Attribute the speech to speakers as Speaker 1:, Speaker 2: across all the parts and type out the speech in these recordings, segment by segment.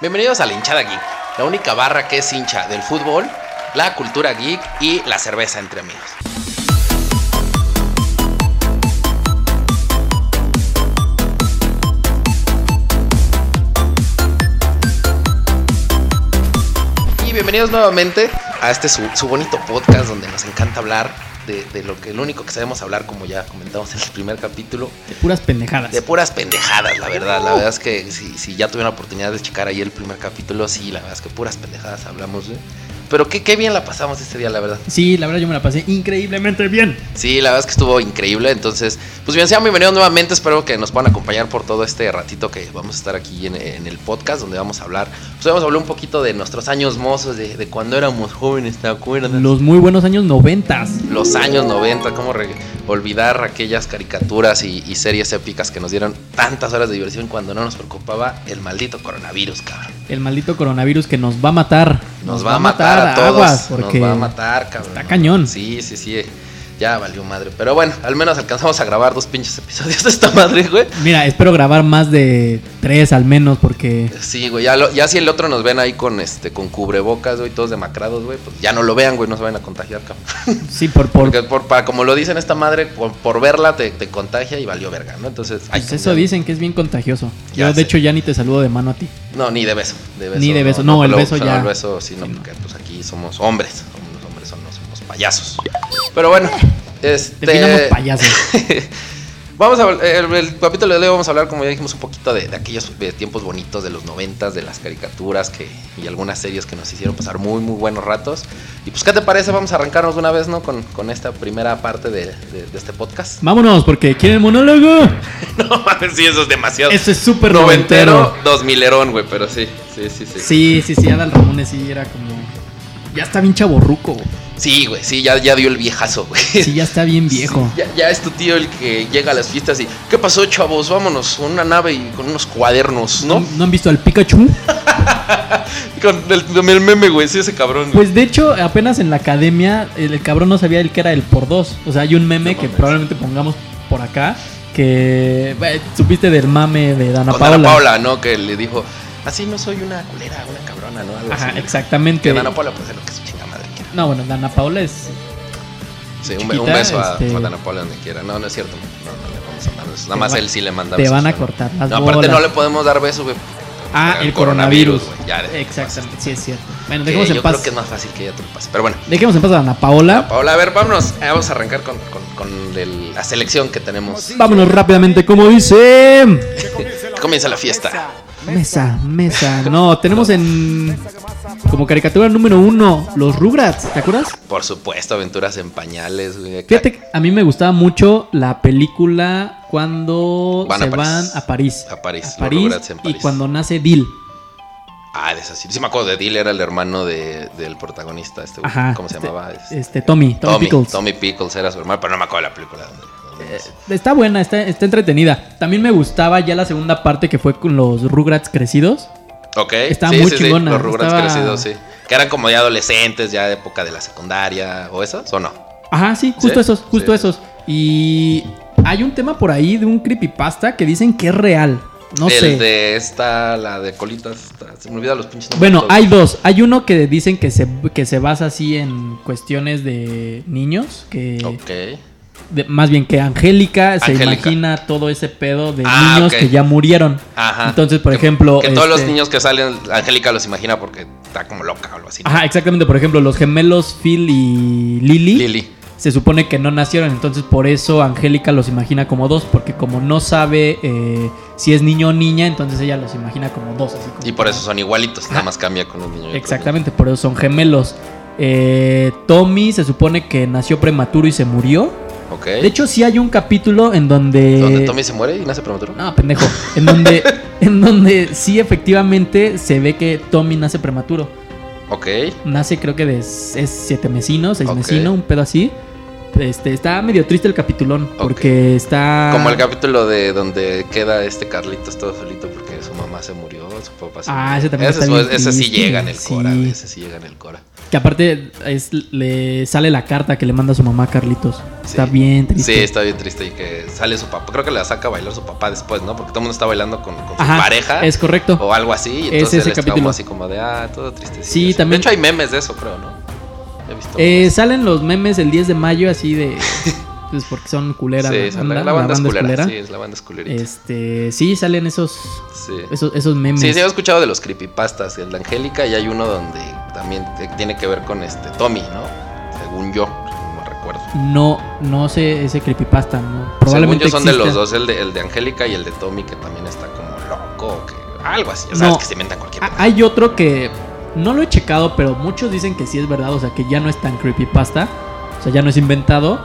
Speaker 1: Bienvenidos a la hinchada geek, la única barra que es hincha del fútbol, la cultura geek y la cerveza entre amigos. Y bienvenidos nuevamente a este su, su bonito podcast donde nos encanta hablar de, de lo que lo único que sabemos hablar, como ya comentamos en el primer capítulo,
Speaker 2: De puras pendejadas.
Speaker 1: de puras pendejadas, la verdad. La verdad es que si, si ya tuvieron la oportunidad de checar ahí el primer capítulo, sí, la verdad es que puras pendejadas hablamos, güey. Pero qué, qué bien la pasamos este día, la verdad.
Speaker 2: Sí, la verdad yo me la pasé increíblemente bien.
Speaker 1: Sí, la verdad es que estuvo increíble. Entonces, pues bien, sean bienvenidos nuevamente. Espero que nos puedan acompañar por todo este ratito que vamos a estar aquí en, en el podcast, donde vamos a hablar. Pues vamos a hablar un poquito de nuestros años mozos, de, de cuando éramos jóvenes, ¿te acuerdas?
Speaker 2: Los muy buenos años noventas.
Speaker 1: los años 90, cómo re- olvidar aquellas caricaturas y, y series épicas que nos dieron tantas horas de diversión cuando no nos preocupaba el maldito coronavirus, cabrón.
Speaker 2: El maldito coronavirus que nos va a matar.
Speaker 1: Nos, va, a matar, a todos.
Speaker 2: aguas, porque
Speaker 1: nos va a matar, cabrón.
Speaker 2: está cañón.
Speaker 1: Sí, sí, sí. Ya valió madre. Pero bueno, al menos alcanzamos a grabar dos pinches episodios de esta madre, güey.
Speaker 2: Mira, espero grabar más de tres al menos porque
Speaker 1: Sí, güey, ya, lo- ya si el otro nos ven ahí con este con cubrebocas, güey, todos demacrados, güey, pues ya no lo vean, güey, no se vayan a contagiar, cabrón.
Speaker 2: sí por por
Speaker 1: Porque por, para, como lo dicen esta madre, por, por verla te, te contagia y valió verga, ¿no? Entonces, hay
Speaker 2: pues
Speaker 1: que
Speaker 2: eso
Speaker 1: cambiar.
Speaker 2: dicen que es bien contagioso.
Speaker 1: Ya
Speaker 2: yo de
Speaker 1: sé.
Speaker 2: hecho ya ni te saludo de mano a ti.
Speaker 1: No, ni de beso. de
Speaker 2: Ni de beso, no, el
Speaker 1: pero-
Speaker 2: beso
Speaker 1: pero
Speaker 2: ya.
Speaker 1: El beso, sí, no,
Speaker 2: Sí, no.
Speaker 1: porque pues aquí somos hombres. Somos los hombres, son- no somos payasos. Pero bueno,
Speaker 2: Definamos
Speaker 1: este.
Speaker 2: payasos.
Speaker 1: Vamos a habl- eh, el, el capítulo de hoy vamos a hablar, como ya dijimos, un poquito de, de aquellos eh, tiempos bonitos de los noventas, de las caricaturas que, y algunas series que nos hicieron pasar muy, muy buenos ratos. Y pues, ¿qué te parece? Vamos a arrancarnos de una vez, ¿no? Con, con esta primera parte de, de- de este podcast.
Speaker 2: Vámonos porque quieren monólogo.
Speaker 1: no mames, sí, eso es demasiado.
Speaker 2: Eso es súper
Speaker 1: noventero,
Speaker 2: noventero.
Speaker 1: dos milerón, güey, pero sí, sí, sí, sí.
Speaker 2: Sí, sí, sí, Adal Ramones sí era como ya está bien chaborruco.
Speaker 1: Sí, güey, sí, ya, ya dio el viejazo, güey.
Speaker 2: Sí, ya está bien viejo.
Speaker 1: Ya, ya es tu tío el que llega a las fiestas y, ¿qué pasó, chavos? Vámonos, con una nave y con unos cuadernos, ¿no?
Speaker 2: ¿No han visto al Pikachu?
Speaker 1: Con el, con el meme, güey, sí, ese cabrón, güey.
Speaker 2: Pues de hecho, apenas en la academia, el, el cabrón no sabía el que era el por dos. O sea, hay un meme
Speaker 1: No
Speaker 2: que
Speaker 1: mames.
Speaker 2: probablemente pongamos por acá. Que eh, supiste del mame de Dana
Speaker 1: Con
Speaker 2: Paola.
Speaker 1: Dana Paula, ¿no? Que le dijo, así no soy una culera, una cabrona, ¿no? Algo
Speaker 2: Ajá,
Speaker 1: así.
Speaker 2: exactamente.
Speaker 1: Que Dana Paula puede hacer lo que su chinga madre quiera.
Speaker 2: No, bueno, Dana Paola es.
Speaker 1: Sí, un,
Speaker 2: Chiquita,
Speaker 1: un beso a,
Speaker 2: este-
Speaker 1: a Dana Paula donde quiera. No, no es cierto. No, no le vamos a mandar besos. Nada
Speaker 2: Te
Speaker 1: más
Speaker 2: va-
Speaker 1: él sí le manda
Speaker 2: Te
Speaker 1: besos,
Speaker 2: van a
Speaker 1: güey.
Speaker 2: cortar las
Speaker 1: No, aparte
Speaker 2: bolas.
Speaker 1: no le podemos dar besos, güey.
Speaker 2: Ah,
Speaker 1: el
Speaker 2: el coronavirus.
Speaker 1: coronavirus, güey, ya de-
Speaker 2: exactamente, sí es cierto. Bueno,
Speaker 1: que
Speaker 2: dejemos
Speaker 1: Yo
Speaker 2: en paz.
Speaker 1: creo que es más fácil que ella te lo pase. Pero bueno.
Speaker 2: Dejemos en paz a Dana Paola.
Speaker 1: Paola, a ver, vámonos. Eh, Vamos a arrancar con, con- con el- la selección que tenemos.
Speaker 2: Vámonos rápidamente, como dice.
Speaker 1: Comienza la fiesta.
Speaker 2: Mesa, mesa. No, tenemos en. Como caricatura número uno, los Rugrats, ¿te acuerdas?
Speaker 1: Por supuesto, aventuras en pañales. güey.
Speaker 2: Fíjate, que a mí me gustaba mucho la película cuando
Speaker 1: Van a
Speaker 2: se
Speaker 1: París.
Speaker 2: van a París.
Speaker 1: A París, los
Speaker 2: A París,
Speaker 1: Rugrats en
Speaker 2: y
Speaker 1: París.
Speaker 2: cuando nace Bill.
Speaker 1: Ah, de esas sí. Sí me acuerdo de Dil, era el hermano de- del protagonista. Este, güey.
Speaker 2: Ajá.
Speaker 1: ¿Cómo se
Speaker 2: este-
Speaker 1: llamaba?
Speaker 2: Este, Tommy, Tommy, Pickles.
Speaker 1: Tommy Pickles era su hermano, pero no me acuerdo de la película. dónde- dónde
Speaker 2: Eh,
Speaker 1: es.
Speaker 2: Está buena, está, está entretenida. También me gustaba ya la segunda parte que fue con los Rugrats crecidos.
Speaker 1: ok.
Speaker 2: está
Speaker 1: sí,
Speaker 2: muy
Speaker 1: sí, sí,
Speaker 2: chingona,
Speaker 1: Los Rugrats
Speaker 2: estaba-
Speaker 1: crecidos, sí. Que eran como ya adolescentes, ya de época de la secundaria o esas, ¿o no?
Speaker 2: Ajá, sí, justo
Speaker 1: ¿Sí?
Speaker 2: esos, justo
Speaker 1: Sí.
Speaker 2: esos. Y hay un tema por ahí de un creepypasta que dicen que es real. No
Speaker 1: el
Speaker 2: sé.
Speaker 1: de esta, la de colitas. esta- Se me olvidan los pinches nombres.
Speaker 2: Bueno,
Speaker 1: Los-
Speaker 2: hay dos. Hay uno que dicen que se, que se basa así en cuestiones de niños, que
Speaker 1: Ok.
Speaker 2: de- más bien que Angélica se
Speaker 1: Angélica.
Speaker 2: imagina todo ese pedo de
Speaker 1: Ah,
Speaker 2: niños
Speaker 1: ok.
Speaker 2: que ya murieron.
Speaker 1: Ajá.
Speaker 2: Entonces, por
Speaker 1: Que-
Speaker 2: ejemplo,
Speaker 1: Que todos los
Speaker 2: este-
Speaker 1: niños que salen, Angélica los imagina porque está como loca o algo así. ¿no?
Speaker 2: Ajá, exactamente. Por ejemplo, los gemelos Phil y Lily,
Speaker 1: Lili.
Speaker 2: se supone que no nacieron, entonces por eso Angélica los imagina como dos, porque como no sabe eh, si es niño o niña, entonces ella los imagina como dos. así como-
Speaker 1: Y por eso son igualitos, nada
Speaker 2: Ajá.
Speaker 1: más cambia con un niño. y otro niño.
Speaker 2: Exactamente, por eso son gemelos. Eh, Tommy se supone que nació prematuro y se murió.
Speaker 1: Ok.
Speaker 2: De hecho, eh, sí hay un capítulo en donde.
Speaker 1: ¿Donde Tommy se muere y nace prematuro?
Speaker 2: No, pendejo. En donde, en donde sí, efectivamente, se ve que Tommy nace prematuro.
Speaker 1: Ok.
Speaker 2: Nace, creo que de s- es siete mesino, seis
Speaker 1: Ok.
Speaker 2: mesino, un pedo así. Este, está medio triste el capitulón porque está...
Speaker 1: Como el capítulo de donde queda este Carlitos todo solito porque su mamá se murió, su papá se
Speaker 2: Ah,
Speaker 1: murió.
Speaker 2: ese también
Speaker 1: ese,
Speaker 2: está
Speaker 1: es-
Speaker 2: bien
Speaker 1: ese sí
Speaker 2: triste,
Speaker 1: llega en el
Speaker 2: sí.
Speaker 1: Cora, güey, ese sí llega en el Cora.
Speaker 2: Que aparte es, le sale la carta que le manda su mamá a Carlitos. Está
Speaker 1: Sí.
Speaker 2: bien
Speaker 1: Sí,
Speaker 2: triste.
Speaker 1: está bien triste y que sale su papá. Creo que la saca a bailar su papá después, ¿no? Porque todo el mundo está bailando con, con su
Speaker 2: Ajá,
Speaker 1: pareja Oh,
Speaker 2: Es correcto.
Speaker 1: o algo así. Y
Speaker 2: Es
Speaker 1: entonces
Speaker 2: ese
Speaker 1: él está
Speaker 2: capítulo.
Speaker 1: como así como de, ah, todo triste.
Speaker 2: Sí, también-
Speaker 1: De hecho, hay memes de eso, creo, ¿no? He visto.
Speaker 2: Eh, salen los memes el 10 de mayo así de... pues porque son culera.
Speaker 1: sí, la, la banda es culera. Sí, es la banda es culerita.
Speaker 2: Este, sí, salen esos,
Speaker 1: sí.
Speaker 2: esos, esos memes.
Speaker 1: Sí, sí, he escuchado de los creepypastas, el de Angélica, y hay uno donde también te- tiene que ver con este Tommy, ¿no? Según yo, no recuerdo.
Speaker 2: No, no sé ese creepypasta, ¿no?
Speaker 1: Según
Speaker 2: Probablemente
Speaker 1: yo son de los
Speaker 2: exista.
Speaker 1: dos, el de, el de Angélica y el de Tommy, que también está como loco, o que algo así, ya
Speaker 2: No.
Speaker 1: sabes que se inventan cualquier
Speaker 2: Ah,
Speaker 1: cosa.
Speaker 2: Hay otro que no lo he checado, pero muchos dicen que sí es verdad, o sea, que ya no es tan creepypasta, o sea, ya no es inventado,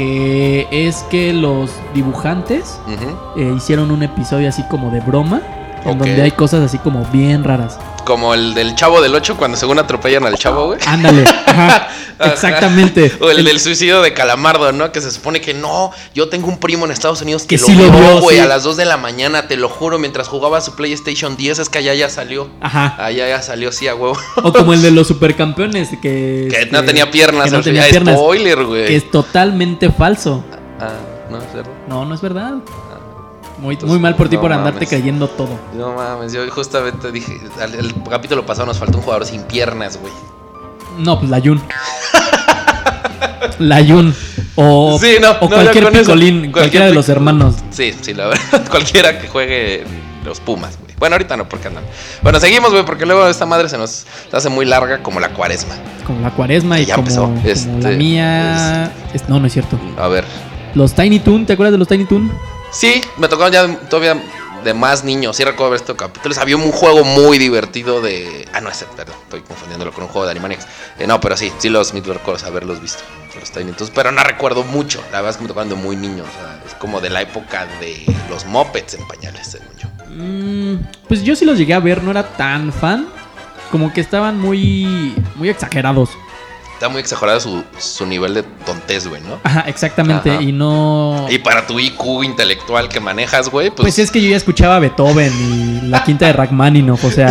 Speaker 2: que es que los dibujantes
Speaker 1: Ujú.
Speaker 2: eh, hicieron un episodio así como de broma, en
Speaker 1: Ok.
Speaker 2: donde hay cosas así como bien raras.
Speaker 1: Como el del Chavo del 8 cuando según atropellan al Chavo, güey.
Speaker 2: Ándale, ajá, exactamente.
Speaker 1: O el del suicidio de Calamardo, ¿no? Que se supone que no, yo tengo un primo en Estados Unidos que,
Speaker 2: Que sí lo vio,
Speaker 1: güey,
Speaker 2: sí.
Speaker 1: a las 2 de la mañana, te lo juro, mientras jugaba a su PlayStation 10, es que allá ya salió.
Speaker 2: Ajá.
Speaker 1: Allá ya salió, sí, a huevo.
Speaker 2: O como el de los supercampeones, que... este,
Speaker 1: Que no tenía piernas,
Speaker 2: que no
Speaker 1: al
Speaker 2: tenía
Speaker 1: final.
Speaker 2: piernas.
Speaker 1: spoiler, güey.
Speaker 2: que es totalmente falso.
Speaker 1: Ah, no, es verdad.
Speaker 2: No, no es verdad.
Speaker 1: Ah,
Speaker 2: Muy,
Speaker 1: Entonces,
Speaker 2: muy mal por ti
Speaker 1: no
Speaker 2: por andarte
Speaker 1: mames.
Speaker 2: creyendo todo.
Speaker 1: No mames, yo justamente dije, al, el capítulo pasado nos faltó un jugador sin piernas, güey.
Speaker 2: No, pues la Jun. la Jun. O,
Speaker 1: Sí, no,
Speaker 2: o
Speaker 1: no, ya
Speaker 2: cualquier
Speaker 1: con eso.
Speaker 2: picolín,
Speaker 1: Cualquier
Speaker 2: cualquiera de
Speaker 1: pic-
Speaker 2: los hermanos.
Speaker 1: Sí, sí, la verdad, cualquiera que juegue los Pumas, güey. Bueno, ahorita no, porque andan. Bueno, seguimos, güey, porque luego esta madre se nos hace muy larga como la cuaresma.
Speaker 2: Como la cuaresma
Speaker 1: Que
Speaker 2: y
Speaker 1: ya
Speaker 2: como,
Speaker 1: empezó,
Speaker 2: como la
Speaker 1: este,
Speaker 2: mía. Es- no, no es cierto.
Speaker 1: A ver.
Speaker 2: Los Tiny Toon, ¿te acuerdas de los Tiny Toon?
Speaker 1: Sí, me tocaron ya todavía de más niños. Sí recuerdo ver estos capítulos. Había un juego muy divertido de... Ah, no, ese, perdón. Estoy confundiéndolo con un juego de Animaniacs. Eh, no, pero sí, sí los sí los recuerdo haberlos visto. Los Tiny Toons, pero no recuerdo mucho. La verdad es que me tocaron de muy niño. O sea, es como de la época de los mopeds en pañales, según yo.
Speaker 2: Mm, pues yo sí los llegué a ver, no era tan fan. Como que estaban muy, muy exagerados.
Speaker 1: Está muy exagerado su, su nivel de tontez, güey, ¿no?
Speaker 2: Ajá, exactamente.
Speaker 1: Ajá.
Speaker 2: Y no.
Speaker 1: Y para tu IQ intelectual que manejas, güey, pues...
Speaker 2: Pues, es que yo ya escuchaba a Beethoven y la quinta de Rachmaninoff, o sea,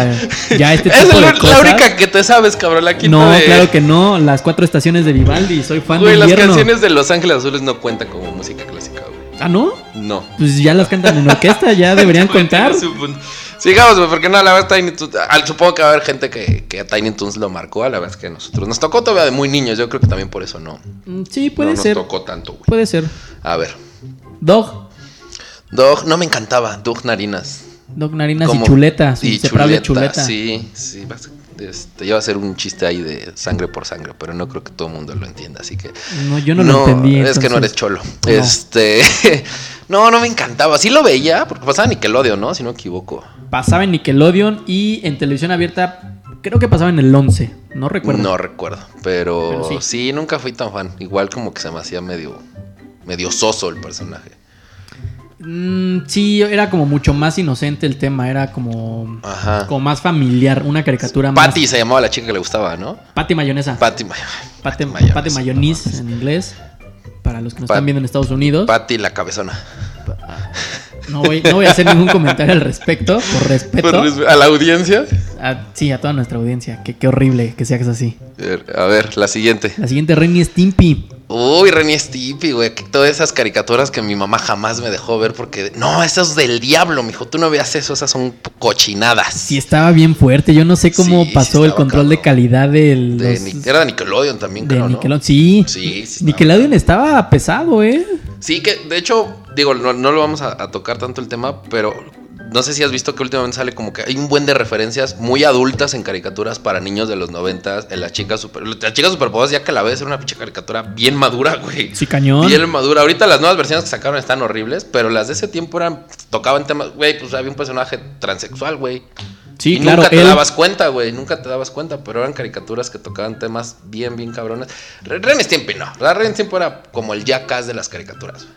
Speaker 2: ya este
Speaker 1: es
Speaker 2: tipo
Speaker 1: la,
Speaker 2: de
Speaker 1: la
Speaker 2: cosas.
Speaker 1: única que te sabes, cabrón. La quinta
Speaker 2: No,
Speaker 1: de-
Speaker 2: claro que no, las cuatro estaciones de Vivaldi, soy fan
Speaker 1: Güey,
Speaker 2: de
Speaker 1: las canciones de Los Ángeles Azules no cuentan como música clásica, güey.
Speaker 2: Ah, ¿no?
Speaker 1: No.
Speaker 2: Pues ya las cantan en orquesta, ya deberían
Speaker 1: Güey,
Speaker 2: contar.
Speaker 1: tiene su punto. Sigamos, güey, porque no, la verdad Tiny Toons, al- supongo que va a haber gente que, que a Tiny Toons lo marcó, a la verdad es que a nosotros nos tocó todavía de muy niños, yo creo que también por eso no,
Speaker 2: Mm, Sí,
Speaker 1: no
Speaker 2: puede
Speaker 1: nos
Speaker 2: ser,
Speaker 1: tocó tanto, güey.
Speaker 2: puede ser.
Speaker 1: A ver,
Speaker 2: Dog,
Speaker 1: Dog, no me encantaba, Dog Narinas.
Speaker 2: Dog Narinas
Speaker 1: Como-
Speaker 2: y Chuleta, su inseparable Chuleta.
Speaker 1: Sí, sí, va a ser- este, yo iba a hacer un chiste ahí de sangre por sangre, pero no creo que todo el mundo lo entienda, así que...
Speaker 2: No, yo no, lo entendí.
Speaker 1: Es que no eres
Speaker 2: entonces.
Speaker 1: cholo. Este. no, no me encantaba. Sí lo veía, porque pasaba Nickelodeon, ¿no? Si no me equivoco.
Speaker 2: Pasaba en Nickelodeon y en televisión abierta, creo que pasaba en el 11, no recuerdo.
Speaker 1: No recuerdo. Pero,
Speaker 2: Pero sí.
Speaker 1: sí. nunca fui tan fan. Igual como que se me hacía medio. medio soso el personaje.
Speaker 2: Mm, sí, era como mucho más inocente el tema, era como,
Speaker 1: Ajá.
Speaker 2: como más familiar, una caricatura
Speaker 1: Ah. Patty
Speaker 2: más.
Speaker 1: se llamaba la chica que le gustaba, ¿no?
Speaker 2: Patty Mayonesa.
Speaker 1: Patty. ma-
Speaker 2: Pate,
Speaker 1: Mayonesa,
Speaker 2: pate mayonís en inglés. Para los que nos
Speaker 1: Pat-
Speaker 2: están viendo en Estados Unidos.
Speaker 1: Patty la cabezona.
Speaker 2: No voy, no voy a hacer ningún comentario al respecto. Por respeto.
Speaker 1: A la audiencia.
Speaker 2: a- sí, a toda nuestra audiencia. Que, qué horrible que seas así.
Speaker 1: A ver, la siguiente.
Speaker 2: La siguiente Renny Stimpy.
Speaker 1: Uy, Renny Stimpy, güey. que Todas esas caricaturas que mi mamá jamás me dejó ver porque. No, esas del diablo, mijo. Tú no veas eso, esas son cochinadas.
Speaker 2: Sí, estaba bien fuerte. Yo no sé cómo
Speaker 1: Sí, sí
Speaker 2: pasó el
Speaker 1: estaba
Speaker 2: control de
Speaker 1: cabrón.
Speaker 2: calidad del.
Speaker 1: De Ni- era de Nickelodeon también, creo, ¿no?
Speaker 2: Nickelodeon. Sí.
Speaker 1: Sí, sí.
Speaker 2: Nickelodeon estaba pesado, ¿eh?
Speaker 1: estaba. Sí, que de hecho, digo, no, no lo vamos a, a tocar tanto el tema, pero no sé si has visto que últimamente sale como que hay un buen de referencias muy adultas en caricaturas para niños de los noventas. En la chica super. La chica superpoderosa, ya que la ves, era una pinche caricatura bien madura, güey.
Speaker 2: Sí, cañón.
Speaker 1: Bien madura. Ahorita las nuevas versiones que sacaron están horribles, pero las de ese tiempo eran tocaban temas, güey, pues había un personaje transexual, güey.
Speaker 2: Sí,
Speaker 1: y
Speaker 2: claro.
Speaker 1: nunca te
Speaker 2: él-
Speaker 1: dabas cuenta, güey, nunca te dabas cuenta, pero eran caricaturas que tocaban temas bien, bien cabrones. Ren Stimpy no, la Ren Stimpy era como el Jackass de las caricaturas.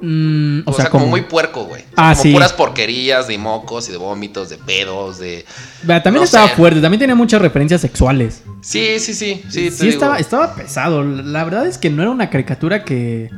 Speaker 1: güey.
Speaker 2: Mm,
Speaker 1: O, sea, como muy puerco, güey.
Speaker 2: Ah,
Speaker 1: como
Speaker 2: sí.
Speaker 1: puras porquerías de mocos y de vómitos, de pedos, de.
Speaker 2: Vea, También
Speaker 1: no
Speaker 2: estaba
Speaker 1: sé.
Speaker 2: fuerte, también tenía muchas referencias sexuales.
Speaker 1: Sí, sí, sí. Sí,
Speaker 2: Sí,
Speaker 1: te digo.
Speaker 2: estaba, estaba pesado. La verdad es que no era una caricatura que.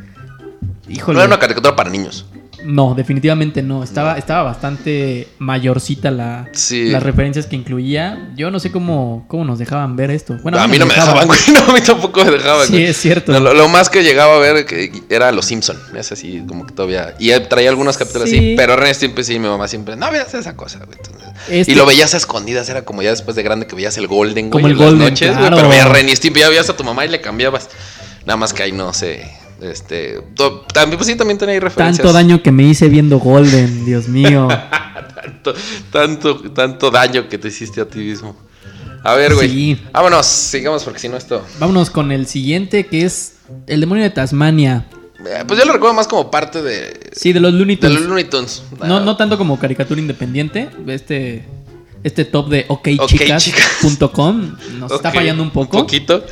Speaker 2: Híjole.
Speaker 1: No era una caricatura para niños.
Speaker 2: No, definitivamente no. Estaba, estaba bastante mayorcita la,
Speaker 1: Sí.
Speaker 2: las referencias que incluía. Yo no sé cómo, cómo nos dejaban ver esto. Bueno,
Speaker 1: a mí no me dejaban, güey. No, a mí tampoco me dejaban,
Speaker 2: Sí,
Speaker 1: güey.
Speaker 2: es cierto.
Speaker 1: No, lo, lo más que llegaba a ver que era Los Simpson. Es así, como que todavía. Y eh, traía algunos capítulos
Speaker 2: Sí.
Speaker 1: así. Pero Ernest siempre sí, mi mamá siempre. No veas esa cosa, güey. Entonces,
Speaker 2: Este-
Speaker 1: Y lo veías a escondidas. Era como ya después de grande que veías el Golden,
Speaker 2: Como
Speaker 1: güey,
Speaker 2: el
Speaker 1: en las
Speaker 2: Golden,
Speaker 1: noches, güey,
Speaker 2: claro.
Speaker 1: Pero veías Ren y Stimpy, ya veías a tu mamá y le cambiabas. Nada más que ahí no sé. Este. to- También, pues sí, también tenía ahí referencias.
Speaker 2: Tanto daño que me hice viendo Golden, Dios mío.
Speaker 1: Tanto, tanto, tanto daño que te hiciste a ti mismo. A ver, güey.
Speaker 2: Sí.
Speaker 1: Vámonos, sigamos porque si no esto.
Speaker 2: Vámonos con el siguiente que es El demonio de Tasmania.
Speaker 1: Eh, Pues yo lo recuerdo más como parte de.
Speaker 2: Sí, de los Looney
Speaker 1: De los
Speaker 2: Tunes.
Speaker 1: Looney Tunes. Ah,
Speaker 2: No, no tanto como caricatura independiente. Este, este top de okchicas.com nos está
Speaker 1: Ok,
Speaker 2: fallando un poco.
Speaker 1: poquito.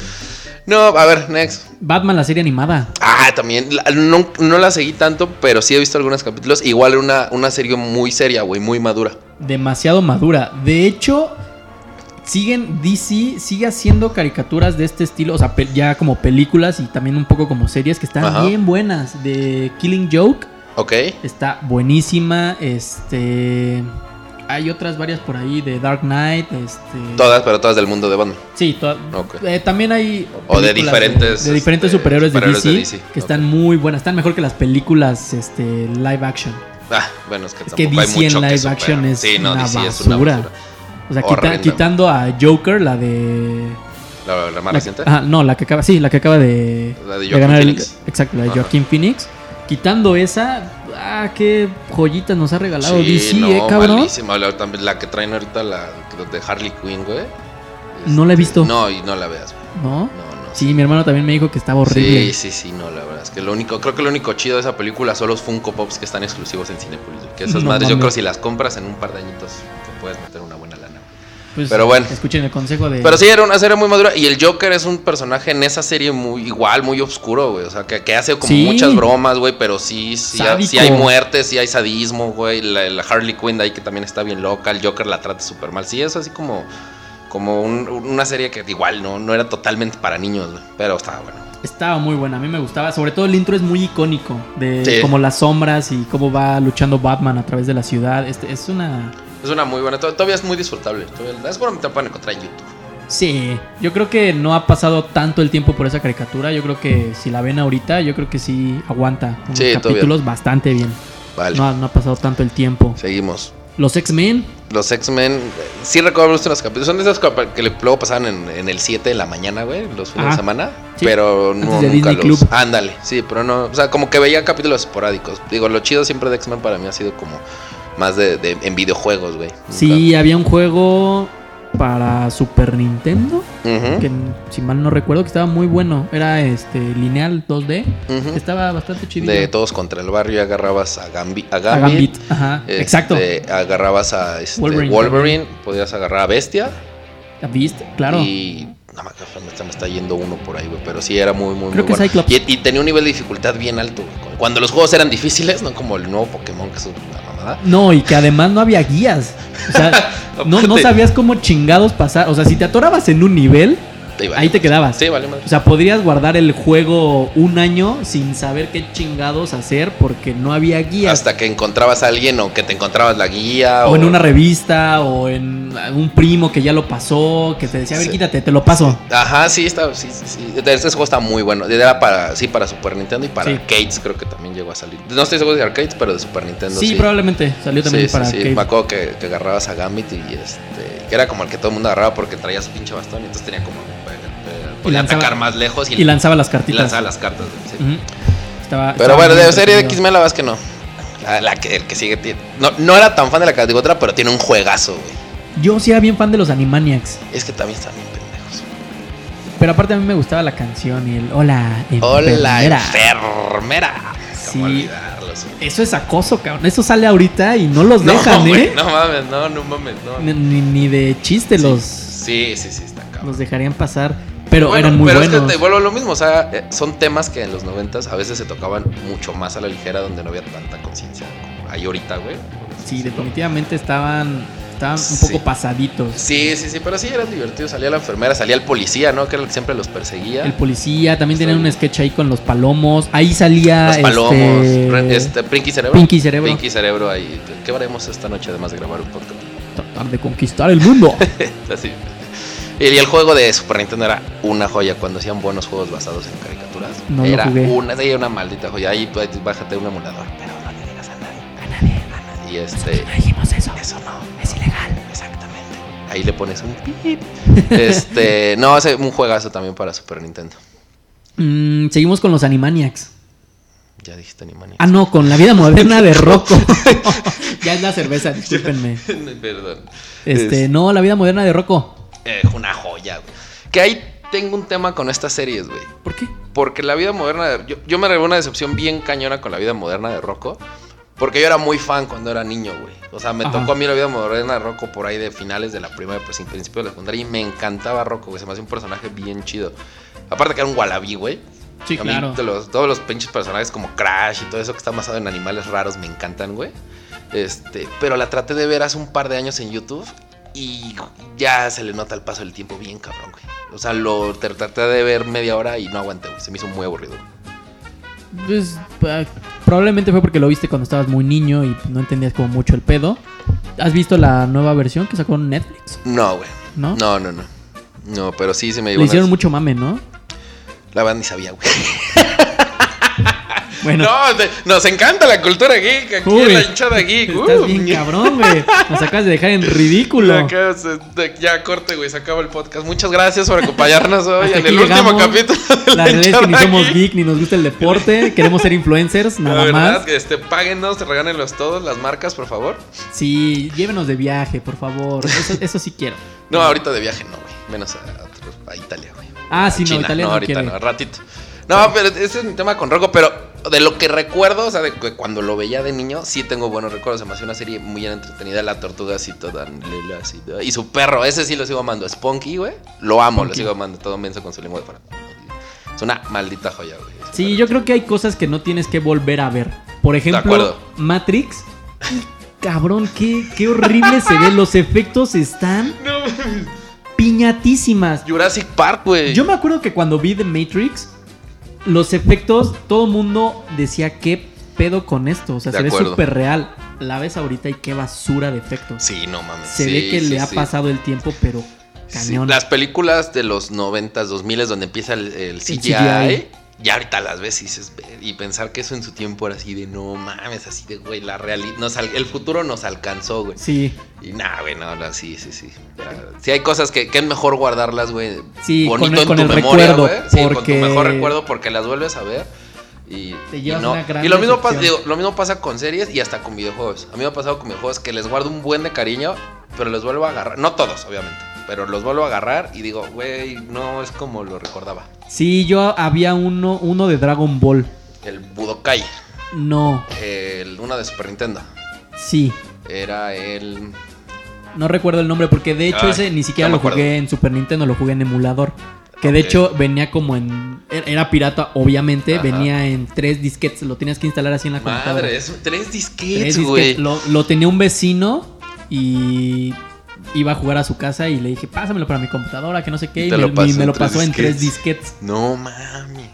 Speaker 1: No, a ver, next.
Speaker 2: Batman, la serie animada.
Speaker 1: Ah, también. la- No, no la seguí tanto, pero sí he visto algunos capítulos. Igual era una, una serie muy seria, güey, muy madura.
Speaker 2: demasiado madura. De hecho, siguen DC sigue haciendo caricaturas de este estilo, o sea, pe- ya como películas y también un poco como series que están
Speaker 1: Ajá.
Speaker 2: bien buenas. De Killing Joke
Speaker 1: Ok.
Speaker 2: está buenísima, este hay otras varias por ahí de Dark Knight, este
Speaker 1: Todas, pero todas del mundo de Batman.
Speaker 2: Sí, to-
Speaker 1: Ok.
Speaker 2: eh, también hay
Speaker 1: O de
Speaker 2: películas
Speaker 1: diferentes,
Speaker 2: de, diferentes
Speaker 1: este,
Speaker 2: superhéroes, de,
Speaker 1: superhéroes
Speaker 2: DC,
Speaker 1: de DC,
Speaker 2: que están muy buenas, están mejor que las películas este live action.
Speaker 1: Ah, bueno, es que
Speaker 2: Es
Speaker 1: tampoco
Speaker 2: que
Speaker 1: hay
Speaker 2: DC
Speaker 1: mucho
Speaker 2: en
Speaker 1: que
Speaker 2: live
Speaker 1: supera.
Speaker 2: action es,
Speaker 1: Sí, no,
Speaker 2: una
Speaker 1: DC
Speaker 2: basura.
Speaker 1: es una basura.
Speaker 2: O sea, quita-
Speaker 1: Horrenda.
Speaker 2: quitando a Joker, la de.
Speaker 1: La, la más
Speaker 2: la-
Speaker 1: reciente.
Speaker 2: ajá, no, la que acaba. Sí, la que acaba de.
Speaker 1: La de
Speaker 2: de
Speaker 1: Joaquin
Speaker 2: ganar el-
Speaker 1: Phoenix.
Speaker 2: exacto, la de
Speaker 1: Ajá.
Speaker 2: Joaquin Phoenix. Quitando esa. Ah, qué joyitas nos ha regalado
Speaker 1: Sí,
Speaker 2: DC,
Speaker 1: no,
Speaker 2: eh, cabrón.
Speaker 1: malísima. La, también la que traen ahorita, la de Harley Quinn, güey. Este,
Speaker 2: No la he visto.
Speaker 1: No, y no la veas, güey.
Speaker 2: ¿No?
Speaker 1: No, no.
Speaker 2: Sí, mi hermano también me dijo que estaba horrible.
Speaker 1: Sí, sí, sí, no, la verdad es que lo único, creo que lo único chido de esa película son los Funko Pops que están exclusivos en Cinepolis. güey, Que esas
Speaker 2: No
Speaker 1: madres, yo
Speaker 2: mames.
Speaker 1: creo que si las compras en un par de añitos te puedes meter una buena lana. güey.
Speaker 2: Pues,
Speaker 1: pero bueno.
Speaker 2: Escuchen el consejo de.
Speaker 1: Pero sí, era una serie muy madura y el Joker es un personaje en esa serie muy igual, muy oscuro, güey. O sea, que, que hace como
Speaker 2: Sí.
Speaker 1: muchas bromas, güey, pero sí, sí, ha- sí
Speaker 2: Sádico.
Speaker 1: hay muertes, sí hay sadismo, güey. La, la Harley Quinn de ahí que también está bien loca, el Joker la trata súper mal. Sí, es así como, como un- una serie que igual no, no era totalmente para niños, güey, pero estaba bueno.
Speaker 2: Estaba muy buena, a mí me gustaba. Sobre todo el intro es muy icónico. De
Speaker 1: Sí.
Speaker 2: como las sombras y cómo va luchando Batman a través de la ciudad. Este, es una.
Speaker 1: Es una muy buena, to- todavía es muy disfrutable. Todavía, es bueno, te la pueden encontrar en YouTube.
Speaker 2: Sí, yo creo que no ha pasado tanto el tiempo por esa caricatura. Yo creo que si la ven ahorita, yo creo que sí aguanta unos
Speaker 1: Sí, todo
Speaker 2: capítulos bastante bien.
Speaker 1: Vale,
Speaker 2: No, ha- no ha pasado tanto el tiempo.
Speaker 1: seguimos.
Speaker 2: Los X-Men,
Speaker 1: Los X-Men, eh, sí recuerdo los unos capítulos. Son de esos capa- que le- luego pasaban en, en el 7 de la mañana, güey, los fines
Speaker 2: Ajá.
Speaker 1: de semana.
Speaker 2: Sí.
Speaker 1: Pero
Speaker 2: Antes
Speaker 1: no,
Speaker 2: de
Speaker 1: nunca
Speaker 2: Disney
Speaker 1: los.
Speaker 2: Club.
Speaker 1: Ándale, sí, pero no. O sea, como que veía capítulos esporádicos. Digo, lo chido siempre de X-Men para mí ha sido como más de, de- en videojuegos, güey. Nunca-
Speaker 2: sí, había un juego para Super Nintendo,
Speaker 1: Ujú,
Speaker 2: que n- si mal no recuerdo, que estaba muy bueno. Era este lineal 2D,
Speaker 1: ujú. Este,
Speaker 2: estaba bastante chido.
Speaker 1: De todos contra el barrio, agarrabas a, Gambi- a
Speaker 2: A
Speaker 1: Gambit.
Speaker 2: Gambit, ajá,
Speaker 1: este,
Speaker 2: exacto.
Speaker 1: Agarrabas a este,
Speaker 2: Wolverine.
Speaker 1: Wolverine, podías agarrar a Bestia.
Speaker 2: ¿La viste? Claro.
Speaker 1: Y no me acuerdo, me está, me está yendo uno por ahí, güey. Pero sí era muy, muy,
Speaker 2: Creo
Speaker 1: muy
Speaker 2: que
Speaker 1: bueno.
Speaker 2: Cyclops.
Speaker 1: Y, y tenía un nivel de dificultad bien alto, güey. Cuando los juegos eran difíciles, no como el nuevo Pokémon, que es una mamada.
Speaker 2: No, y que además no había guías. O sea, no, no
Speaker 1: Aparte-
Speaker 2: sabías cómo chingados pasar. O sea, si te atorabas en un nivel,
Speaker 1: vale.
Speaker 2: ahí te quedabas.
Speaker 1: Sí, vale, madre.
Speaker 2: O sea, podrías guardar el juego un año sin saber qué chingados hacer porque no había guías.
Speaker 1: Hasta que encontrabas a alguien o que te encontrabas la guía.
Speaker 2: o en una revista, o en un primo que ya lo pasó, que te decía, a ver,
Speaker 1: Sí.
Speaker 2: quítate, te lo paso.
Speaker 1: Ajá, sí, está, sí, sí, sí. Ese juego está muy bueno. Era para, sí, para Super Nintendo y para
Speaker 2: Sí.
Speaker 1: arcades, creo que también llegó a salir. No estoy seguro de arcades, pero de Super Nintendo.
Speaker 2: Sí, probablemente. Salió también
Speaker 1: sí,
Speaker 2: para
Speaker 1: sí, sí.
Speaker 2: arcade.
Speaker 1: Me acuerdo que, que agarrabas a Gambit y este. Que era como el que todo el mundo agarraba porque traía su pinche bastón y entonces tenía como. eh, eh, podía
Speaker 2: lanzaba-
Speaker 1: atacar más lejos y,
Speaker 2: Y lanzaba las
Speaker 1: y
Speaker 2: cartitas.
Speaker 1: lanzaba las cartas. güey, sí.
Speaker 2: Ujú. Estaba-
Speaker 1: Pero
Speaker 2: estaba
Speaker 1: bueno,
Speaker 2: muy
Speaker 1: de serie de
Speaker 2: entretenido.
Speaker 1: X-Men, la verdad es que no. La, la que, el que sigue. tiene- No, no era tan fan de la caricatura, pero tiene un juegazo, güey.
Speaker 2: Yo sí era bien fan de los Animaniacs.
Speaker 1: Es que también están bien pendejos.
Speaker 2: Pero aparte a mí me gustaba la canción y el hola.
Speaker 1: Hola,
Speaker 2: enfermera".
Speaker 1: enfermera.
Speaker 2: Sí.
Speaker 1: ¿Cómo olvidarlos? güey?
Speaker 2: Eso es acoso, cabrón. Eso sale ahorita y no los
Speaker 1: No,
Speaker 2: dejan,
Speaker 1: güey,
Speaker 2: ¿eh?
Speaker 1: no mames, no, no mames, no.
Speaker 2: Ni, ni- ni de chiste los,
Speaker 1: Sí, sí, sí, está cabrón.
Speaker 2: los dejarían pasar. Pero
Speaker 1: Bueno,
Speaker 2: eran muy
Speaker 1: pero
Speaker 2: buenos.
Speaker 1: es que te vuelvo a lo mismo, o sea, eh, son temas que en los noventas a veces se tocaban mucho más a la ligera donde no había tanta conciencia como hay ahorita, güey.
Speaker 2: Sí, definitivamente estaban, estaban un
Speaker 1: Sí.
Speaker 2: poco pasaditos.
Speaker 1: Sí, sí, sí, pero sí eran divertidos. Salía la enfermera, salía el policía, ¿no? Que era el que siempre los perseguía.
Speaker 2: El policía, también tenían
Speaker 1: Estoy-
Speaker 2: un sketch ahí con los palomos. Ahí salía.
Speaker 1: Los palomos,
Speaker 2: este,
Speaker 1: re- este, Pinky Cerebro.
Speaker 2: Pinky Cerebro.
Speaker 1: Pinky Cerebro ahí. ¿Qué haremos esta noche además de grabar un podcast?
Speaker 2: Tratar de conquistar el mundo.
Speaker 1: Así. Y el juego de Super Nintendo era una joya. Cuando hacían buenos juegos basados en caricaturas,
Speaker 2: No lo
Speaker 1: era,
Speaker 2: jugué.
Speaker 1: una, era una maldita joya. Ahí pues, bájate un emulador, pero no le digas a nadie.
Speaker 2: A nadie,
Speaker 1: a nadie. Y este,
Speaker 2: nosotros no dijimos eso.
Speaker 1: eso no,
Speaker 2: Es ilegal.
Speaker 1: exactamente. Ahí le pones un pip. Este, no, es un juegazo también para Super Nintendo.
Speaker 2: Mm, seguimos con los Animaniacs.
Speaker 1: Ya dijiste Animaniacs.
Speaker 2: Ah, no, con la vida moderna de Rocco. ya es la cerveza, discúlpenme.
Speaker 1: Perdón.
Speaker 2: Este, no, la vida moderna de Rocco.
Speaker 1: Eh, una joya, güey. Que ahí tengo un tema con estas series, güey.
Speaker 2: ¿Por qué?
Speaker 1: Porque la vida moderna. de- Yo, yo me revé una decepción bien cañona con la vida moderna de Rocco. Porque yo era muy fan cuando era niño, güey. O sea, me
Speaker 2: Ajá.
Speaker 1: tocó a mí la vida moderna de Rocco por ahí de finales de la primaria, pues en principio de la secundaria. Y me encantaba Rocco, güey. Se me hacía un personaje bien chido. Aparte que era un wallaby, güey.
Speaker 2: Sí,
Speaker 1: a mí
Speaker 2: claro.
Speaker 1: de los- todos los pinches personajes como Crash y todo eso que está basado en animales raros me encantan, güey. Este, pero la traté de ver hace un par de años en YouTube y ya se le nota el paso del tiempo bien cabrón, güey. O sea, lo te- traté de ver media hora y no aguanté, güey. Se me hizo muy aburrido.
Speaker 2: Pues, pa- probablemente fue porque lo viste cuando estabas muy niño y no entendías como mucho el pedo. ¿Has visto la nueva versión que sacó Netflix?
Speaker 1: No, güey.
Speaker 2: ¿No?
Speaker 1: No, no, no. No, pero sí se me
Speaker 2: Le
Speaker 1: llevó
Speaker 2: hicieron
Speaker 1: unas-
Speaker 2: mucho mame, ¿no?
Speaker 1: La verdad ni sabía, güey.
Speaker 2: Bueno,
Speaker 1: No, te- nos encanta la cultura geek. Aquí
Speaker 2: Uy.
Speaker 1: la hinchada geek.
Speaker 2: estás
Speaker 1: uh.
Speaker 2: bien cabrón, güey. Nos acabas de dejar en
Speaker 1: Ya,
Speaker 2: ridículo.
Speaker 1: acá se- de- ya corte, güey, se acaba el podcast. Muchas gracias por acompañarnos hoy
Speaker 2: Hasta
Speaker 1: en
Speaker 2: aquí
Speaker 1: el último
Speaker 2: llegamos.
Speaker 1: capítulo. de
Speaker 2: La realidad es que ni
Speaker 1: Hinchada
Speaker 2: somos geek, ni nos gusta el deporte, queremos ser influencers,
Speaker 1: La
Speaker 2: nada
Speaker 1: verdad,
Speaker 2: más.
Speaker 1: que este, páguenos, regálenlos todos, las marcas, por favor.
Speaker 2: Sí, llévenos de viaje, por favor. Eso, eso sí quiero.
Speaker 1: No, ahorita de viaje no, güey. Menos a, a otros- a Italia, güey.
Speaker 2: Ah,
Speaker 1: A
Speaker 2: sí, no, Italia no
Speaker 1: ahorita
Speaker 2: quiere.
Speaker 1: no, ratito. No, pero ese es mi tema con Rocco, pero de lo que recuerdo, o sea, de que cuando lo veía de niño, sí tengo buenos recuerdos. Se me hacía una serie muy bien entretenida, La Tortuga así toda lila, así, toda- Y su perro, ese sí lo sigo amando. Spunky, güey. Lo amo, lo
Speaker 2: Spunky.
Speaker 1: sigo amando. Todo menso con su lengua de fuera. Es una maldita joya, güey. ese
Speaker 2: Sí,
Speaker 1: perro.
Speaker 2: yo creo que hay cosas que no tienes que volver a ver. Por ejemplo,
Speaker 1: acuerdo.
Speaker 2: Matrix. Y, Cabrón, qué, qué horrible se ve. Los efectos están
Speaker 1: No,
Speaker 2: piñatísimas.
Speaker 1: Jurassic Park, güey.
Speaker 2: Yo me acuerdo que cuando vi The Matrix, los efectos, todo mundo decía qué pedo con esto. O sea,
Speaker 1: De
Speaker 2: se ve
Speaker 1: acuerdo.
Speaker 2: súper real. La ves ahorita y qué basura de efectos.
Speaker 1: Sí, no mames.
Speaker 2: se
Speaker 1: sí,
Speaker 2: ve que
Speaker 1: sí,
Speaker 2: le ha
Speaker 1: sí.
Speaker 2: pasado el tiempo, pero
Speaker 1: Sí,
Speaker 2: cañón.
Speaker 1: Las películas de los 90s, 2000 donde empieza el, el CGI,
Speaker 2: CGI.
Speaker 1: ya ahorita las ves y, dices, "Ver", y pensar que eso en su tiempo era así de no mames, así de güey, la realidad, nos al- el futuro nos alcanzó, güey.
Speaker 2: Sí,
Speaker 1: Y nada, güey, no, no, sí, sí, sí. Si hay cosas que, que es mejor guardarlas, güey,
Speaker 2: Sí, con
Speaker 1: bonito
Speaker 2: el- con
Speaker 1: en tu
Speaker 2: el
Speaker 1: memoria,
Speaker 2: recuerdo,
Speaker 1: güey. Sí, con tu
Speaker 2: porque-
Speaker 1: mejor recuerdo porque las vuelves a ver. Y,
Speaker 2: Te
Speaker 1: y
Speaker 2: llevas
Speaker 1: no.
Speaker 2: una gran
Speaker 1: Y lo mismo, pasa,
Speaker 2: decepción.
Speaker 1: digo, lo mismo pasa con series y hasta con videojuegos. A mí me ha pasado con videojuegos que les guardo un buen de cariño, pero los vuelvo a agarrar. No todos, obviamente, pero los vuelvo a agarrar y digo, güey, no es como lo recordaba.
Speaker 2: sí, yo había uno, uno de Dragon Ball.
Speaker 1: El Budokai,
Speaker 2: No,
Speaker 1: el, uno de Super Nintendo,
Speaker 2: sí.
Speaker 1: era el.
Speaker 2: No recuerdo el nombre porque de hecho
Speaker 1: Ay,
Speaker 2: ese ni siquiera
Speaker 1: Ah, no me
Speaker 2: lo
Speaker 1: acuerdo.
Speaker 2: jugué en Super Nintendo, lo jugué en emulador. Que de
Speaker 1: Ok.
Speaker 2: hecho venía como en... er- Era pirata, obviamente.
Speaker 1: Ajá.
Speaker 2: Venía en tres disquetes. Lo tenías que instalar así en la computadora.
Speaker 1: Madre, es tres
Speaker 2: Tres
Speaker 1: disquetes,
Speaker 2: disquetes.
Speaker 1: güey.
Speaker 2: Lo, lo tenía un vecino y iba a jugar a su casa y le dije, pásamelo para mi computadora, que no sé qué.
Speaker 1: Y
Speaker 2: Y
Speaker 1: te
Speaker 2: me
Speaker 1: lo
Speaker 2: me-
Speaker 1: pasó
Speaker 2: me
Speaker 1: en
Speaker 2: lo
Speaker 1: tres
Speaker 2: pasó en tres
Speaker 1: disquetes.
Speaker 2: disquetes.
Speaker 1: No mames.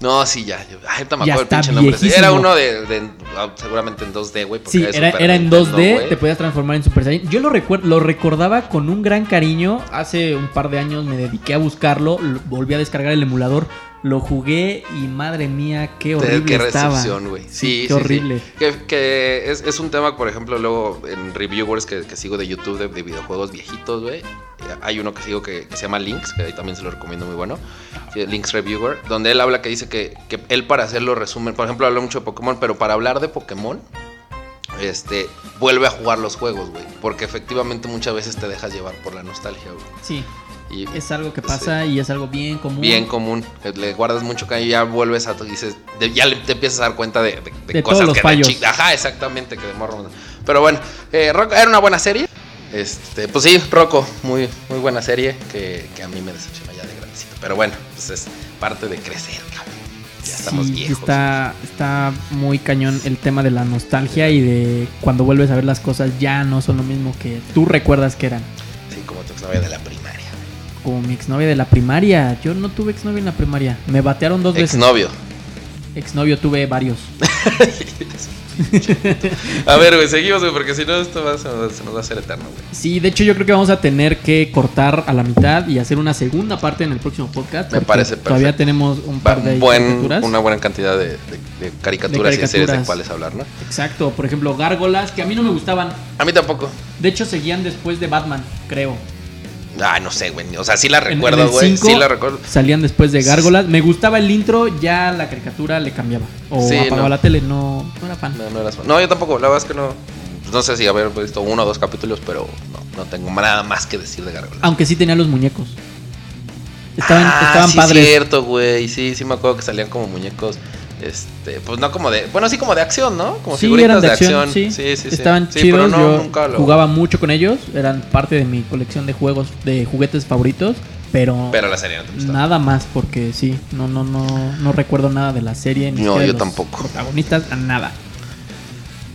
Speaker 1: No, sí, ya. yo- Ay, ahorita me
Speaker 2: Ya
Speaker 1: acuerdo el
Speaker 2: está
Speaker 1: pinche nombre.
Speaker 2: viejísimo.
Speaker 1: Era uno de. de- ah, seguramente en 2D, güey. porque
Speaker 2: Sí,
Speaker 1: de
Speaker 2: era,
Speaker 1: Super
Speaker 2: era en
Speaker 1: Nintendo,
Speaker 2: 2D,
Speaker 1: güey.
Speaker 2: te podías transformar en Super Saiyan. Yo lo, recuer- lo recordaba con un gran cariño. Hace un par de años me dediqué a buscarlo, lo- volví a descargar el emulador, lo jugué y madre mía, qué horrible
Speaker 1: Qué
Speaker 2: estaba.
Speaker 1: recepción, güey. Sí, sí,
Speaker 2: qué
Speaker 1: sí.
Speaker 2: horrible.
Speaker 1: Que, que es, es un tema, por ejemplo, luego en reviewers que, que sigo de YouTube de, de videojuegos viejitos, güey. eh, Hay uno que sigo que, que se llama Links, que ahí también se lo recomiendo muy bueno. que es Links Reviewer, donde él habla que dice que, que él para hacerlo resumen, por ejemplo, habla mucho de Pokémon, pero para hablar de Pokémon, este, vuelve a jugar los juegos, güey. Porque efectivamente muchas veces te dejas llevar por la nostalgia, güey.
Speaker 2: Sí,
Speaker 1: Y
Speaker 2: es algo que pasa y es algo bien común.
Speaker 1: bien común. que Le guardas mucho cariño y ya vuelves a. Dices, de- ya le- te empiezas a dar cuenta de, de- de
Speaker 2: De
Speaker 1: cosas
Speaker 2: todos los
Speaker 1: que de
Speaker 2: fallos.
Speaker 1: chi- Ajá, exactamente, que de morro. no. Pero bueno, eh, Rocco, era una buena serie. Este, pues sí, Rocco, muy, muy buena serie que, que a mí me decepcionó ya de grandecito. Pero bueno, pues es parte de crecer, cabrón. Ya estamos
Speaker 2: Sí,
Speaker 1: viejos.
Speaker 2: Está, está muy cañón el tema de la nostalgia y de cuando vuelves a ver las cosas ya no son lo mismo que tú recuerdas que eran.
Speaker 1: Sí, como tu exnovia de la primaria.
Speaker 2: Como mi exnovia de la primaria. Yo no tuve exnovia en la primaria. Me batearon dos veces.
Speaker 1: Exnovio.
Speaker 2: Exnovio tuve varios.
Speaker 1: A ver, güey, seguimos, güey, porque si no esto va- se nos- se nos va a hacer eterno, güey.
Speaker 2: Sí, de hecho yo creo que vamos a tener que cortar a la mitad y hacer una segunda parte en el próximo podcast.
Speaker 1: Me
Speaker 2: porque
Speaker 1: parece perfecto.
Speaker 2: Todavía tenemos un
Speaker 1: Va-
Speaker 2: par de
Speaker 1: buen-
Speaker 2: caricaturas.
Speaker 1: una buena cantidad de, de- de caricaturas y de series de
Speaker 2: caricaturas.
Speaker 1: cuáles hablar, ¿no?
Speaker 2: Exacto, por ejemplo, gárgolas que a mí no me gustaban.
Speaker 1: A mí tampoco.
Speaker 2: De hecho seguían después de Batman, creo.
Speaker 1: Ah, no sé, güey. O sea, sí la
Speaker 2: En- en
Speaker 1: recuerdo,
Speaker 2: el
Speaker 1: güey.
Speaker 2: cinco
Speaker 1: Sí la recuerdo.
Speaker 2: Salían después de Gárgolas. Me gustaba el intro, ya la caricatura le cambiaba. O
Speaker 1: Sí,
Speaker 2: apagaba
Speaker 1: no.
Speaker 2: la tele, no, no era fan.
Speaker 1: No, no eras- no, yo tampoco. La verdad es que no. pues No sé si haber visto uno o dos capítulos, pero no, no tengo nada más que decir de Gargoyles.
Speaker 2: Aunque sí tenía los muñecos. Ah, Estaban,
Speaker 1: Ah,
Speaker 2: estaban
Speaker 1: sí,
Speaker 2: padres.
Speaker 1: cierto, güey. Sí, sí me acuerdo que salían como muñecos. Este, pues no como de. Bueno, sí, como de acción, ¿no? Como
Speaker 2: sí,
Speaker 1: figuritas
Speaker 2: eran
Speaker 1: de acción.
Speaker 2: Sí,
Speaker 1: sí, sí. sí.
Speaker 2: Estaban
Speaker 1: Sí,
Speaker 2: chidos.
Speaker 1: pero no,
Speaker 2: yo
Speaker 1: nunca lo.
Speaker 2: jugaba mucho con ellos. Eran parte de mi colección de juegos, de juguetes favoritos. Pero,
Speaker 1: Pero la serie no te gustaba.
Speaker 2: nada más, porque sí, no, no, no, no recuerdo nada de la serie. Ni
Speaker 1: No,
Speaker 2: siquiera de
Speaker 1: yo
Speaker 2: los
Speaker 1: tampoco.
Speaker 2: Protagonistas, nada.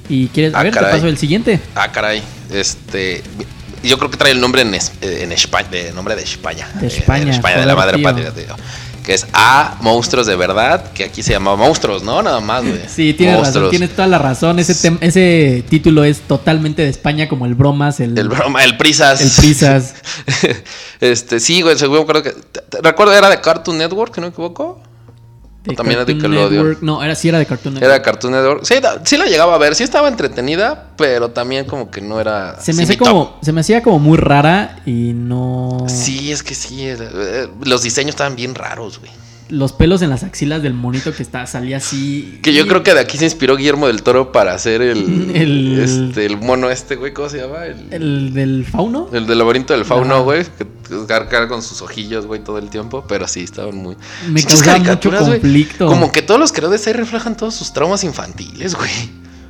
Speaker 2: Y quieres. A
Speaker 1: Ah,
Speaker 2: ver,
Speaker 1: caray.
Speaker 2: te paso el siguiente.
Speaker 1: Ah, caray. Este. Yo creo que trae el nombre en, es- eh, en España. De nombre de España.
Speaker 2: De
Speaker 1: Eh,
Speaker 2: España,
Speaker 1: de, España, de la
Speaker 2: joder,
Speaker 1: madre
Speaker 2: tío.
Speaker 1: patria, tío. Que es A, monstruos de verdad. Que aquí se llama monstruos, ¿no? Nada más, güey.
Speaker 2: Sí, tienes razón,
Speaker 1: Monstruos.
Speaker 2: tienes toda la razón. Ese, tem- ese título es totalmente de España, como el Bromas, el,
Speaker 1: El broma, el prisas.
Speaker 2: el Prisas.
Speaker 1: este, sí, güey, seguro me acuerdo que. te- te- Recuerdo era de Cartoon Network, si no me equivoco.
Speaker 2: de
Speaker 1: También era de
Speaker 2: Cartoon
Speaker 1: Nickelodeon.
Speaker 2: Network. No, era, sí era de Cartoon Network.
Speaker 1: Era de Cartoon Network. Sí, da- sí la llegaba a ver, sí estaba entretenida, pero también como que no era.
Speaker 2: se, me
Speaker 1: Ah, sí,
Speaker 2: hacía
Speaker 1: mi top.
Speaker 2: como, se me hacía como muy rara y no...
Speaker 1: Sí, es que sí. era- eh, los diseños estaban bien raros, güey.
Speaker 2: Los pelos en las axilas del monito que está, salía así...
Speaker 1: Que yo
Speaker 2: y-
Speaker 1: creo que de aquí se inspiró Guillermo del Toro para hacer el.
Speaker 2: El-
Speaker 1: Este, el mono este, güey, ¿cómo se llama? El, el...
Speaker 2: ¿El del fauno?
Speaker 1: del laberinto del
Speaker 2: Ajá.
Speaker 1: fauno, güey. Que que cargar con sus ojillos, güey, todo el tiempo. Pero sí, estaban muy.
Speaker 2: Me
Speaker 1: Pinches
Speaker 2: causaba mucho
Speaker 1: caricaturas, güey.
Speaker 2: conflicto.
Speaker 1: Como que todos los creadores ahí reflejan todos sus traumas infantiles, güey.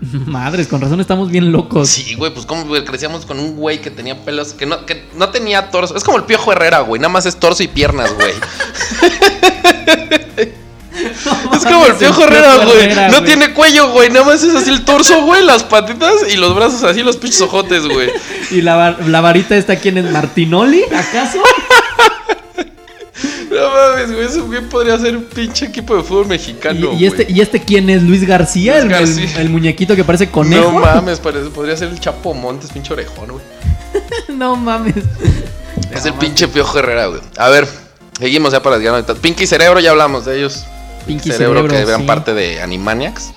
Speaker 2: Madres, con razón estamos bien locos.
Speaker 1: Sí, güey, pues como crecíamos con un güey que tenía pelos, que no, que no tenía torso. Es como el piojo Herrera, güey. Nada más es torso y piernas, güey. es como el piojo Herrera, güey. No tiene cuello, güey. Nada más es así el torso, güey, las patitas y los brazos así, los pinches ojotes, güey.
Speaker 2: ¿Y la, var- la varita está quién es? ¿Martinoli? ¿Acaso?
Speaker 1: No mames, güey. Eso bien podría ser un pinche equipo de fútbol mexicano.
Speaker 2: ¿Y, y este,
Speaker 1: güey.
Speaker 2: ¿Y este quién es? ¿Luis García?
Speaker 1: Luis
Speaker 2: el, el-
Speaker 1: García.
Speaker 2: el muñequito que parece conejo.
Speaker 1: No mames, parece- podría ser el Chapo Montes, pinche orejón, güey.
Speaker 2: No mames.
Speaker 1: Es el pinche piojo Herrera, güey. A ver, seguimos ya para las ahorita. Pinky Cerebro, ya hablamos de ellos.
Speaker 2: Pinky
Speaker 1: Cerebro,
Speaker 2: Cerebro,
Speaker 1: que eran
Speaker 2: sí.
Speaker 1: parte de Animaniacs.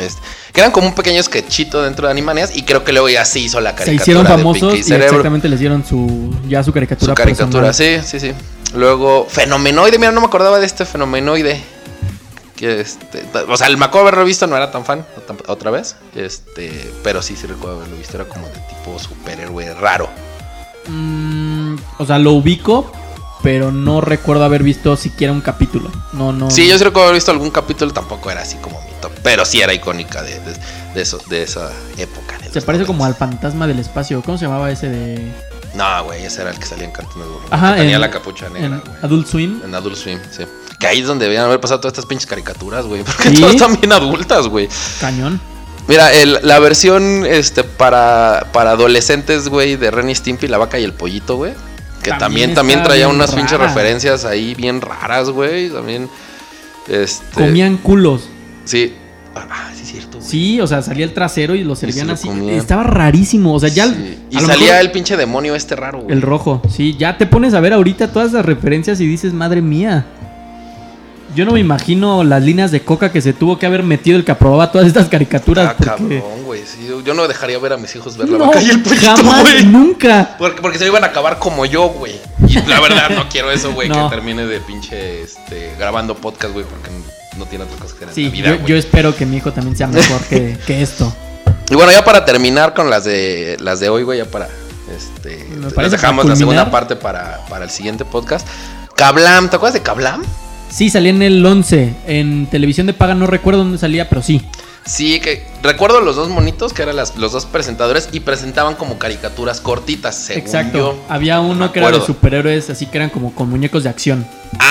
Speaker 1: Este, que eran como un pequeño sketchito dentro de Animaniacs. Y creo que luego ya se hizo la
Speaker 2: Se
Speaker 1: caricatura.
Speaker 2: hicieron
Speaker 1: de
Speaker 2: famosos y
Speaker 1: Pinky Cerebro.
Speaker 2: exactamente les dieron su ya su caricatura.
Speaker 1: Su caricatura,
Speaker 2: personal.
Speaker 1: sí, sí, sí. Luego, Fenomenoide. Mira, no me acordaba de este Fenomenoide. Que este, o sea, el me acuerdo de haberlo visto, no era tan fan ot- otra vez. Este, pero sí, sí recuerdo haberlo visto. Era como de tipo superhéroe raro.
Speaker 2: Mm, o sea, lo ubico, pero no recuerdo haber visto siquiera un capítulo. No, no.
Speaker 1: Sí, yo sí recuerdo haber visto algún capítulo, tampoco era así como mi top, pero sí era icónica de, de, de eso- de esa época. de
Speaker 2: Se
Speaker 1: los
Speaker 2: parece como al
Speaker 1: 90s.
Speaker 2: fantasma del espacio. ¿Cómo se llamaba ese de.?
Speaker 1: No, güey, ese era el que salía en Cartoon Network. güey,
Speaker 2: Ajá,
Speaker 1: que tenía
Speaker 2: en-
Speaker 1: la capucha negra,
Speaker 2: en
Speaker 1: güey.
Speaker 2: Adult Swim.
Speaker 1: En Adult Swim, sí. Que ahí es donde debían haber pasado todas estas pinches caricaturas, güey. Porque
Speaker 2: Sí.
Speaker 1: todas están bien adultas, güey.
Speaker 2: Cañón.
Speaker 1: Mira, el- la versión este, para, para adolescentes, güey, de Ren y Stimpy, la vaca y el pollito, güey. Que también,
Speaker 2: También
Speaker 1: también
Speaker 2: está
Speaker 1: traía
Speaker 2: bien
Speaker 1: unas pinches
Speaker 2: rara.
Speaker 1: referencias ahí bien raras, güey. También. Este,
Speaker 2: Comían culos.
Speaker 1: Sí. Ah, sí, es cierto, güey.
Speaker 2: Sí, o sea, salía el trasero y lo servían
Speaker 1: lo
Speaker 2: así.
Speaker 1: comían.
Speaker 2: Estaba rarísimo. O sea, ya.
Speaker 1: Sí.
Speaker 2: a
Speaker 1: Y
Speaker 2: lo
Speaker 1: salía
Speaker 2: mejor-
Speaker 1: el pinche demonio este raro, güey.
Speaker 2: El rojo, sí, ya te pones a ver ahorita todas las referencias y dices, madre mía. Yo no me imagino las líneas de coca que se tuvo que haber metido el que aprobaba todas estas caricaturas.
Speaker 1: Ah,
Speaker 2: porque
Speaker 1: cabrón, güey. sí, yo- yo no dejaría ver a mis hijos ver la
Speaker 2: no,
Speaker 1: vaca y el pollito,
Speaker 2: jamás,
Speaker 1: güey.
Speaker 2: nunca.
Speaker 1: Porque, porque se iban a acabar como yo, güey. Y la verdad, no quiero eso, güey.
Speaker 2: No.
Speaker 1: Que termine de pinche este, grabando podcast, güey. Porque no tiene otra cosa que hacer en
Speaker 2: Sí,
Speaker 1: la vida,
Speaker 2: yo,
Speaker 1: güey.
Speaker 2: yo espero que mi hijo también sea mejor que, que esto.
Speaker 1: Y bueno, ya para terminar con las de las de hoy, güey, ya para este
Speaker 2: Me
Speaker 1: las
Speaker 2: parece
Speaker 1: dejamos
Speaker 2: para
Speaker 1: la segunda
Speaker 2: culminar.
Speaker 1: parte para, para el siguiente podcast. Cablam, ¿te acuerdas de Cablam?
Speaker 2: Sí, salía en el 11, en televisión de paga no recuerdo dónde salía, pero sí.
Speaker 1: Sí, que recuerdo los dos monitos que eran las- los dos presentadores y presentaban como caricaturas cortitas, según
Speaker 2: Exacto.
Speaker 1: yo.
Speaker 2: Había
Speaker 1: me
Speaker 2: uno que era de
Speaker 1: acuerdo.
Speaker 2: superhéroes, así que eran como con muñecos de acción.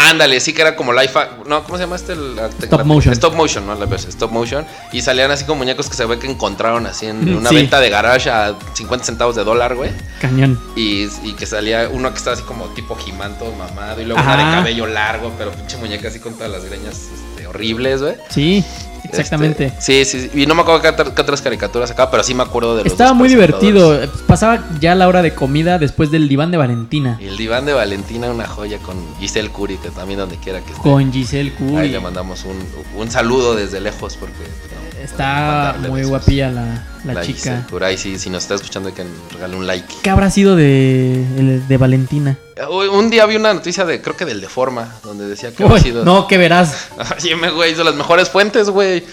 Speaker 1: Ándale, sí que era como life. No, ¿cómo se llama este? El- la-
Speaker 2: Stop
Speaker 1: la-
Speaker 2: motion.
Speaker 1: Stop motion, ¿no? La vez, stop motion. Y salían así como muñecos que se ve que encontraron así en
Speaker 2: Mm,
Speaker 1: una
Speaker 2: sí.
Speaker 1: venta de garage a 50 centavos de dólar, güey.
Speaker 2: Cañón.
Speaker 1: Y, y que salía uno que estaba así como tipo gimanto, mamado. Y luego una
Speaker 2: Ajá.
Speaker 1: de cabello largo, pero pinche muñeca así con todas las greñas este, horribles, güey.
Speaker 2: Sí, exactamente.
Speaker 1: Este, sí, sí, sí. Y no me acuerdo qué, otra- qué otras caricaturas acá, pero sí me acuerdo de los.
Speaker 2: Estaba
Speaker 1: dos
Speaker 2: muy
Speaker 1: presentadores.
Speaker 2: divertido. Pasaba ya la hora de comida después del diván de Valentina.
Speaker 1: Y el diván de Valentina, una joya con Giselle Curi, que también donde quiera que esté.
Speaker 2: Con Giselle
Speaker 1: Ahí
Speaker 2: Cuy.
Speaker 1: le mandamos un, un saludo desde lejos porque no, podemos
Speaker 2: Está
Speaker 1: mandarle
Speaker 2: muy
Speaker 1: besos.
Speaker 2: guapilla la, la
Speaker 1: Giselle
Speaker 2: chica.
Speaker 1: Curi. Ahí sí, si nos está escuchando, que nos regale un like.
Speaker 2: ¿Qué habrá sido de, el- de Valentina?
Speaker 1: Uy, Un día vi una noticia de, creo que del Deforma, donde decía que
Speaker 2: Uy,
Speaker 1: había sido.
Speaker 2: no, que verás.
Speaker 1: Oye, me, güey, son las mejores fuentes, güey.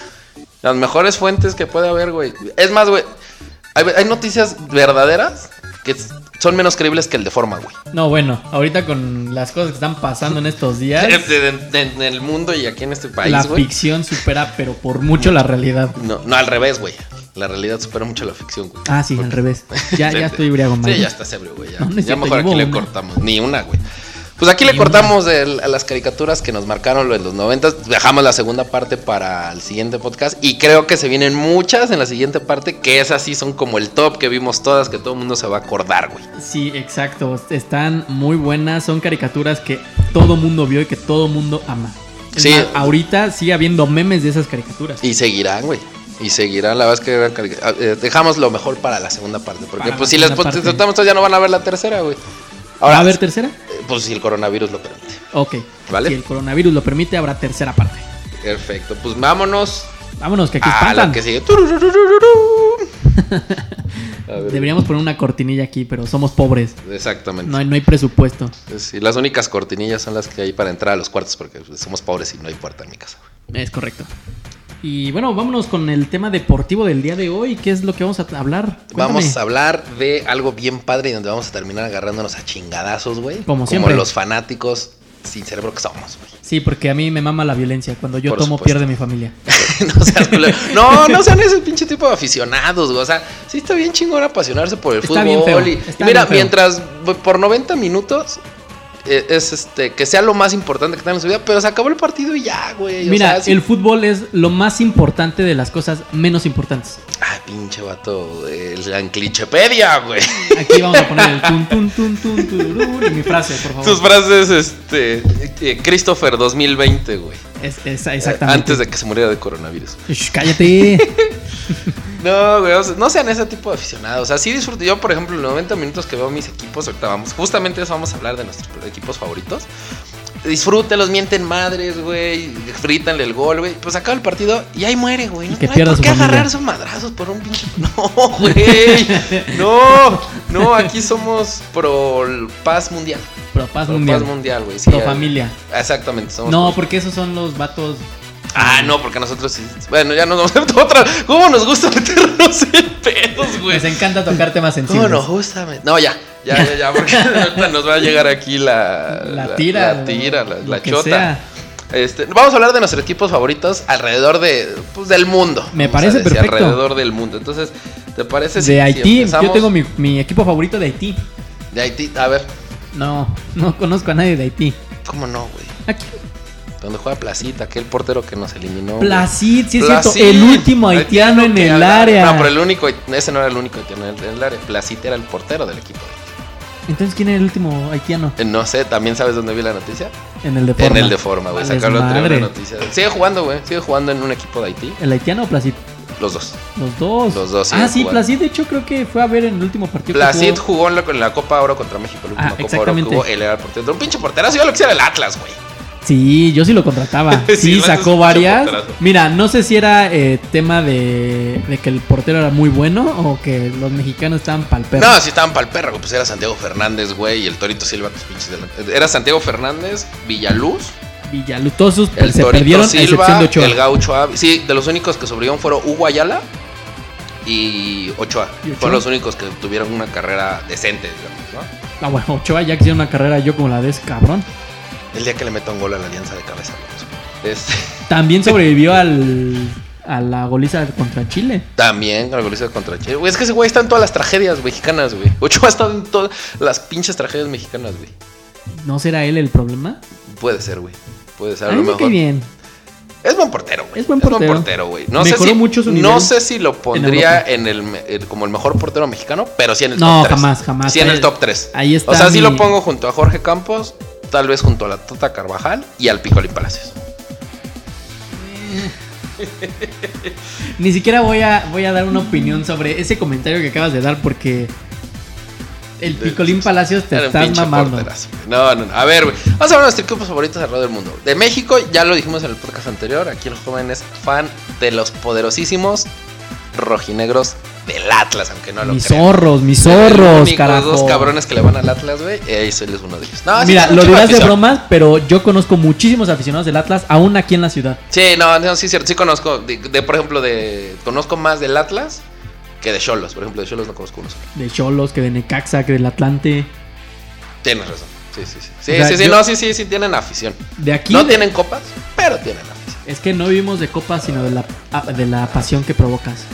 Speaker 1: Las mejores fuentes que puede haber, güey. Es más, güey, hay, hay noticias verdaderas que s- son menos creíbles que el Deforma, güey.
Speaker 2: No, bueno, ahorita con las cosas que están pasando en estos días,
Speaker 1: En, en- en el mundo y aquí en este
Speaker 2: la
Speaker 1: país, güey.
Speaker 2: ficción supera, pero por mucho la realidad.
Speaker 1: No, no, al revés, güey. La realidad supera mucho la ficción, güey.
Speaker 2: Ah, sí, al
Speaker 1: Porque-
Speaker 2: revés. Ya,
Speaker 1: Sí, sí.
Speaker 2: ya estoy briago, man.
Speaker 1: Sí, ya está ebrio, güey. Ya,
Speaker 2: No, no es
Speaker 1: Ya
Speaker 2: cierto,
Speaker 1: mejor aquí
Speaker 2: llevo
Speaker 1: le
Speaker 2: una.
Speaker 1: cortamos. Ni una, güey. Pues aquí le
Speaker 2: Ni
Speaker 1: cortamos el- a las caricaturas que nos marcaron lo de los 90. Dejamos la segunda parte para el siguiente podcast. Y creo que se vienen muchas en la siguiente parte, que esas sí son como el top que vimos todas, que todo el mundo se va a acordar, güey.
Speaker 2: Sí, exacto. Están muy buenas. Son caricaturas que todo mundo vio y que todo mundo ama. Es
Speaker 1: Sí.
Speaker 2: más, ahorita sigue habiendo memes de esas caricaturas.
Speaker 1: Y seguirán, güey. Y seguirán, la verdad es que eran carica- ah, eh, dejamos lo mejor para la segunda parte. Porque
Speaker 2: Para la
Speaker 1: pues si les
Speaker 2: segunda parte.
Speaker 1: tratamos ya no van a ver la tercera, güey. Ahora,
Speaker 2: Ahora, a ver, tercera.
Speaker 1: eh, pues si el coronavirus lo permite.
Speaker 2: Ok.
Speaker 1: Vale.
Speaker 2: Si el coronavirus lo permite, habrá tercera parte.
Speaker 1: Perfecto, pues vámonos
Speaker 2: Vámonos, que aquí
Speaker 1: a
Speaker 2: espantan.
Speaker 1: la Ah, que sigue. Turururururu. A ver,
Speaker 2: Deberíamos poner una cortinilla aquí, pero somos pobres.
Speaker 1: Exactamente.
Speaker 2: No hay, no hay presupuesto.
Speaker 1: Sí, las únicas cortinillas son las que hay para entrar a los cuartos porque pues, somos pobres y no hay puerta en mi casa.
Speaker 2: Es correcto. Y bueno, vámonos con el tema deportivo del día de hoy. ¿Qué es lo que vamos a hablar?
Speaker 1: Vamos
Speaker 2: Cuéntame.
Speaker 1: a hablar de algo bien padre y donde vamos a terminar agarrándonos a chingadazos, güey.
Speaker 2: Como siempre.
Speaker 1: los fanáticos sin cerebro que somos, güey.
Speaker 2: Sí, porque a mí me mama la violencia. Cuando yo
Speaker 1: Por
Speaker 2: tomo,
Speaker 1: supuesto.
Speaker 2: pierde mi familia.
Speaker 1: no, seas culero. no, no sean ese pinche tipo de aficionados, güey. O sea, sí está bien chingón apasionarse por el
Speaker 2: Está
Speaker 1: fútbol.
Speaker 2: bien feo,
Speaker 1: y- y
Speaker 2: está
Speaker 1: mira,
Speaker 2: bien feo.
Speaker 1: mientras güey, por 90 minutos eh, es este que sea lo más importante que tenga en su vida, pero se acabó el partido y ya, güey. O
Speaker 2: Mira,
Speaker 1: sea, sí-
Speaker 2: el fútbol es lo más importante de las cosas menos importantes.
Speaker 1: Ay, Ah, pinche vato, eh, la enclichepedia, güey.
Speaker 2: Aquí vamos a poner el tun tun tun tun tururú y mi frase, por favor.
Speaker 1: Tus frases, este, eh, Christopher 2020, güey.
Speaker 2: Es- es- exactamente.
Speaker 1: Antes de que se muriera de coronavirus.
Speaker 2: Shh, cállate.
Speaker 1: No, güey, o sea, no sean ese tipo de aficionados. Así disfruto. Yo, por ejemplo, los 90 minutos que veo mis equipos, ahorita vamos, justamente eso vamos a hablar de nuestros equipos favoritos. Disfrútenlos, mienten madres, güey. Frítanle el gol, güey. Pues acaba el partido y ahí muere, güey.
Speaker 2: Y
Speaker 1: No,
Speaker 2: que
Speaker 1: no hay
Speaker 2: pierda
Speaker 1: por
Speaker 2: su
Speaker 1: qué
Speaker 2: familia.
Speaker 1: agarrar sus madrazos por un pinche. No, güey. No, no, aquí somos pro paz mundial.
Speaker 2: Pero paz
Speaker 1: Pro
Speaker 2: mundial.
Speaker 1: paz mundial, güey. sí,
Speaker 2: Pro
Speaker 1: ya.
Speaker 2: familia.
Speaker 1: Exactamente, somos
Speaker 2: No,
Speaker 1: pro-
Speaker 2: porque esos son los vatos.
Speaker 1: Ah, no, porque nosotros sí. Bueno, ya nos vamos a otra. ¿Cómo nos gusta meternos en pedos, güey?
Speaker 2: Les encanta tocar temas
Speaker 1: Pues, ¿Cómo
Speaker 2: sensibles.
Speaker 1: no? Justamente. No, ya, ya, ya, ya, porque ahorita nos va a llegar aquí la,
Speaker 2: La tira.
Speaker 1: la tira, la,
Speaker 2: lo
Speaker 1: la
Speaker 2: que
Speaker 1: chota.
Speaker 2: sea.
Speaker 1: Este, vamos a hablar de nuestros equipos favoritos alrededor de, pues, del mundo. vamos
Speaker 2: Me
Speaker 1: a
Speaker 2: parece
Speaker 1: decir,
Speaker 2: perfecto.
Speaker 1: Alrededor del mundo. Entonces, ¿te parece si-
Speaker 2: de
Speaker 1: si
Speaker 2: Haití. Yo
Speaker 1: empezamos?
Speaker 2: tengo mi, mi equipo favorito de Haití.
Speaker 1: De Haití, a ver,
Speaker 2: No, no conozco a nadie de Haití.
Speaker 1: ¿cómo no, güey?
Speaker 2: Aquí.
Speaker 1: Donde juega Placita, aquel portero que nos eliminó. güey.
Speaker 2: Placid, sí es
Speaker 1: Oh. Placid,
Speaker 2: cierto. El último haitiano en
Speaker 1: que
Speaker 2: el
Speaker 1: habla-
Speaker 2: área.
Speaker 1: No, pero el único, ese no era el único haitiano en el área. Placita era el portero del equipo.
Speaker 2: Entonces, ¿quién era el último haitiano?
Speaker 1: Eh, No sé, ¿también sabes dónde vi la noticia?
Speaker 2: En el de forma.
Speaker 1: En el de forma, güey.
Speaker 2: Vales
Speaker 1: Sacarlo entre
Speaker 2: madre.
Speaker 1: una noticia. Sigue jugando, güey. Sigue jugando en un equipo de Haití.
Speaker 2: ¿El haitiano o Placid?
Speaker 1: Los dos.
Speaker 2: Los dos.
Speaker 1: Los dos
Speaker 2: Ah,
Speaker 1: siguen
Speaker 2: sí,
Speaker 1: jugando.
Speaker 2: Placid, de hecho, creo que fue a ver en el último partido. que
Speaker 1: Placid
Speaker 2: jugó.
Speaker 1: jugó en la, en la Copa Oro contra México. La última
Speaker 2: Ah,
Speaker 1: Copa Oro que
Speaker 2: exactamente.
Speaker 1: hubo. Él era el portero. Un pinche porterazo. Yo lo quisiera el Atlas, güey.
Speaker 2: Sí, yo sí lo contrataba.
Speaker 1: Sí,
Speaker 2: Sí,
Speaker 1: lo haces
Speaker 2: sacó
Speaker 1: mucho
Speaker 2: varias.
Speaker 1: porterazo.
Speaker 2: Mira, no sé si era eh, tema de, de que el portero era muy bueno o que los mexicanos estaban pal perro.
Speaker 1: No, si estaban para el perro. güey, Pues era Santiago Fernández, güey. Y el Torito Silva, tus pinches delan- Era Santiago Fernández, Villaluz,
Speaker 2: Villalu- todos sus-
Speaker 1: el
Speaker 2: se
Speaker 1: Torito
Speaker 2: perdieron a excepción
Speaker 1: Silva,
Speaker 2: de Ochoa.
Speaker 1: el Gaucho Ávila. Sí, de los únicos que sobrevivieron fueron Hugo Ayala y Ochoa.
Speaker 2: ¿Y Ochoa?
Speaker 1: Fueron los únicos que tuvieron una carrera decente, digamos, ¿no?
Speaker 2: Ah, bueno, Ochoa ya quisiera una carrera yo como la de ese cabrón.
Speaker 1: El día que le meto un gol a la alianza de cabeza. güey. Este.
Speaker 2: También sobrevivió al a la goliza contra Chile.
Speaker 1: También con la goliza contra Chile. Güey, es que ese güey está en todas las tragedias mexicanas, güey. Ochoa ha estado en todas las pinches tragedias mexicanas, güey.
Speaker 2: ¿No será él el problema? Ah,
Speaker 1: Puede ser, güey. Puede ser, a
Speaker 2: A
Speaker 1: lo
Speaker 2: mí me
Speaker 1: mejor.
Speaker 2: cae bien.
Speaker 1: Es buen portero, güey.
Speaker 2: Es buen portero.
Speaker 1: güey. No sé
Speaker 2: Mejoró
Speaker 1: si,
Speaker 2: mucho su
Speaker 1: No
Speaker 2: nivel
Speaker 1: sé si lo pondría en el, me- el- como el mejor portero mexicano, pero sí en el
Speaker 2: No,
Speaker 1: top 3.
Speaker 2: jamás, jamás.
Speaker 1: Sí en el
Speaker 2: Ahí-
Speaker 1: top 3.
Speaker 2: ahí está
Speaker 1: O sea, sí
Speaker 2: mi-
Speaker 1: lo pongo junto a Jorge Campos, tal vez junto a la Tota Carvajal y al Picolín Palacios.
Speaker 2: Ni siquiera voy a, voy a dar una opinión sobre ese comentario que acabas de dar porque el Picolín Palacios te
Speaker 1: Era un
Speaker 2: estás
Speaker 1: pinche
Speaker 2: mamando.
Speaker 1: porterazo, güey. No, no, no. A ver, güey. Vamos a ver nuestros equipos favoritos alrededor del mundo. De México, ya lo dijimos en el podcast anterior. Aquí el joven es fan de los poderosísimos rojinegros del Atlas, aunque no lo
Speaker 2: Mis
Speaker 1: crean.
Speaker 2: zorros, mis
Speaker 1: Los
Speaker 2: zorros,
Speaker 1: únicos
Speaker 2: carajo.
Speaker 1: dos cabrones que le van al Atlas, güey. eh, Ese él es uno de ellos. No, sí,
Speaker 2: Mira,
Speaker 1: es un
Speaker 2: lo
Speaker 1: chico
Speaker 2: dirás de
Speaker 1: afición.
Speaker 2: bromas, pero yo conozco muchísimos aficionados del Atlas, aún aquí en la ciudad.
Speaker 1: Sí, no, no, sí, es cierto. Sí conozco. De, de, por ejemplo, de. Conozco más del Atlas que de Cholos. Por ejemplo, de Cholos no conozco uno solo.
Speaker 2: De Cholos, que de Necaxa, que del Atlante.
Speaker 1: Tienes razón. Sí, sí, sí. Sí,
Speaker 2: O sea,
Speaker 1: sí, sí,
Speaker 2: yo-
Speaker 1: no, sí, sí, sí, tienen afición.
Speaker 2: De aquí.
Speaker 1: No
Speaker 2: de-
Speaker 1: tienen copas, pero tienen afición.
Speaker 2: Es que no vivimos de copas, sino de la, ah, de la pasión que provocas.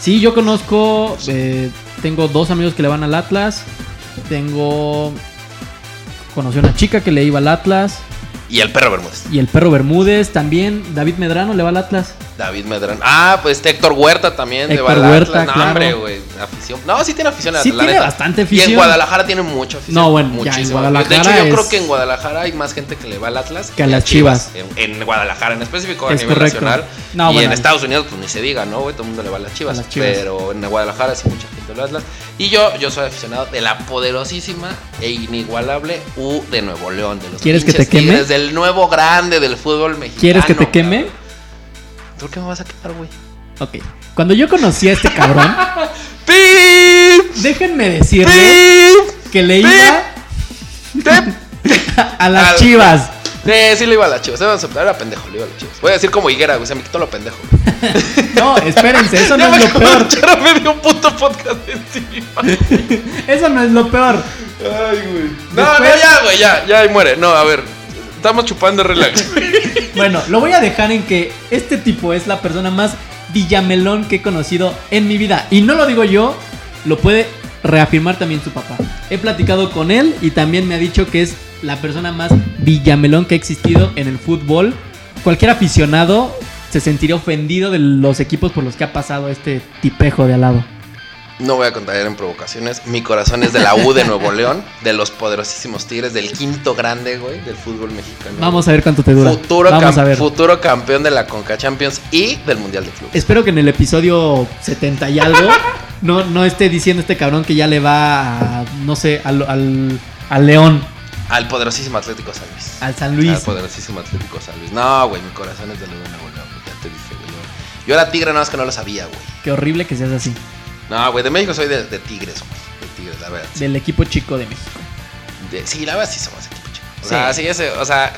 Speaker 2: Sí, yo conozco. eh, tengo dos amigos que le van al Atlas. Tengo. Conocí a una chica que le iba al Atlas.
Speaker 1: Y el perro Bermúdez.
Speaker 2: Y el perro Bermúdez también. David Medrano le va al Atlas.
Speaker 1: David Medrano. Ah, pues este Héctor Huerta también.
Speaker 2: Héctor
Speaker 1: de Balatlas.
Speaker 2: Huerta,
Speaker 1: no,
Speaker 2: claro.
Speaker 1: hombre, güey. Afición. No, sí tiene afición. la-
Speaker 2: Sí
Speaker 1: la
Speaker 2: tiene
Speaker 1: neta.
Speaker 2: bastante
Speaker 1: Y
Speaker 2: afición.
Speaker 1: en Guadalajara tiene mucha afición.
Speaker 2: No, bueno, ya, en
Speaker 1: muchísima.
Speaker 2: Guadalajara
Speaker 1: de hecho, yo
Speaker 2: es-
Speaker 1: creo que en Guadalajara hay más gente que le va al Atlas
Speaker 2: Que a las
Speaker 1: En, en Guadalajara, en específico, a
Speaker 2: Es
Speaker 1: nivel
Speaker 2: correcto.
Speaker 1: nacional.
Speaker 2: No,
Speaker 1: y
Speaker 2: bueno,
Speaker 1: en
Speaker 2: ahí-
Speaker 1: Estados Unidos, pues ni se diga, ¿no, güey? Todo el mundo le va a las chivas.
Speaker 2: A las Chivas.
Speaker 1: Pero en Guadalajara sí mucha gente le va al Atlas. Y yo, yo soy aficionado de la poderosísima e inigualable U de Nuevo León. De los
Speaker 2: ¿Quieres que te
Speaker 1: pinches
Speaker 2: queme?
Speaker 1: Tigres, del nuevo grande del fútbol mexicano.
Speaker 2: ¿Quieres que te queme?
Speaker 1: cabrón. ¿Tú qué me vas a quemar, güey?
Speaker 2: Ok. Cuando yo conocí a este cabrón,
Speaker 1: ¡Pip!
Speaker 2: déjenme decirles
Speaker 1: ¡Pip!
Speaker 2: que le iba
Speaker 1: ¡Tep!
Speaker 2: a las
Speaker 1: Al-
Speaker 2: chivas.
Speaker 1: Sí, sí le iba a las chivas. Se van a aceptar, era pendejo, le iba a las chivas. Voy a decir como Higuera, güey, se me quitó lo pendejo.
Speaker 2: No, espérense, eso no
Speaker 1: me
Speaker 2: es lo peor.
Speaker 1: escucharon, me dio un puto podcast encima.
Speaker 2: Eso no es lo peor.
Speaker 1: Ay, güey. No, no,
Speaker 2: Después-
Speaker 1: ya, güey, ya, ya, ahí muere. No, a ver, estamos chupando relax.
Speaker 2: Bueno, lo voy a dejar en que este tipo es la persona más villamelón que he conocido en mi vida. Y no lo digo yo, lo puede reafirmar también su papá. He platicado con él y también me ha dicho que es la persona más villamelón que ha existido en el fútbol. Cualquier aficionado se sentiría ofendido de los equipos por los que ha pasado este tipejo de al lado.
Speaker 1: No voy a contar en provocaciones. Mi corazón es de la U de Nuevo León, de los poderosísimos Tigres, del quinto grande, güey, del fútbol mexicano.
Speaker 2: Vamos a ver cuánto te dura.
Speaker 1: Futuro,
Speaker 2: Vamos
Speaker 1: cam-
Speaker 2: a ver.
Speaker 1: futuro campeón de la Conca Champions y del Mundial de Clubes.
Speaker 2: Espero que en el episodio 70 y algo no, no esté diciendo este cabrón que ya le va a, no sé, al, al, al León,
Speaker 1: Al poderosísimo Atlético San Luis.
Speaker 2: al San
Speaker 1: Al
Speaker 2: Luis.
Speaker 1: poderosísimo Atlético San Luis. No, güey, mi corazón es de León, Nuevo León, güey, ya te dije, güey. Yo- Yo era tigre, nada más que no lo sabía, güey.
Speaker 2: Qué horrible que seas así.
Speaker 1: No, güey, de México soy de, de tigres, güey. De tigres, la verdad.
Speaker 2: Del equipo chico de México.
Speaker 1: De- sí, la verdad sí somos equipo chico. O
Speaker 2: Sí.
Speaker 1: sea, sí, ese, o sea,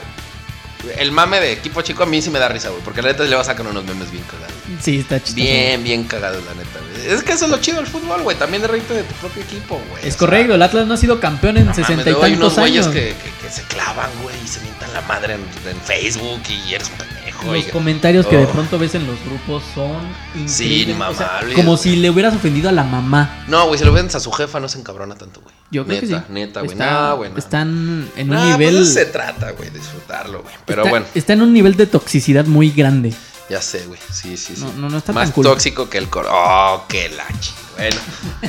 Speaker 1: el mame de equipo chico a mí sí me da risa, güey. Porque la neta le va a sacar unos memes bien cagados.
Speaker 2: Sí, está chistoso.
Speaker 1: Bien, bien cagados, la neta. güey. Es que eso es lo chido del fútbol, güey. También de reírte de tu propio equipo, güey.
Speaker 2: Es
Speaker 1: O sea,
Speaker 2: correcto, el Atlas no ha sido campeón en
Speaker 1: No mames,
Speaker 2: 60 y
Speaker 1: luego hay Ah, unos
Speaker 2: tantos
Speaker 1: güeyes
Speaker 2: años.
Speaker 1: que, que- que se clavan, güey, y se mientan la madre en, en Facebook y eres un pendejo.
Speaker 2: Los
Speaker 1: y-
Speaker 2: comentarios que de
Speaker 1: Oh.
Speaker 2: pronto ves en los grupos son increíbles.
Speaker 1: Sí,
Speaker 2: O sea,
Speaker 1: inmamables.
Speaker 2: como si le hubieras ofendido a la mamá.
Speaker 1: No, güey, si lo vendes a su jefa no se encabrona tanto, güey.
Speaker 2: Yo creo
Speaker 1: Neta,
Speaker 2: que sí.
Speaker 1: Neta, güey.
Speaker 2: Está-
Speaker 1: No, güey. no.
Speaker 2: Están en
Speaker 1: No,
Speaker 2: un
Speaker 1: pues
Speaker 2: nivel.
Speaker 1: de eso se trata, güey, disfrutarlo, güey. Pero
Speaker 2: está-
Speaker 1: bueno,
Speaker 2: Está en un nivel de toxicidad muy grande.
Speaker 1: ya sé, güey. Sí, sí, sí.
Speaker 2: No, no, no está
Speaker 1: Más
Speaker 2: tan cool.
Speaker 1: tóxico que el coro. Oh, qué lache. Bueno,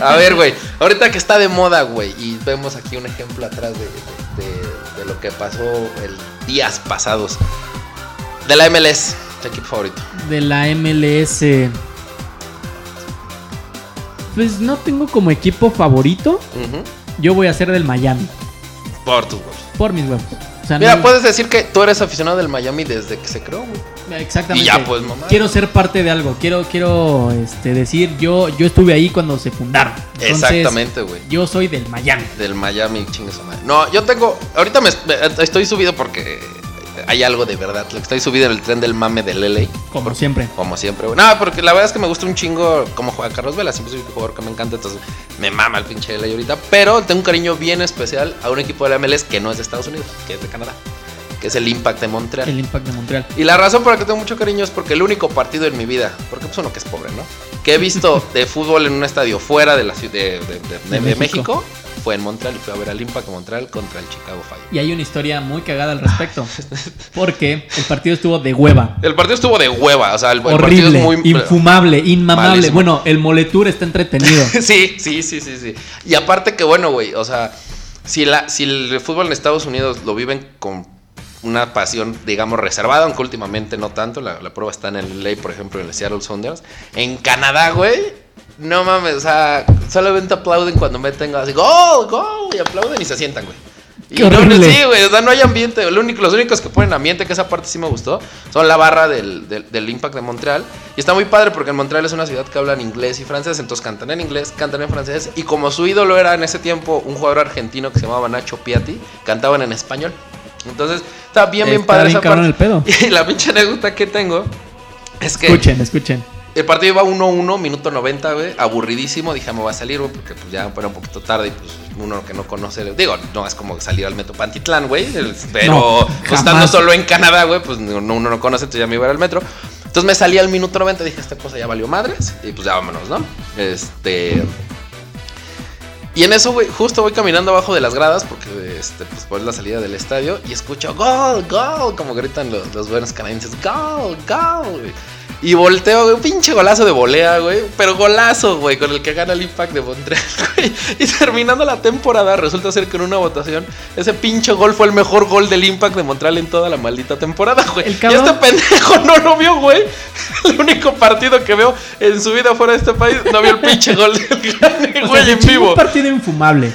Speaker 1: a ver, güey. Ahorita que está de moda, güey, y vemos aquí un ejemplo atrás de, de- de- de lo que pasó el días pasados. De la MLS, tu equipo favorito.
Speaker 2: de la MLS. Pues no tengo como equipo favorito.
Speaker 1: Ujú.
Speaker 2: Yo voy a ser del Miami.
Speaker 1: Por tus huevos.
Speaker 2: Por mis huevos. O sea,
Speaker 1: Mira, pues,
Speaker 2: no-
Speaker 1: puedes decir que tú eres aficionado del Miami desde que se creó, güey.
Speaker 2: Exactamente.
Speaker 1: y ya, pues, mamá.
Speaker 2: Quiero ser parte de algo. Quiero, quiero este, decir, yo, yo estuve ahí cuando se fundaron. Entonces,
Speaker 1: Exactamente, güey.
Speaker 2: Yo soy del Miami.
Speaker 1: Del Miami, chingue su madre. No, yo tengo. Ahorita me, me- estoy subido porque hay algo de verdad. Lo que estoy subido en el tren del mame del LA.
Speaker 2: Como
Speaker 1: Por-
Speaker 2: siempre.
Speaker 1: Como siempre, güey. No, porque la verdad es que me gusta un chingo como juega Carlos Vela. Siempre soy un jugador que me encanta. Entonces me mama el pinche LA ahorita. Pero tengo un cariño bien especial a un equipo de la MLS que no es de Estados Unidos, que es de Canadá. que es el Impact de Montreal.
Speaker 2: El Impact de Montreal.
Speaker 1: Y la razón por la que tengo mucho cariño es porque el único partido en mi vida, porque pues uno que es pobre, ¿no? Que he visto de fútbol en un estadio fuera de la ciudad de, de- de- de- de
Speaker 2: México.
Speaker 1: México. fue en Montreal y fui a ver al Impact de Montreal contra el Chicago Fire.
Speaker 2: Y hay una historia muy cagada al respecto. Porque el partido estuvo de hueva.
Speaker 1: El partido estuvo de hueva, o sea, el, el partido
Speaker 2: Horrible,
Speaker 1: es muy
Speaker 2: infumable, inmamable.
Speaker 1: Malísimo.
Speaker 2: Bueno, el Moletur está entretenido.
Speaker 1: Sí, sí, sí, sí, sí. Y aparte que bueno, güey, o sea, si la si el fútbol en Estados Unidos lo viven con una pasión, digamos, reservada, aunque últimamente no tanto, la, la prueba está en el LA, por ejemplo, en el Seattle Sounders. En Canadá, güey, no mames, o sea, solamente aplauden cuando meten así, gol, gol, y aplauden y se sientan, güey. Y
Speaker 2: Qué
Speaker 1: no, no,
Speaker 2: horrible.
Speaker 1: sí, güey, o sea, no hay ambiente. Lo único, los únicos que ponen ambiente, que esa parte sí me gustó, son la barra del, del- del Impact de Montreal. Y está muy padre porque en Montreal es una ciudad que hablan inglés y francés, entonces cantan en inglés, cantan en francés. Y como su ídolo era en ese tiempo un jugador argentino que se llamaba Nacho Piatti, cantaban en español. Entonces, está bien, bien
Speaker 2: Está
Speaker 1: padre
Speaker 2: bien
Speaker 1: esa
Speaker 2: cabrón
Speaker 1: parte.
Speaker 2: el pedo.
Speaker 1: Y la pinche anécdota que tengo es que
Speaker 2: Escuchen, escuchen.
Speaker 1: el partido iba 1-1, minuto 90, güey. Aburridísimo. Dije, "Ah, me va a salir, güey, porque pues, ya era un poquito tarde y pues uno que no conoce. Digo, no es como salir al metro Pantitlán, güey. el- Pero
Speaker 2: No,
Speaker 1: pues, estando
Speaker 2: jamás.
Speaker 1: solo en Canadá, güey, pues no- uno no conoce, entonces ya me iba a ir al metro. Entonces me salí al minuto 90, dije, esta cosa ya valió madres. Y pues ya vámonos, ¿no? Este. Y en eso, güey, justo voy caminando abajo de las gradas, porque este, pues por la salida del estadio, y escucho gol, gol, como gritan los, los buenos canadienses, gol, gol, güey. Y volteo, güey, un pinche golazo de volea, güey. Pero golazo, güey, con el que gana el Impact de Montreal, güey. Y terminando la temporada, resulta ser que en una votación, ese pinche gol fue el mejor gol del Impact de Montreal en toda la maldita temporada, güey.
Speaker 2: El
Speaker 1: Y
Speaker 2: cabrón-
Speaker 1: este pendejo no lo vio, güey. El único partido que veo en su vida fuera de este país, no vio el pinche gol del grande,
Speaker 2: O sea,
Speaker 1: güey,
Speaker 2: se
Speaker 1: en
Speaker 2: chingó
Speaker 1: vivo.
Speaker 2: Un partido infumable.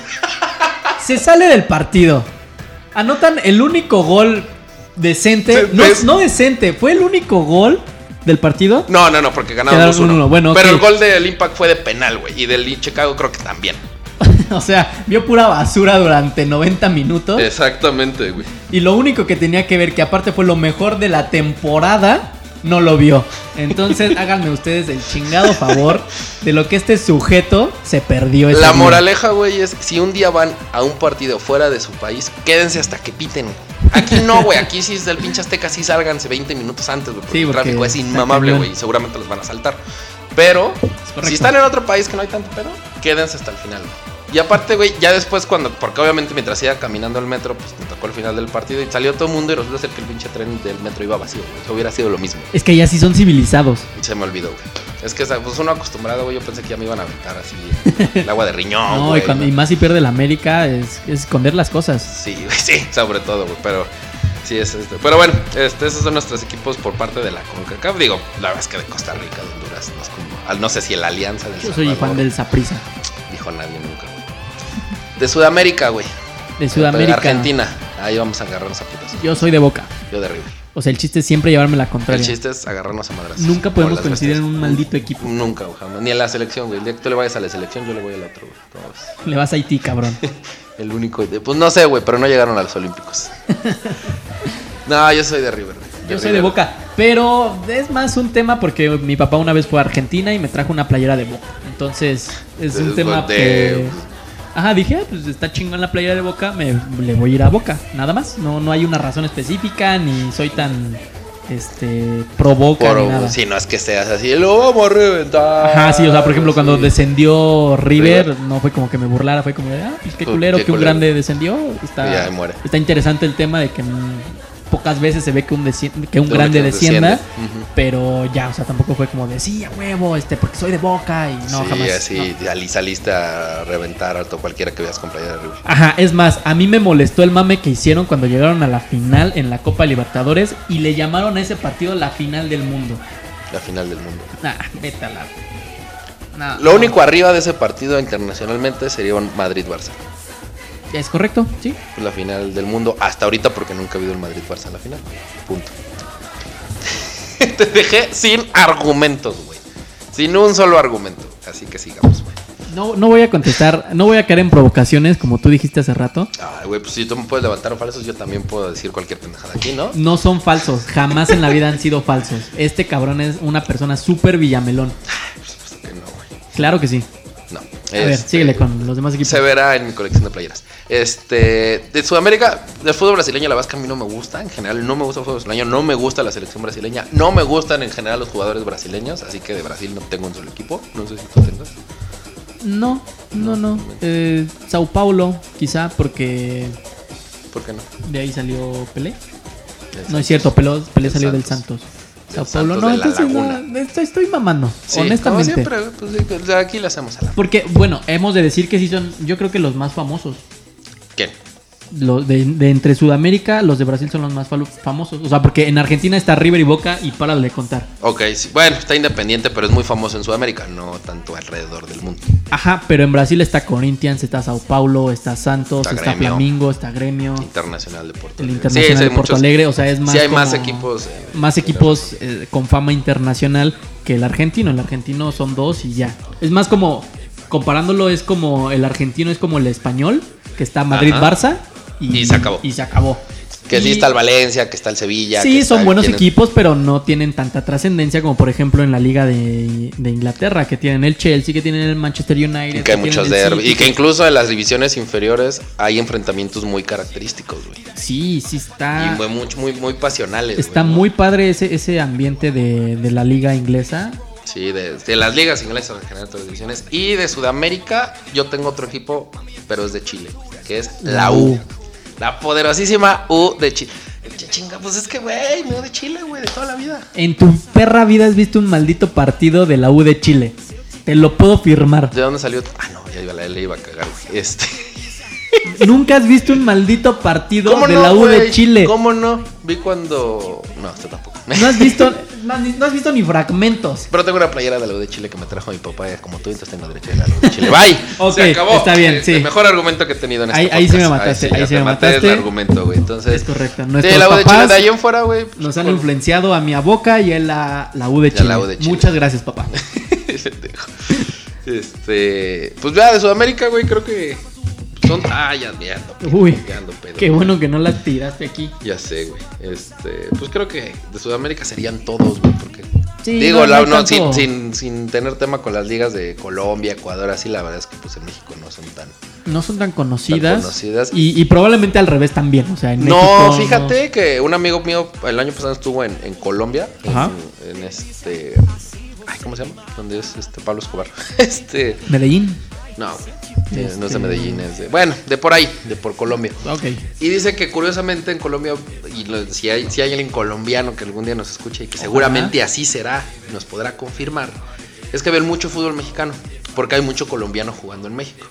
Speaker 2: Se sale del partido. Anotan el único gol decente.
Speaker 1: Sí,
Speaker 2: No,
Speaker 1: pues-
Speaker 2: no decente, fue el único gol del partido.
Speaker 1: No, no, no, porque
Speaker 2: Quedaron
Speaker 1: ganamos
Speaker 2: 1-1,
Speaker 1: uno.
Speaker 2: bueno,
Speaker 1: Pero
Speaker 2: ok.
Speaker 1: el gol del Impact fue de penal, güey. Y del Chicago creo que también.
Speaker 2: O sea, vio pura basura durante 90 minutos.
Speaker 1: Exactamente, güey.
Speaker 2: Y lo único que tenía que ver, que aparte fue lo mejor de la temporada, no lo vio. Entonces, háganme ustedes el chingado favor de lo que este sujeto se perdió. ese
Speaker 1: La
Speaker 2: día.
Speaker 1: moraleja, güey, es si un día van a un partido fuera de su país, quédense hasta que piten. Aquí no, güey. Aquí sí es del pinche Azteca, sí sálganse 20 minutos antes, güey. Porque
Speaker 2: Sí,
Speaker 1: el
Speaker 2: porque
Speaker 1: tráfico es
Speaker 2: está
Speaker 1: inmamable,
Speaker 2: cañón.
Speaker 1: güey. y Seguramente los van a saltar. Pero
Speaker 2: correcto.
Speaker 1: si están en otro país que no hay tanto pedo, quédense hasta el final. güey. Y aparte, güey, ya después cuando, porque obviamente mientras iba caminando el metro, pues me tocó el final del partido y salió todo el mundo y resulta ser que el pinche tren del metro iba vacío, güey. Eso hubiera sido lo mismo.
Speaker 2: Es que ya sí son civilizados.
Speaker 1: Y se me olvidó, güey. Es que pues, uno acostumbrado, güey. Yo pensé que ya me iban a aventar así el agua de riñón.
Speaker 2: No,
Speaker 1: güey,
Speaker 2: y, cuando- y más si pierde la América es, es esconder las cosas.
Speaker 1: Sí, güey, sí, sobre todo, güey. Pero sí, es esto. Pero bueno, este, esos son nuestros equipos por parte de la CONCACAF. Digo, la verdad es que de Costa Rica, de Honduras, no, es como- al- no sé si el Alianza del
Speaker 2: Yo soy
Speaker 1: Salvador,
Speaker 2: fan del Saprisa,
Speaker 1: Dijo nadie nunca, güey. De Sudamérica, güey.
Speaker 2: de Sudamérica.
Speaker 1: De Argentina. Ahí vamos a agarrarnos a putas.
Speaker 2: Yo soy de Boca.
Speaker 1: Yo de River.
Speaker 2: O sea, el chiste es siempre llevarme la
Speaker 1: El
Speaker 2: contraria.
Speaker 1: chiste es agarrarnos a madras.
Speaker 2: Nunca podemos coincidir en un maldito equipo.
Speaker 1: Nunca, güey, jamás. Ni a la selección, güey. El día que tú le vayas a la selección, yo le voy al otro, güey. ¿Cómo ves?
Speaker 2: Le vas a Haití, cabrón.
Speaker 1: El único. de- Pues no sé, güey, pero no llegaron a los Olímpicos. no, yo soy de River. güey.
Speaker 2: Yo soy de
Speaker 1: River.
Speaker 2: Boca, pero es más un tema porque mi papá una vez fue a Argentina y me trajo una playera de Boca. Entonces, es un
Speaker 1: Es
Speaker 2: tema
Speaker 1: donde-
Speaker 2: que... Ajá, dije, "Ah, pues está chingón la playera de Boca, me, le voy a ir a Boca, nada más. No, no hay una razón específica, ni soy tan, este, pro Boca ni nada.
Speaker 1: Por, si no es que seas así, lo vamos a reventar.
Speaker 2: Ajá, sí, o sea, por ejemplo, cuando
Speaker 1: Sí.
Speaker 2: descendió River,
Speaker 1: River.
Speaker 2: no fue como que me burlara, fue como de, ah, pues qué
Speaker 1: Qué
Speaker 2: culero que un
Speaker 1: culero.
Speaker 2: grande descendió. Está,
Speaker 1: Y ya muere.
Speaker 2: está interesante el tema de que mm, pocas veces se ve que un, deci- que un
Speaker 1: Uno
Speaker 2: grande
Speaker 1: que
Speaker 2: descienda,
Speaker 1: desciende. Ujú.
Speaker 2: pero ya, o sea, tampoco fue como de, sí, a huevo, este, porque soy de boca y no,
Speaker 1: sí,
Speaker 2: jamás. no.
Speaker 1: así, salí- saliste a reventar a to- cualquiera que veas con playera de River.
Speaker 2: Ajá, es más, a mí me molestó el mame que hicieron cuando llegaron a la final en la Copa Libertadores y le llamaron a ese partido la final del mundo.
Speaker 1: La final del mundo.
Speaker 2: Nah, vete a la... Nah,
Speaker 1: Lo
Speaker 2: no.
Speaker 1: único arriba de ese partido internacionalmente sería un Madrid-Barça. pues,
Speaker 2: Es correcto, sí.
Speaker 1: La final del mundo hasta ahorita porque nunca ha habido el Madrid-Barça en la final. Punto. Te dejé sin argumentos, güey. Sin un solo argumento. Así que sigamos, güey.
Speaker 2: No, no voy a contestar, no voy a caer en provocaciones como tú dijiste hace rato.
Speaker 1: Ay, güey, pues si tú me puedes levantar falsos, yo también puedo decir cualquier pendejada aquí, ¿no? Pues,
Speaker 2: No son falsos, jamás en la vida han sido falsos. Este cabrón es una persona súper villamelón.
Speaker 1: Pues, pues, que no, güey.
Speaker 2: Claro que sí.
Speaker 1: No.
Speaker 2: A ver,
Speaker 1: Este,
Speaker 2: síguele con los demás equipos.
Speaker 1: Se verá en mi colección de playeras. Este, de Sudamérica, del fútbol brasileño, la verdad es que a mí no me gusta. En general, no me gusta el fútbol brasileño, no me gusta la selección brasileña, no me gustan en general los jugadores brasileños. Así que de Brasil no tengo un solo equipo. No sé si tú tengas.
Speaker 2: No, no, no. Eh, Sao Paulo, quizá, porque
Speaker 1: ¿Por qué no?
Speaker 2: de ahí salió Pelé.
Speaker 1: Del
Speaker 2: No es cierto, Pelé, Pelé
Speaker 1: Del
Speaker 2: salió del
Speaker 1: Santos.
Speaker 2: Santos. Sao
Speaker 1: Del
Speaker 2: Paulo,
Speaker 1: Santos
Speaker 2: no,
Speaker 1: de la
Speaker 2: entonces
Speaker 1: Laguna.
Speaker 2: no, estoy, estoy mamando,
Speaker 1: Sí, como
Speaker 2: honestamente.
Speaker 1: siempre, pues, sí, o sea, aquí le hacemos a la.
Speaker 2: Porque, bueno, hemos de decir que sí son, yo creo que los más famosos.
Speaker 1: ¿Quién?
Speaker 2: Los de, de entre Sudamérica, los de Brasil son los más falu- famosos. O sea, porque en Argentina está River y Boca y para de contar.
Speaker 1: Ok, sí. bueno, está independiente, pero es muy famoso en Sudamérica, no tanto alrededor del mundo.
Speaker 2: Ajá, pero en Brasil está Corinthians, está Sao Paulo, está Santos,
Speaker 1: Está
Speaker 2: está,
Speaker 1: Gremio.
Speaker 2: Flamingo, está Gremio,
Speaker 1: Internacional de Porto
Speaker 2: el
Speaker 1: Alegre.
Speaker 2: Internacional
Speaker 1: sí,
Speaker 2: de Porto Alegre. O sea, es más.
Speaker 1: sí, hay más
Speaker 2: como-
Speaker 1: equipos. eh,
Speaker 2: Más equipos eh, con fama internacional que el argentino. El argentino son dos y ya. Es más como. Comparándolo, es como. El argentino es como el español, que está Madrid-Barça.
Speaker 1: Y se acabó.
Speaker 2: Y se acabó.
Speaker 1: Que sí
Speaker 2: Y-
Speaker 1: está el Valencia, que está el Sevilla. que
Speaker 2: Sí,
Speaker 1: está
Speaker 2: son
Speaker 1: el-
Speaker 2: buenos
Speaker 1: tienen-
Speaker 2: equipos, pero no tienen tanta trascendencia como por ejemplo en la liga de, de Inglaterra, que tienen el Chelsea, que tienen el Manchester United.
Speaker 1: Y que hay
Speaker 2: tienen
Speaker 1: muchos
Speaker 2: el
Speaker 1: derbis.
Speaker 2: City.
Speaker 1: Y que incluso en las divisiones inferiores hay enfrentamientos muy característicos, güey.
Speaker 2: Sí, sí
Speaker 1: Y
Speaker 2: está...
Speaker 1: muy, muy, muy, muy pasionales.
Speaker 2: Ah. Está
Speaker 1: güey, ¿no?
Speaker 2: muy padre ese, ese ambiente de, de la liga inglesa.
Speaker 1: Sí, de, de las ligas inglesas en general, todas las divisiones. Y de Sudamérica, yo tengo otro equipo, pero es de Chile, que es la
Speaker 2: Uh.
Speaker 1: U. La poderosísima U de Chile. Ch- Chinga, pues es que, güey, me voy de Chile, güey, de toda la vida.
Speaker 2: En tu perra vida has visto un maldito partido de la U de Chile. Te lo puedo firmar.
Speaker 1: ¿De dónde salió? Ah, no, ya iba, la le iba a cagar, güey. Este.
Speaker 2: Nunca has visto un maldito partido de la U de
Speaker 1: güey?
Speaker 2: Chile.
Speaker 1: ¿Cómo no? Vi cuando. No, esto tampoco.
Speaker 2: No has visto, no has ni- no has visto ni fragmentos.
Speaker 1: Pero tengo una playera de la U de Chile que me trajo mi papá, eh, como tú, entonces tengo derecho a ir a la U de Chile. Bye.
Speaker 2: Ok,
Speaker 1: Se acabó.
Speaker 2: está bien,
Speaker 1: El-
Speaker 2: sí.
Speaker 1: El mejor argumento que he tenido en este
Speaker 2: Ahí- ahí sí me
Speaker 1: podcast.
Speaker 2: mataste, ahí
Speaker 1: ya
Speaker 2: sí
Speaker 1: te
Speaker 2: me
Speaker 1: maté
Speaker 2: mataste.
Speaker 1: el argumento, güey. Entonces,
Speaker 2: Es correcto.
Speaker 1: Sí,
Speaker 2: Nuestros
Speaker 1: la U de Chile
Speaker 2: papás
Speaker 1: de ahí en fuera, güey. pues,
Speaker 2: Nos han
Speaker 1: por-
Speaker 2: influenciado a mi a boca y a la, la U de
Speaker 1: Y a
Speaker 2: Chile.
Speaker 1: la U de Chile.
Speaker 2: Muchas gracias, papá.
Speaker 1: Pendejo. Este, pues ya de Sudamérica, güey, creo que son ah, ya me ando pedo,
Speaker 2: Uy,
Speaker 1: ya ando pedo.
Speaker 2: Qué bueno que no las tiraste aquí.
Speaker 1: Ya sé, güey. Este, pues creo que de Sudamérica serían todos, güey, porque
Speaker 2: Sí,
Speaker 1: digo,
Speaker 2: no,
Speaker 1: la-
Speaker 2: no hay
Speaker 1: no, sin,
Speaker 2: tanto.
Speaker 1: sin, sin tener tema con las ligas de Colombia, Ecuador, así la verdad es que pues en México no son tan
Speaker 2: No son tan conocidas.
Speaker 1: Tan conocidas.
Speaker 2: Y, y probablemente al revés también. O sea, en
Speaker 1: No,
Speaker 2: México,
Speaker 1: fíjate que un amigo mío el año pasado estuvo en, en Colombia. en-
Speaker 2: Ajá.
Speaker 1: En, este. Ay, ¿cómo se llama? Donde es este Pablo Escobar. Este.
Speaker 2: no. Medellín.
Speaker 1: No, eh, no es
Speaker 2: Este-
Speaker 1: de Medellín, es de. Bueno, de por ahí, de por Colombia.
Speaker 2: Ok.
Speaker 1: Y dice que curiosamente en Colombia, y lo- si, hay, si hay alguien colombiano que algún día nos escuche y que seguramente así será, nos podrá confirmar, es que ven mucho fútbol mexicano, porque hay mucho colombiano jugando en México.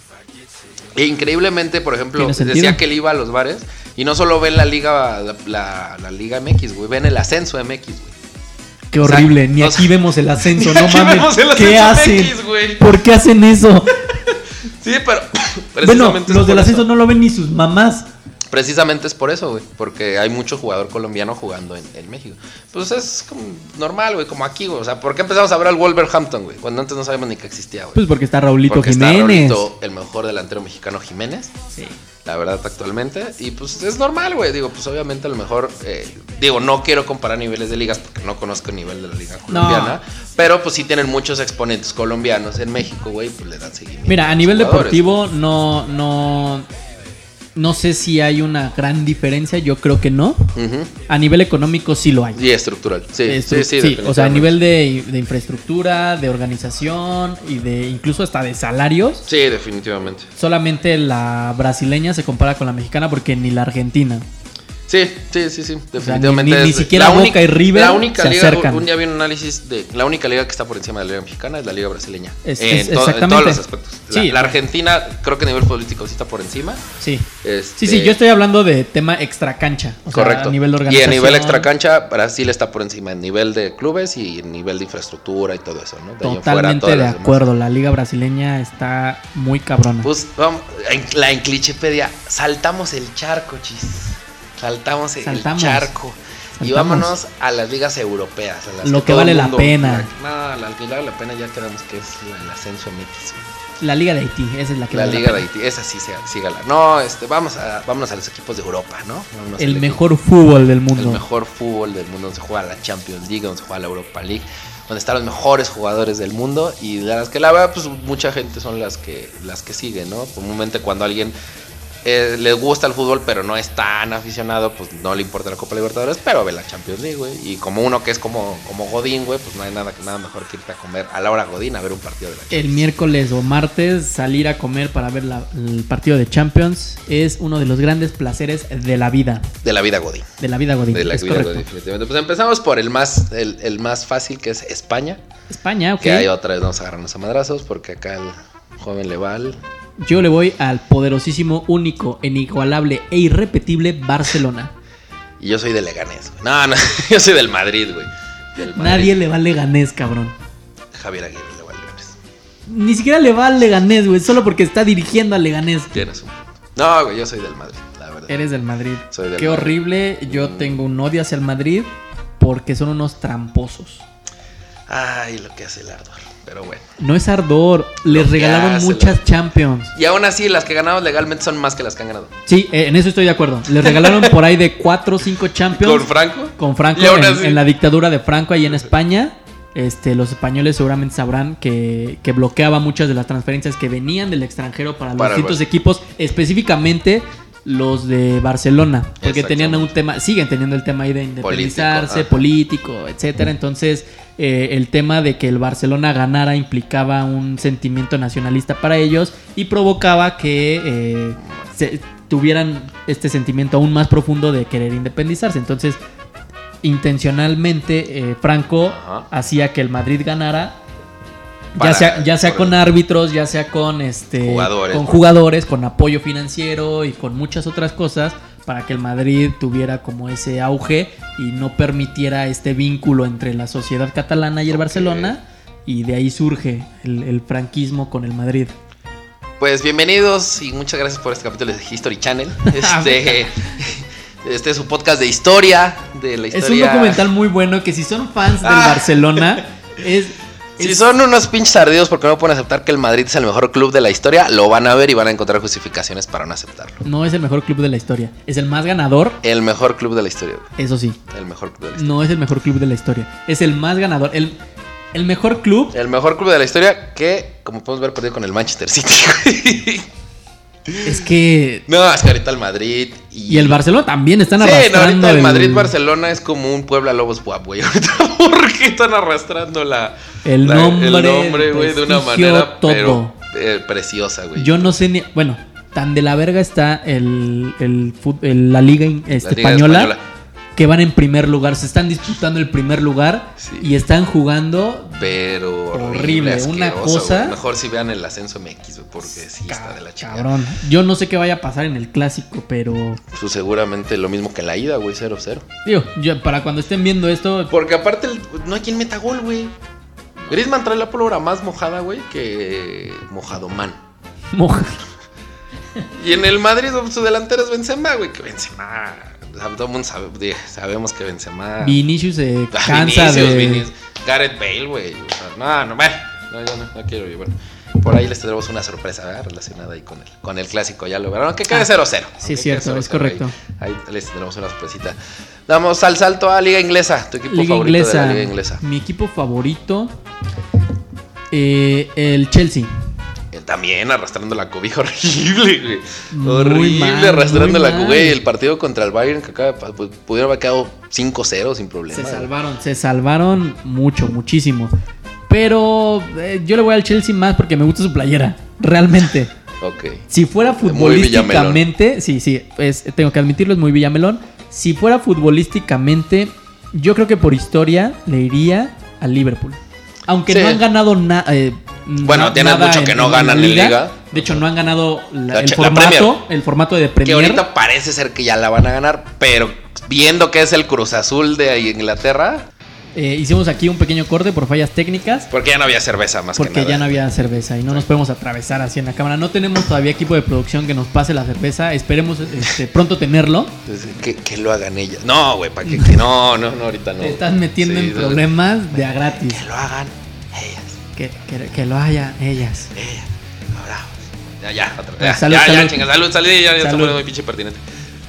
Speaker 1: E increíblemente, por ejemplo,
Speaker 2: Tiene
Speaker 1: decía
Speaker 2: sentido.
Speaker 1: que él iba a los bares y no solo ven la liga, la, la- la liga MX, güey, ven el ascenso MX, güey.
Speaker 2: Qué
Speaker 1: O sea,
Speaker 2: horrible. Ni
Speaker 1: o
Speaker 2: aquí
Speaker 1: sea-
Speaker 2: vemos el ascenso.
Speaker 1: Ni
Speaker 2: no
Speaker 1: aquí
Speaker 2: mames.
Speaker 1: vemos el
Speaker 2: ¿Qué
Speaker 1: ascenso
Speaker 2: hacen?
Speaker 1: MX, güey.
Speaker 2: ¿Por qué hacen eso?
Speaker 1: Sí, pero
Speaker 2: bueno,
Speaker 1: precisamente es
Speaker 2: los del
Speaker 1: por
Speaker 2: ascenso
Speaker 1: eso.
Speaker 2: no lo ven ni sus mamás.
Speaker 1: Precisamente es por eso, güey. Porque hay mucho jugador colombiano jugando en, en México. Pues es como normal, güey. Como aquí, güey. O sea, ¿por qué empezamos a ver al Wolverhampton, güey? Cuando antes no sabíamos ni que existía, güey.
Speaker 2: Pues porque está Raulito
Speaker 1: Porque está
Speaker 2: Jiménez.
Speaker 1: Raulito, el mejor delantero mexicano Jiménez,
Speaker 2: Sí.
Speaker 1: la verdad, actualmente. Y pues es normal, güey. Digo, pues obviamente a lo mejor. eh, digo, no quiero comparar niveles de ligas porque no conozco el nivel de la liga colombiana. Pero pues sí tienen muchos exponentes colombianos en México, güey. Pues le dan seguimiento.
Speaker 2: Mira, a
Speaker 1: los
Speaker 2: nivel
Speaker 1: jugadores, pues.
Speaker 2: deportivo no, no, no sé si hay una gran diferencia, yo creo que no.
Speaker 1: güey. Ujú.
Speaker 2: A nivel económico sí lo hay.
Speaker 1: Y estructural. Sí,
Speaker 2: Estru-
Speaker 1: sí, sí.
Speaker 2: o sea, a
Speaker 1: definitivamente.
Speaker 2: nivel de, de infraestructura, de organización y de incluso hasta de salarios,
Speaker 1: Sí, definitivamente.
Speaker 2: solamente la brasileña se compara con la mexicana porque ni la argentina.
Speaker 1: Sí, sí, sí, sí,
Speaker 2: sea,
Speaker 1: definitivamente.
Speaker 2: ni- ni- ni
Speaker 1: es-
Speaker 2: siquiera Boca y River
Speaker 1: La única
Speaker 2: se
Speaker 1: liga,
Speaker 2: acercan.
Speaker 1: un día vi un análisis de la única liga que está por encima de la liga mexicana es la liga brasileña.
Speaker 2: Es-
Speaker 1: en,
Speaker 2: es-
Speaker 1: to- en
Speaker 2: exactamente.
Speaker 1: todos los aspectos. La,
Speaker 2: Sí.
Speaker 1: la Argentina, creo que a nivel político sí está por encima.
Speaker 2: Sí.
Speaker 1: Este,
Speaker 2: Sí, sí, yo estoy hablando de tema extra cancha. o sea,
Speaker 1: Correcto.
Speaker 2: a nivel de
Speaker 1: y a
Speaker 2: organización.
Speaker 1: nivel extracancha, Brasil está por encima en nivel de clubes y en nivel de infraestructura y todo eso, ¿no? De ahí en fuera,
Speaker 2: Totalmente
Speaker 1: todas
Speaker 2: de
Speaker 1: las demás.
Speaker 2: acuerdo, la liga brasileña está muy cabrona.
Speaker 1: Pues vamos, en, la enclichepedia, saltamos el charco, chis. Saltamos el
Speaker 2: Saltamos.
Speaker 1: charco. Y vámonos a las ligas europeas. a las
Speaker 2: Lo que
Speaker 1: todo
Speaker 2: vale
Speaker 1: el
Speaker 2: la pena.
Speaker 1: La, no, la que vale la pena ya quedamos que es la- el ascenso MX. güey.
Speaker 2: La Liga de Haití, esa es la que
Speaker 1: La
Speaker 2: vale la
Speaker 1: Liga de
Speaker 2: pena.
Speaker 1: Haití, esa sí, sea- sígala. No, este, vamos a, vámonos a los equipos de Europa, ¿no? Vámonos
Speaker 2: El
Speaker 1: al
Speaker 2: mejor fútbol del
Speaker 1: equipo- El
Speaker 2: mundo.
Speaker 1: mejor fútbol del mundo, donde se juega la Champions League, donde se juega la Europa League, donde están los mejores jugadores del mundo y de las que la verdad, pues mucha gente son las que, las que siguen, ¿no? Comúnmente cuando alguien eh, le gusta el fútbol, pero no es tan aficionado, pues no le importa la Copa Libertadores, pero ve la Champions League, güey. Y como uno que es como, como Godín, güey, pues no hay nada, nada mejor que irte a comer a la hora Godín a ver un partido de la
Speaker 2: El miércoles o martes salir a comer para ver la- el partido de Champions es uno de los grandes placeres de la vida.
Speaker 1: de la vida Godín.
Speaker 2: De la vida Godín.
Speaker 1: De la
Speaker 2: es
Speaker 1: vida,
Speaker 2: correcto.
Speaker 1: definitivamente. Pues empezamos por el más, el, el más fácil que es España.
Speaker 2: España, ok.
Speaker 1: Que ahí otra vez vamos a agarrarnos a madrazos porque acá el joven le va al-
Speaker 2: Yo le voy al poderosísimo, único, inigualable e irrepetible Barcelona.
Speaker 1: Y yo soy de Leganés, güey. No, no, yo soy del Madrid, güey. Del Madrid.
Speaker 2: Nadie le va al Leganés, cabrón.
Speaker 1: Javier Aguirre le va al Leganés.
Speaker 2: Ni siquiera le va al Leganés, güey, solo porque está dirigiendo al Leganés.
Speaker 1: Tienes un punto. No, güey, yo soy del Madrid, la verdad.
Speaker 2: Eres del Madrid.
Speaker 1: Soy del
Speaker 2: Qué
Speaker 1: Madrid.
Speaker 2: horrible. Yo
Speaker 1: Mm.
Speaker 2: tengo un odio hacia el Madrid porque son unos tramposos.
Speaker 1: Ay, lo que hace el ardor. Pero bueno.
Speaker 2: No es ardor, les
Speaker 1: Lo que
Speaker 2: regalaron
Speaker 1: hace,
Speaker 2: muchas Champions.
Speaker 1: Y aún así, las que ganamos legalmente son más que las que han ganado.
Speaker 2: Sí, eh, en eso estoy de acuerdo. Les regalaron por ahí de 4 o 5 Champions
Speaker 1: Con
Speaker 2: con,
Speaker 1: Franco.
Speaker 2: Franco
Speaker 1: Y aún
Speaker 2: en,
Speaker 1: así.
Speaker 2: en la dictadura de Franco ahí en España. Este, los españoles seguramente sabrán que, que bloqueaba muchas de las transferencias que venían del extranjero para los
Speaker 1: Para el
Speaker 2: distintos equipos, específicamente los de Barcelona, porque tenían
Speaker 1: Exactamente.
Speaker 2: un tema, siguen teniendo el tema ahí de independizarse,
Speaker 1: ajá.
Speaker 2: político, etcétera. Entonces, eh, el tema de que el Barcelona ganara implicaba un sentimiento nacionalista para ellos y provocaba que eh, se- tuvieran este sentimiento aún más profundo de querer independizarse. Entonces, intencionalmente, eh, Franco
Speaker 1: Ajá.
Speaker 2: hacía que el Madrid ganara.
Speaker 1: Para-
Speaker 2: ya sea, ya sea
Speaker 1: por-
Speaker 2: con árbitros, ya sea con este
Speaker 1: Jugadores,
Speaker 2: con
Speaker 1: ¿no?
Speaker 2: jugadores, con apoyo financiero y con muchas otras cosas para que el Madrid tuviera como ese auge y no permitiera este vínculo entre la sociedad catalana y el
Speaker 1: Ok.
Speaker 2: Barcelona y de ahí surge el, el franquismo con el Madrid.
Speaker 1: Pues bienvenidos y muchas gracias por este capítulo de History Channel.
Speaker 2: Ah,
Speaker 1: Este, este es un podcast de historia, de la historia.
Speaker 2: Es un documental muy bueno que si son fans del
Speaker 1: Ah.
Speaker 2: Barcelona es,
Speaker 1: Si
Speaker 2: es-
Speaker 1: son unos pinches ardidos porque no pueden aceptar que el Madrid es el mejor club de la historia, lo van a ver y van a encontrar justificaciones para no aceptarlo.
Speaker 2: no es el mejor club de la historia, es el más ganador,
Speaker 1: El mejor club de la historia, güey.
Speaker 2: eso sí,
Speaker 1: el mejor club de la historia.
Speaker 2: no es el mejor club de la historia, es el más ganador, el, el mejor club
Speaker 1: El mejor club de la historia que, como podemos ver, perdió con el Manchester City. güey.
Speaker 2: es que
Speaker 1: no, es que ahorita el Madrid y,
Speaker 2: y el Barcelona también están
Speaker 1: Sí, no,
Speaker 2: arrastrando
Speaker 1: ahorita el Madrid-Barcelona es como un Puebla Lobos Buap, güey. Ahorita, porque están arrastrando la,
Speaker 2: El
Speaker 1: la-
Speaker 2: nombre,
Speaker 1: el nombre, güey, de una
Speaker 2: prestigio,
Speaker 1: manera
Speaker 2: todo.
Speaker 1: pero, eh, preciosa, güey.
Speaker 2: Yo no sé ni. Bueno, tan de la verga está el, el fut- el- la liga in-
Speaker 1: La
Speaker 2: este,
Speaker 1: Liga
Speaker 2: española, que van en primer lugar. Se están disputando el primer lugar
Speaker 1: Sí.
Speaker 2: y están jugando.
Speaker 1: Pero
Speaker 2: Horrible,
Speaker 1: horrible,
Speaker 2: una
Speaker 1: asqueroso,
Speaker 2: cosa-
Speaker 1: güey. Mejor si vean el ascenso MX, güey, porque sí está de la chingada.
Speaker 2: Cabrón. Yo no sé qué vaya a pasar en el clásico, pero.
Speaker 1: Pues seguramente lo mismo que en la ida, güey, 0-0.
Speaker 2: Digo, yo- para cuando estén viendo esto.
Speaker 1: Porque aparte el- no hay quien meta gol, güey. Griezmann trae la pólvora más mojada, güey, que Mojadomán.
Speaker 2: moja.
Speaker 1: Y en el Madrid pues, su delantero es Benzema, güey, que Benzema. o sea, Todo el mundo sabe- de- sabemos que Benzema.
Speaker 2: Vinicius se
Speaker 1: Ah,
Speaker 2: cansa
Speaker 1: Vinicius,
Speaker 2: de.
Speaker 1: Vinicius. Gareth Bale, güey. o sea, no, no, bueno. No, yo no, no quiero yo, bueno. Por ahí les tendremos una sorpresa ¿verdad? relacionada ahí con el, con el clásico, ya lo verán. Aunque quede
Speaker 2: Ah,
Speaker 1: 0-0.
Speaker 2: sí,
Speaker 1: aunque
Speaker 2: es cierto,
Speaker 1: quede
Speaker 2: es
Speaker 1: 0-0,
Speaker 2: correcto.
Speaker 1: Ahí, ahí les tendremos una sorpresita. Damos al salto a Liga Inglesa, tu equipo
Speaker 2: Liga
Speaker 1: favorito
Speaker 2: inglesa,
Speaker 1: de la Liga Inglesa.
Speaker 2: Mi equipo favorito. eh, el Chelsea.
Speaker 1: Él Eh, también arrastrando la cobija horrible, güey.
Speaker 2: Muy
Speaker 1: horrible
Speaker 2: mal,
Speaker 1: arrastrando
Speaker 2: muy
Speaker 1: la
Speaker 2: mal.
Speaker 1: cobija. Y el partido contra el Bayern que acaba de pasar, pues, pudieron haber quedado 5-0 sin problema.
Speaker 2: Se salvaron, se salvaron mucho, muchísimo. Pero eh, yo le voy al Chelsea más porque me gusta su playera, realmente.
Speaker 1: Ok.
Speaker 2: Si fuera
Speaker 1: Muy
Speaker 2: futbolísticamente, sí, sí, es- tengo que admitirlo, es muy Villamelón. Si fuera futbolísticamente, yo creo que por historia le iría al Liverpool. Aunque
Speaker 1: Sí.
Speaker 2: no han ganado eh, nada.
Speaker 1: Bueno, tienen mucho que no ganan en Liga.
Speaker 2: De hecho, no han ganado la-
Speaker 1: La
Speaker 2: el,
Speaker 1: Che- la Premier.
Speaker 2: formato, el formato de
Speaker 1: Que
Speaker 2: Premier.
Speaker 1: ahorita parece ser que ya la van a ganar, pero viendo que es el Cruz Azul de Inglaterra,
Speaker 2: Eh, hicimos aquí un pequeño corte por fallas técnicas.
Speaker 1: Porque ya no había cerveza más que
Speaker 2: Porque
Speaker 1: nada.
Speaker 2: ya no había cerveza y no nos podemos atravesar así en la cámara. No tenemos todavía equipo de producción que nos pase la cerveza. Esperemos este, pronto tenerlo.
Speaker 1: Entonces, que, que lo hagan ellas. No, güey, para que, que no, no, no, ahorita no.
Speaker 2: Te estás metiendo
Speaker 1: Sí,
Speaker 2: en
Speaker 1: no.
Speaker 2: problemas de a gratis.
Speaker 1: Que lo hagan ellas,
Speaker 2: Que, que- que lo haya ellas.
Speaker 1: ellas. Ahora. Ya, ya, otra vez. Ya,
Speaker 2: Pues Salud,
Speaker 1: ya, ya,
Speaker 2: salud.
Speaker 1: chinga, salud, salud, ya, ya
Speaker 2: Salud.
Speaker 1: estamos poniendo muy pinche pertinente.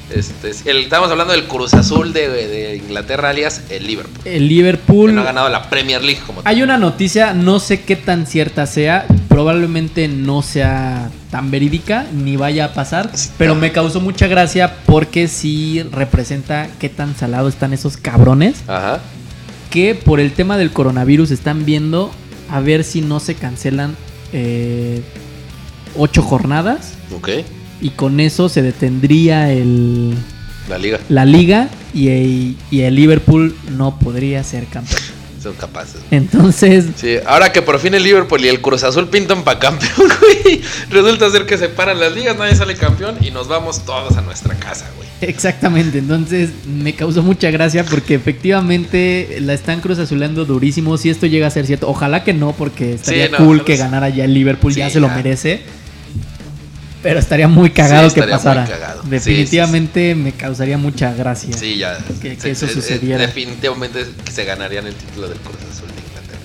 Speaker 1: Este, es el, estábamos hablando del Cruz Azul de, de Inglaterra, alias el Liverpool.
Speaker 2: El
Speaker 1: Que
Speaker 2: Liverpool.
Speaker 1: no ha ganado la Premier League como tal.
Speaker 2: Hay una noticia, no sé qué tan cierta sea, probablemente no sea tan verídica ni vaya a pasar, pero me causó mucha gracia porque sí representa qué tan salados están esos cabrones
Speaker 1: Ajá.
Speaker 2: que por el tema del coronavirus están viendo a ver si no se cancelan eh, ocho jornadas
Speaker 1: Ok.
Speaker 2: y con eso se detendría el,
Speaker 1: La liga.
Speaker 2: la liga y, y el Liverpool no podría ser campeón.
Speaker 1: Son capaces.
Speaker 2: Entonces...
Speaker 1: Sí, ahora que por fin el Liverpool y el Cruz Azul pintan para campeón, güey. Resulta ser que se paran las ligas, nadie sale campeón y nos vamos todos a nuestra casa, güey.
Speaker 2: Exactamente, entonces me causó mucha gracia porque efectivamente la están cruzazulando durísimo. Si esto llega a ser cierto, ojalá que no, porque estaría
Speaker 1: no,
Speaker 2: cool
Speaker 1: no
Speaker 2: que
Speaker 1: sé.
Speaker 2: ganara ya el Liverpool, ya
Speaker 1: Sí,
Speaker 2: se lo
Speaker 1: ya.
Speaker 2: merece. Pero estaría muy cagado que
Speaker 1: estaría muy
Speaker 2: pasara.
Speaker 1: cagado. Sí,
Speaker 2: Definitivamente me causaría mucha gracia.
Speaker 1: Sí, ya.
Speaker 2: Que- que
Speaker 1: se-
Speaker 2: eso
Speaker 1: se-
Speaker 2: sucediera.
Speaker 1: definitivamente que se ganarían el título del Cruz Azul de Inglaterra.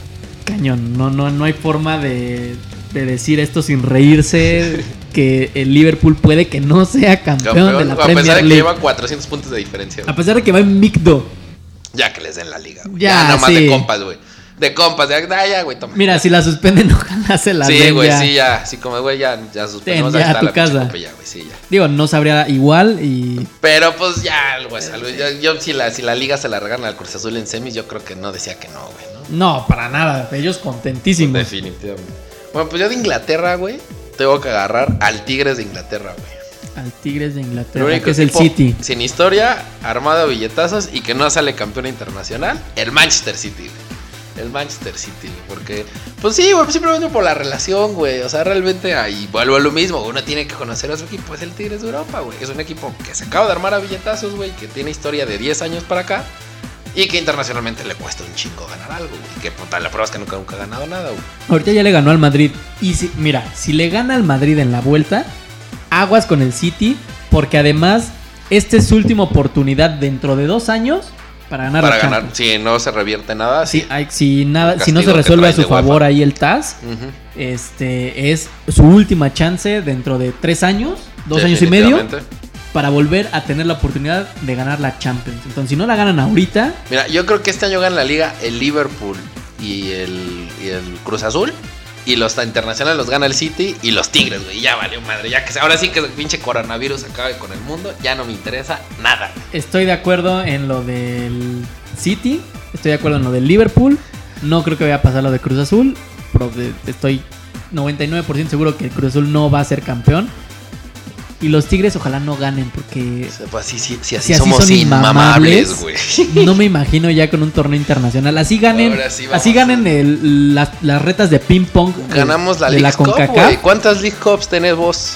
Speaker 2: Cañón, no, no, no hay forma de, de decir esto sin reírse. que el Liverpool puede que no sea campeón, de la
Speaker 1: a pesar de
Speaker 2: Premier
Speaker 1: que
Speaker 2: League.
Speaker 1: lleva 400 puntos de diferencia. güey.
Speaker 2: A pesar de que va en Micdo.
Speaker 1: Ya que les den la liga, güey.
Speaker 2: Ya,
Speaker 1: Ya, nomás
Speaker 2: sí.
Speaker 1: de compas, güey. De compas, de, ah, ya, güey, toma.
Speaker 2: Mira, si la suspenden, ojalá se la
Speaker 1: sí,
Speaker 2: den
Speaker 1: güey,
Speaker 2: ya.
Speaker 1: sí, ya. Sí, como, güey, ya, ya suspendemos.
Speaker 2: Ten,
Speaker 1: ahí
Speaker 2: ya,
Speaker 1: está
Speaker 2: a tu
Speaker 1: la pinche
Speaker 2: casa.
Speaker 1: copa, ya, güey, sí, ya.
Speaker 2: Digo, no sabría igual y.
Speaker 1: Pero pues ya, algo es algo. Yo, yo si, la, si la liga se la regalan al Cruz Azul en semis, yo creo que no decía que no, güey, ¿no?
Speaker 2: No, para nada. Ellos contentísimos.
Speaker 1: Definitivamente. Bueno, pues yo de Inglaterra, güey, tengo que agarrar al Tigres de Inglaterra, güey.
Speaker 2: Al Tigres de
Speaker 1: El
Speaker 2: Inglaterra,
Speaker 1: único
Speaker 2: que es el
Speaker 1: equipo
Speaker 2: City.
Speaker 1: Sin historia, armado a billetazos y que no sale campeón internacional, el Manchester City, güey. El Manchester City, güey, porque, pues sí, güey, simplemente por la relación, güey. O sea, realmente ahí vuelvo a lo mismo. Uno tiene que conocer a su equipo. Es el Tigres de Europa, güey. Es un equipo que se acaba de armar a billetazos, güey, que tiene historia de 10 años para acá y que internacionalmente le cuesta un chingo ganar algo, güey. Que puta, la prueba es que nunca, nunca ha ganado nada, güey.
Speaker 2: Ahorita ya le ganó al Madrid. Y si, mira, si le gana al Madrid en la vuelta, aguas con el City, porque además, esta es su última oportunidad dentro de dos años para ganar
Speaker 1: Para
Speaker 2: la
Speaker 1: ganar,
Speaker 2: Champions.
Speaker 1: si no se revierte nada,
Speaker 2: Sí,
Speaker 1: sí.
Speaker 2: hay- si, nada,
Speaker 1: Un
Speaker 2: si no se
Speaker 1: castigo que
Speaker 2: resuelve a
Speaker 1: traen
Speaker 2: su
Speaker 1: de UEFA.
Speaker 2: favor ahí el TAS,
Speaker 1: Ujú.
Speaker 2: este es su última chance dentro de tres años, dos años y medio.
Speaker 1: Definitivamente.
Speaker 2: para volver a tener la oportunidad de ganar la Champions. Entonces, si no la ganan ahorita,
Speaker 1: Mira, yo creo que este año gana la liga el Liverpool y el, y el Cruz Azul. Y los internacionales los gana el City y los Tigres, güey. Ya valió madre. Ya que se- ahora sí que el pinche coronavirus acabe con el mundo. Ya no me interesa nada.
Speaker 2: estoy de acuerdo en lo del City, estoy de acuerdo en lo del Liverpool, no creo que vaya a pasar lo de Cruz Azul, pero de- estoy 99% seguro que el Cruz Azul no va a ser campeón. Y los Tigres ojalá no ganen porque
Speaker 1: Pues sí, sí, sí, así,
Speaker 2: Si así
Speaker 1: somos
Speaker 2: son eh,
Speaker 1: inmamables, güey.
Speaker 2: no me imagino ya con un torneo internacional. Así ganen,
Speaker 1: Ahora sí vamos
Speaker 2: así ganen
Speaker 1: a-
Speaker 2: el- las, las retas de ping pong. de-
Speaker 1: Ganamos la
Speaker 2: de
Speaker 1: League
Speaker 2: la
Speaker 1: Cup,
Speaker 2: CONCACAF.
Speaker 1: güey. ¿Cuántas League Cups tenés vos?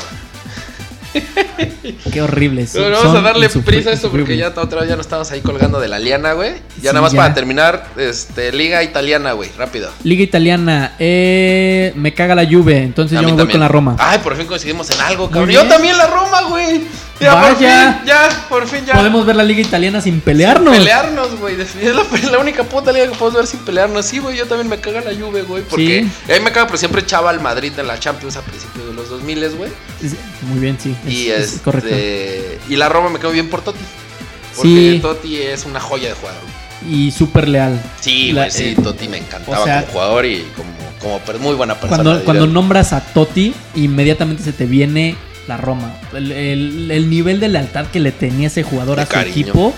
Speaker 2: Qué horribles.
Speaker 1: Pero
Speaker 2: son-
Speaker 1: vamos a
Speaker 2: son
Speaker 1: darle
Speaker 2: insufri-
Speaker 1: prisa a esto porque
Speaker 2: insufribles.
Speaker 1: ya otra vez ya nos estamos ahí colgando de la liana, güey. Ya
Speaker 2: Sí,
Speaker 1: nada más
Speaker 2: ya.
Speaker 1: para terminar, este, Liga Italiana, güey. Rápido.
Speaker 2: Liga italiana, eh, me caga la Juve, entonces
Speaker 1: A
Speaker 2: yo
Speaker 1: mí
Speaker 2: me voy
Speaker 1: también. Ah,
Speaker 2: con la Roma.
Speaker 1: Ay, por fin coincidimos en algo, cabrón.
Speaker 2: Muy
Speaker 1: Yo
Speaker 2: bien.
Speaker 1: también la Roma, güey. Ya, por
Speaker 2: Vaya.
Speaker 1: fin, ya, por fin, ya.
Speaker 2: Podemos ver la Liga italiana sin pelearnos.
Speaker 1: Pelearnos, güey. Es la, la única puta liga que podemos ver sin pelearnos. Sí, güey, yo también me caga la Juve, güey. Porque
Speaker 2: Sí.
Speaker 1: a mí me caga, pero siempre echaba al Madrid en la Champions a principios de los 2000, güey.
Speaker 2: Es- Muy bien, sí. es-
Speaker 1: Y,
Speaker 2: es
Speaker 1: este,
Speaker 2: correcto.
Speaker 1: y la Roma me quedó bien por Totti. Porque
Speaker 2: Sí.
Speaker 1: Totti es una joya de jugador. güey.
Speaker 2: Y súper leal.
Speaker 1: Sí,
Speaker 2: La-
Speaker 1: güey, sí,
Speaker 2: eh,
Speaker 1: Totti me encantaba
Speaker 2: o sea,
Speaker 1: como jugador y como, como per- muy buena persona.
Speaker 2: Cuando, cuando
Speaker 1: diría.
Speaker 2: nombras a Totti, inmediatamente se te viene la Roma. El, el- el nivel de lealtad que le tenía ese jugador
Speaker 1: De
Speaker 2: a su
Speaker 1: cariño.
Speaker 2: equipo.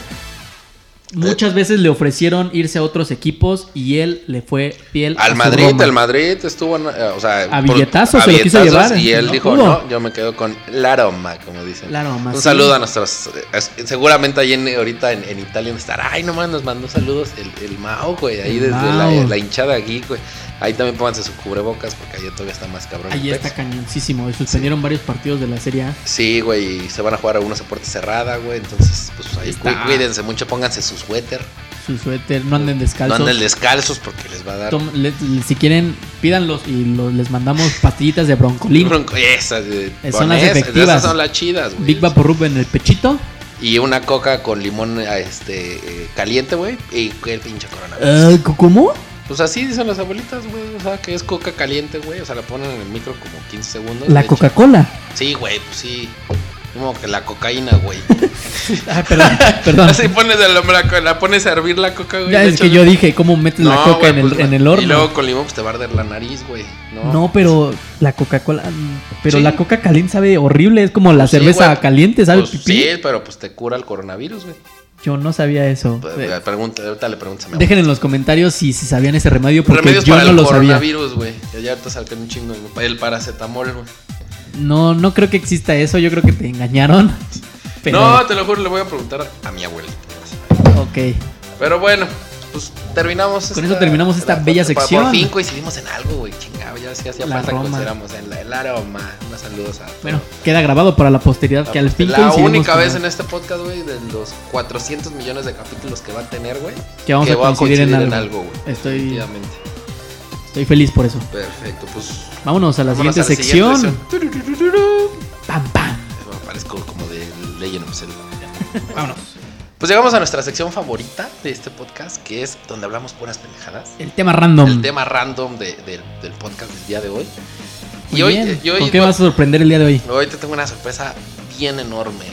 Speaker 2: Muchas veces le ofrecieron irse a otros equipos y él le fue fiel a
Speaker 1: Al
Speaker 2: su
Speaker 1: Madrid,
Speaker 2: Roma.
Speaker 1: al Madrid estuvo, eh, o sea,
Speaker 2: A billetazos se lo quiso
Speaker 1: billetazos,
Speaker 2: llevar,
Speaker 1: Y él
Speaker 2: ¿no?
Speaker 1: dijo,
Speaker 2: Pudo.
Speaker 1: no, yo me quedo con la Roma, como dicen.
Speaker 2: La Roma,
Speaker 1: un
Speaker 2: sí.
Speaker 1: saludo a nuestros, eh, es- seguramente ahí en, ahorita en, en Italia estará, ay, nomás nos mandó saludos el, el Mao, güey, ahí
Speaker 2: El
Speaker 1: desde la,
Speaker 2: Mao.
Speaker 1: la hinchada aquí, güey. Ahí también pónganse su cubrebocas porque allá todavía está más cabrón. el
Speaker 2: Ahí
Speaker 1: pex.
Speaker 2: está cañoncísimo. Suspendieron varios partidos de la Serie A.
Speaker 1: Sí, güey, y se van a jugar algunos a puerta cerrada, güey, entonces, pues ahí
Speaker 2: Está.
Speaker 1: cu- cuídense mucho, pónganse sus suéter.
Speaker 2: su suéter, no anden descalzos.
Speaker 1: No anden descalzos porque les va a dar.
Speaker 2: Tom- le- le- si quieren, pídanlos y lo- les mandamos pastillitas de broncolín.
Speaker 1: bronco- Esas, eh,
Speaker 2: Son
Speaker 1: con
Speaker 2: las
Speaker 1: esas-
Speaker 2: efectivas.
Speaker 1: Esas son las chidas, güey.
Speaker 2: Big Vaporub en el pechito.
Speaker 1: Y una coca con limón eh, este, eh, caliente, güey. Y el pinche coronavirus.
Speaker 2: Eh, ¿Cómo?
Speaker 1: Pues así dicen las abuelitas, güey. O sea, que es coca caliente, güey. O sea, la ponen en el micro como 15 segundos. le
Speaker 2: La
Speaker 1: echan-
Speaker 2: Coca-Cola.
Speaker 1: Sí, güey, pues sí. Como que la cocaína, güey.
Speaker 2: Ah, perdón, perdón.
Speaker 1: Así pones el hombre, la, co- la pones a hervir la coca, güey.
Speaker 2: Ya
Speaker 1: le
Speaker 2: es que
Speaker 1: echas-
Speaker 2: yo dije, ¿cómo metes la
Speaker 1: pues, No,
Speaker 2: coca
Speaker 1: güey,
Speaker 2: en, el,
Speaker 1: pues,
Speaker 2: en el
Speaker 1: Y
Speaker 2: horno?
Speaker 1: luego con limón, pues te va a arder la nariz, güey. No, pues,
Speaker 2: No, pero la Coca-Cola. Pero
Speaker 1: Sí.
Speaker 2: la coca caliente sabe horrible. Es como la
Speaker 1: Pues Sí,
Speaker 2: cerveza
Speaker 1: güey.
Speaker 2: caliente, ¿sabe?
Speaker 1: Pues
Speaker 2: pipí.
Speaker 1: sí, pero pues te cura el coronavirus, güey.
Speaker 2: Yo no sabía eso.
Speaker 1: Pues,
Speaker 2: Eh,
Speaker 1: pregunta- ahorita le preguntas a mi abuela.
Speaker 2: Dejen en los comentarios si, si sabían ese remedio, porque
Speaker 1: Remedios
Speaker 2: yo
Speaker 1: para
Speaker 2: no
Speaker 1: el
Speaker 2: lo sabía.
Speaker 1: coronavirus, güey. Que Ya ahorita sacan un chingo. güey. El paracetamol, güey.
Speaker 2: No, no creo que exista eso. Yo creo que te engañaron. Pero,
Speaker 1: No, te lo juro, le voy a preguntar a mi abuelita.
Speaker 2: Ok.
Speaker 1: Pero bueno, pues terminamos.
Speaker 2: Con eso terminamos esta bella
Speaker 1: por- por-
Speaker 2: sección.
Speaker 1: Por fin coincidimos en algo, güey. Chingado, ya sí hacía
Speaker 2: La
Speaker 1: falta que
Speaker 2: Roma.
Speaker 1: coincidamos en la, el aroma. Unos saludos a.
Speaker 2: Bueno, queda grabado para la posteridad que al fin
Speaker 1: la
Speaker 2: coincidimos
Speaker 1: única
Speaker 2: con-
Speaker 1: vez en este podcast, güey, de los 400 millones de capítulos que va a tener, güey.
Speaker 2: que vamos
Speaker 1: que
Speaker 2: a
Speaker 1: va
Speaker 2: coincidir en algo.
Speaker 1: güey.
Speaker 2: Estoy,
Speaker 1: Definitivamente.
Speaker 2: estoy feliz por eso.
Speaker 1: Perfecto, pues.
Speaker 2: Vámonos a la
Speaker 1: vámonos
Speaker 2: siguiente
Speaker 1: a
Speaker 2: sección.
Speaker 1: siguiente sección.
Speaker 2: Pam, pam.
Speaker 1: Me parezco como de Legend of Zelda.
Speaker 2: Vámonos.
Speaker 1: Pues llegamos a nuestra sección favorita de este podcast, que es donde hablamos puras pendejadas.
Speaker 2: El tema random.
Speaker 1: el tema random de- del- del podcast del día de hoy.
Speaker 2: Muy
Speaker 1: y hoy-
Speaker 2: bien.
Speaker 1: y hoy
Speaker 2: ¿Con qué
Speaker 1: no-
Speaker 2: vas a sorprender el día de hoy?
Speaker 1: Hoy te tengo una sorpresa bien enorme,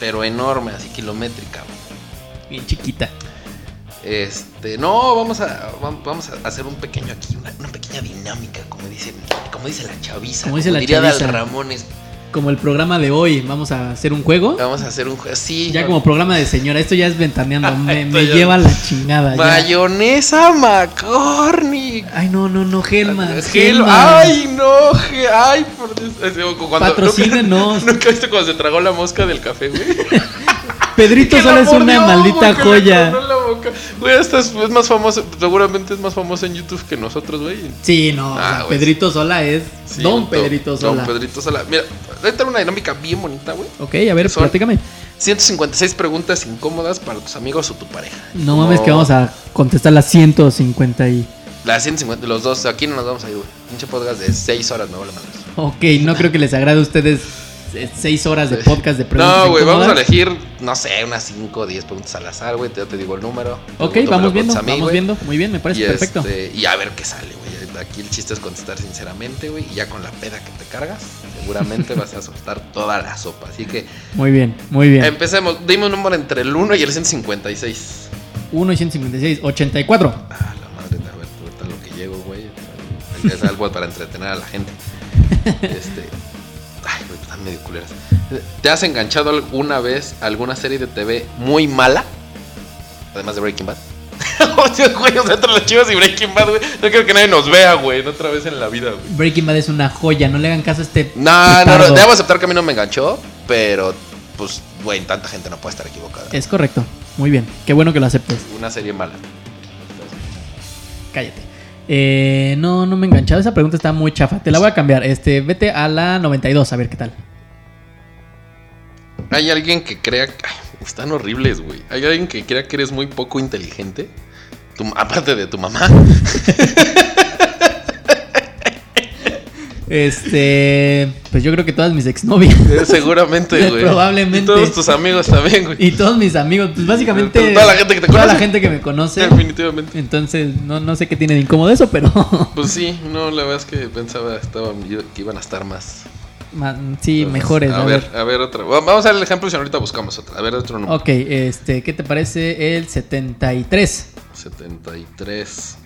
Speaker 1: pero enorme, así kilométrica. güey.
Speaker 2: Bien chiquita.
Speaker 1: Este, no, vamos a, vam- vamos a hacer un pequeño aquí, una, una pequeña dinámica, como dice, como dice la chaviza.
Speaker 2: Como dice la
Speaker 1: diría Dal
Speaker 2: chaviza.
Speaker 1: Ramones.
Speaker 2: Como el programa de hoy, vamos a hacer un juego.
Speaker 1: Vamos a hacer un juego así.
Speaker 2: Ya como programa de señora, esto ya es ventaneando. Me,
Speaker 1: Esto
Speaker 2: me
Speaker 1: ya-
Speaker 2: lleva la chingada. ya.
Speaker 1: Mayonesa McCormick.
Speaker 2: Ay, no, no, no, Gelman.
Speaker 1: Gel-
Speaker 2: Gelman.
Speaker 1: ay, no, Ge- ay, por Dios. Es como Cuando,
Speaker 2: Patrocínenos.
Speaker 1: ¿Nunca, nunca viste cuando se tragó la mosca del café, güey?
Speaker 2: Pedrito
Speaker 1: Que
Speaker 2: solo
Speaker 1: la
Speaker 2: es
Speaker 1: mordió,
Speaker 2: una maldita
Speaker 1: güey, que le
Speaker 2: joya.
Speaker 1: cobró la boca. Güey, esta es, es más famoso, seguramente es más famoso en YouTube que nosotros, güey.
Speaker 2: Sí, no,
Speaker 1: Ah,
Speaker 2: o sea,
Speaker 1: güey.
Speaker 2: Pedrito Sola es
Speaker 1: Sí,
Speaker 2: Don Pedrito Sola.
Speaker 1: Don Pedrito Sola. Mira, entra una dinámica bien bonita, güey.
Speaker 2: Ok, a ver,
Speaker 1: Son-
Speaker 2: platícame.
Speaker 1: 156 preguntas incómodas para tus amigos o tu pareja.
Speaker 2: No mames que vamos a contestar las 150 y...
Speaker 1: Las 150, los dos, aquí no nos vamos a ir, güey. Pinche podcast de 6 horas, no vale madre.
Speaker 2: Ok, no creo que les agrade a ustedes eh, seis horas de podcast de preguntas
Speaker 1: No, güey, vamos a
Speaker 2: incómodas.
Speaker 1: elegir, no sé, unas 5 o 10 preguntas al azar, güey. Yo te digo el número.
Speaker 2: Ok,
Speaker 1: Tú me lo
Speaker 2: vamos viendo,
Speaker 1: preguntas a mí,
Speaker 2: vamos
Speaker 1: güey.
Speaker 2: viendo. Muy bien, me parece
Speaker 1: y
Speaker 2: perfecto.
Speaker 1: este, y a ver qué sale, güey. Aquí el chiste es contestar sinceramente, güey. Y ya con la peda que te cargas, seguramente vas a soltar toda la sopa. Así que
Speaker 2: Muy bien, muy
Speaker 1: Em.
Speaker 2: bien.
Speaker 1: empecemos. Dime un número entre el 1 y el 156.
Speaker 2: 1, 156, 84.
Speaker 1: Ah, la madre, a ver, ahorita lo que llego, güey. Es algo para entretener a la gente. Este. Ay, güey, están medio culeras. ¿Te has enganchado alguna vez a alguna serie de TV muy mala? Además de Breaking Bad. Oye, güey, o sea, entre las chivas y Breaking Bad, güey. No creo que nadie nos vea, güey, otra vez en la vida, güey.
Speaker 2: Breaking Bad es una joya, no le hagan caso a este...
Speaker 1: No, no,
Speaker 2: petardo.
Speaker 1: no, debo aceptar que a mí no me enganchó, pero pues, güey, tanta gente no puede estar equivocada.
Speaker 2: Es correcto, muy bien. Qué bueno que lo aceptes.
Speaker 1: Una serie mala.
Speaker 2: Cállate. Eh, no, no me he enganchado. Esa pregunta está muy chafa. Te la voy a cambiar. Este, vete a la 92, a ver qué tal.
Speaker 1: Hay alguien que crea que ay, están horribles, güey. Hay alguien que crea que eres muy poco inteligente. Tu- aparte de tu mamá.
Speaker 2: Este, pues yo creo que todas mis exnovias
Speaker 1: Eh, Seguramente, güey.
Speaker 2: Probablemente.
Speaker 1: Y todos tus amigos también, güey.
Speaker 2: y todos mis amigos, pues básicamente
Speaker 1: Toda la gente que te
Speaker 2: toda la
Speaker 1: conoce.
Speaker 2: gente que me conoce.
Speaker 1: Definitivamente.
Speaker 2: Entonces, no, no sé qué tiene de incómodo eso, pero
Speaker 1: Pues sí, no, la verdad es que pensaba estaba, yo- que iban a estar más.
Speaker 2: man, sí,
Speaker 1: Entonces,
Speaker 2: mejores,
Speaker 1: A ver, a ver otra. Va- Vamos a ver el ejemplo y ahorita buscamos otra. A ver otro número.
Speaker 2: Ok, este, ¿qué te parece el 73?
Speaker 1: 73.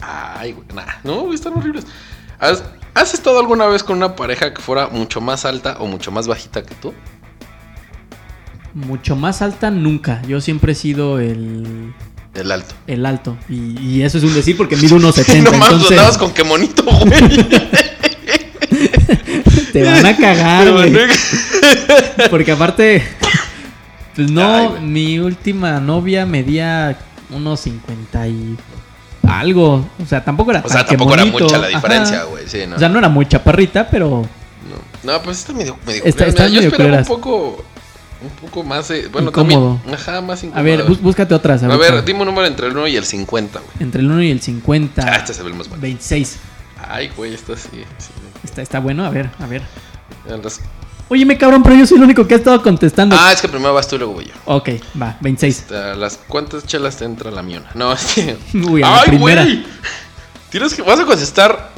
Speaker 1: Ay, güey. Nah, no, güey, están horribles. ¿Has, has estado alguna vez con una pareja que fuera mucho más alta o mucho más bajita que tú?
Speaker 2: Mucho más alta nunca. Yo siempre he sido el,
Speaker 1: El alto.
Speaker 2: el alto. Y, y eso es un decir porque mido unos 70.
Speaker 1: no mames,
Speaker 2: entonces,
Speaker 1: andabas con qué monito, güey.
Speaker 2: te van a cagar,
Speaker 1: Pero,
Speaker 2: güey.
Speaker 1: güey,
Speaker 2: Porque aparte, pues no,
Speaker 1: Ay, güey.
Speaker 2: mi última novia medía unos 50 y algo. O sea, tampoco era
Speaker 1: O sea,
Speaker 2: tan que
Speaker 1: tampoco era
Speaker 2: bonito.
Speaker 1: mucha la
Speaker 2: Ajá.
Speaker 1: diferencia, güey. Sí, no.
Speaker 2: O sea, no era muy chaparrita, pero
Speaker 1: no. No, pues está medio, medio
Speaker 2: Está-
Speaker 1: culera.
Speaker 2: están
Speaker 1: Mira, Yo
Speaker 2: medio
Speaker 1: esperaba
Speaker 2: culeras.
Speaker 1: un poco. un poco más. eh, bueno,
Speaker 2: Incómodo.
Speaker 1: también. Ajá, más incómodo.
Speaker 2: A ver, bus- búscate otras.
Speaker 1: A
Speaker 2: ahorita.
Speaker 1: ver, dime un número entre el 1 y el 50, güey.
Speaker 2: Entre el 1 y el 50.
Speaker 1: Ah, este se ve el más bueno.
Speaker 2: 26.
Speaker 1: Ay, güey, esta sí. sí.
Speaker 2: Está, está bueno, a ver, a ver.
Speaker 1: En las-
Speaker 2: Óyeme, cabrón, pero yo soy el único que ha estado contestando.
Speaker 1: Ah, es que primero vas tú y luego voy yo. Este,
Speaker 2: Ok, va, 26.
Speaker 1: A las cuántas chelas te entra la miona. No, es que.
Speaker 2: Uy, a la primera.
Speaker 1: ¿Tienes que. ¿Vas a contestar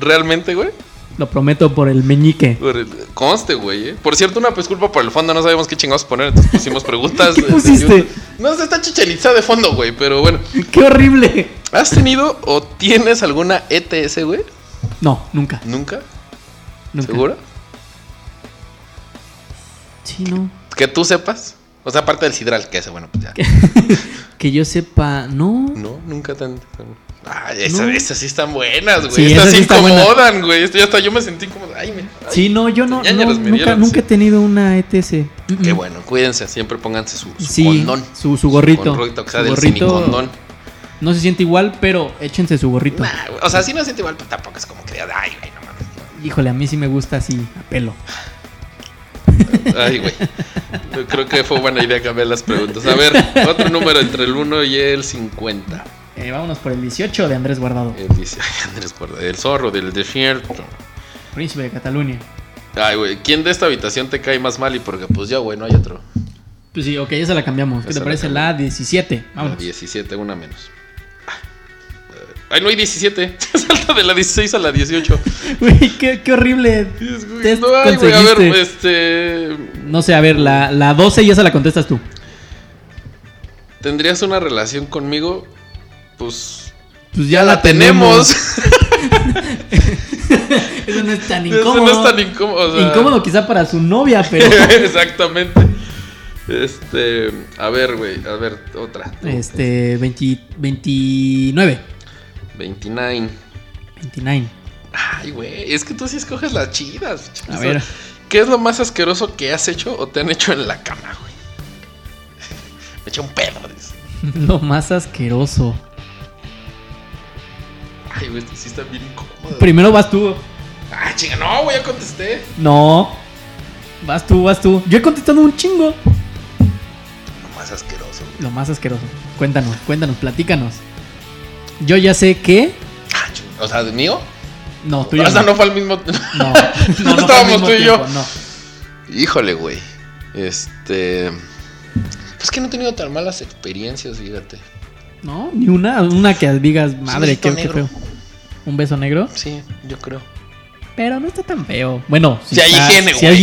Speaker 1: realmente, güey?
Speaker 2: Lo prometo por el meñique.
Speaker 1: Por el- Conste, güey, eh. Por cierto, una disculpa por el fondo, no sabíamos qué chingados poner, entonces pusimos preguntas. eh,
Speaker 2: ¿Qué
Speaker 1: de- de
Speaker 2: pusiste?
Speaker 1: YouTube. no, se está chichelizada de fondo, güey, pero bueno.
Speaker 2: ¡Qué horrible!
Speaker 1: ¿Has tenido o tienes alguna ETS, güey?
Speaker 2: No, nunca.
Speaker 1: ¿Nunca?
Speaker 2: nunca.
Speaker 1: ¿Segura?
Speaker 2: Sí, no.
Speaker 1: Que tú sepas. O sea, aparte del sidral, que ese, bueno, pues ya.
Speaker 2: Que yo sepa, no.
Speaker 1: No, nunca tan. Ah, esa-
Speaker 2: No.
Speaker 1: esas sí están buenas, güey.
Speaker 2: Sí,
Speaker 1: estas
Speaker 2: esas
Speaker 1: sí
Speaker 2: sí están
Speaker 1: incomodan, güey. Esto ya hasta yo me sentí incómodo. Ay, me. ay.
Speaker 2: Sí, no, yo no.
Speaker 1: Ya, ya
Speaker 2: no,
Speaker 1: los me
Speaker 2: nunca
Speaker 1: dieron,
Speaker 2: nunca
Speaker 1: sí.
Speaker 2: he tenido una ETS.
Speaker 1: Qué
Speaker 2: Mm-mm.
Speaker 1: bueno, cuídense, siempre pónganse su, su
Speaker 2: Sí,
Speaker 1: condón.
Speaker 2: su- su gorrito.
Speaker 1: gorrito, que sea
Speaker 2: Su
Speaker 1: del
Speaker 2: gorrito.
Speaker 1: sinicondón.
Speaker 2: No se siente igual, pero échense su gorrito.
Speaker 1: Nah, güey, o sea, sí no se siente igual, pero tampoco es como que digas, ay, güey, no mames.
Speaker 2: Híjole, a mí sí me gusta así, a pelo.
Speaker 1: Ay, güey. Yo Creo que fue buena idea cambiar las preguntas. A ver, otro número entre el 1 y el 50.
Speaker 2: Eh, vámonos por el 18 de Andrés Guardado,
Speaker 1: Él Eh, dice, ay, Andrés, guarda, el zorro del desierto.
Speaker 2: príncipe de Cataluña.
Speaker 1: Ay, güey, ¿quién de esta habitación te cae más mal? Y porque, pues ya, güey, no hay otro.
Speaker 2: Pues sí, ok, esa la cambiamos. ¿Qué
Speaker 1: Esa
Speaker 2: te
Speaker 1: la
Speaker 2: parece? La 17. Vámonos.
Speaker 1: 17, una menos. Ay, no hay 17. Salta de la 16 a la 18.
Speaker 2: Güey, qué, qué horrible. Test
Speaker 1: No hay, güey. A ver,
Speaker 2: conseguiste.
Speaker 1: este.
Speaker 2: No sé, a ver, la, la 12 y esa la contestas tú.
Speaker 1: ¿Tendrías una relación conmigo? Pues.
Speaker 2: Pues ya,
Speaker 1: La tenemos.
Speaker 2: Eso no es tan
Speaker 1: Eso
Speaker 2: incómodo.
Speaker 1: no es tan incómodo. o sea,
Speaker 2: Incómodo quizá para su novia, pero...
Speaker 1: Exactamente. Este. A ver, güey. A ver, otra.
Speaker 2: este, 20 29.
Speaker 1: 29.
Speaker 2: 29.
Speaker 1: Ay, güey. Es que tú sí escoges las chidas.
Speaker 2: A
Speaker 1: O sea,
Speaker 2: ver.
Speaker 1: ¿Qué es lo más asqueroso que has hecho o te han hecho en la cama, güey? Me eché un pedo. dice.
Speaker 2: Lo más asqueroso.
Speaker 1: Ay, güey, esto sí está bien incómodo.
Speaker 2: Primero vas tú.
Speaker 1: Ay, chinga, no, güey, ya contesté.
Speaker 2: No. Vas tú, vas tú. Yo he contestado un chingo.
Speaker 1: Lo más asqueroso, güey.
Speaker 2: Lo más asqueroso. Cuéntanos, cuéntanos, platícanos. Yo ya sé que...
Speaker 1: Ah, chinga, O sea, ¿de mío?
Speaker 2: No, tú
Speaker 1: O
Speaker 2: ya
Speaker 1: sea, no fue al mismo.
Speaker 2: No,
Speaker 1: No
Speaker 2: no, no, fue al
Speaker 1: estábamos
Speaker 2: mismo
Speaker 1: tú y yo.
Speaker 2: tiempo, No.
Speaker 1: Híjole, güey. Este. Pues que no he tenido tan malas experiencias, fíjate.
Speaker 2: No, ni una, una que digas, madre,
Speaker 1: besito
Speaker 2: qué, qué
Speaker 1: negro.
Speaker 2: feo. Un beso negro,
Speaker 1: Sí, yo creo.
Speaker 2: pero no está tan feo. Bueno,
Speaker 1: Si hay
Speaker 2: está-
Speaker 1: higiene, güey.
Speaker 2: si hay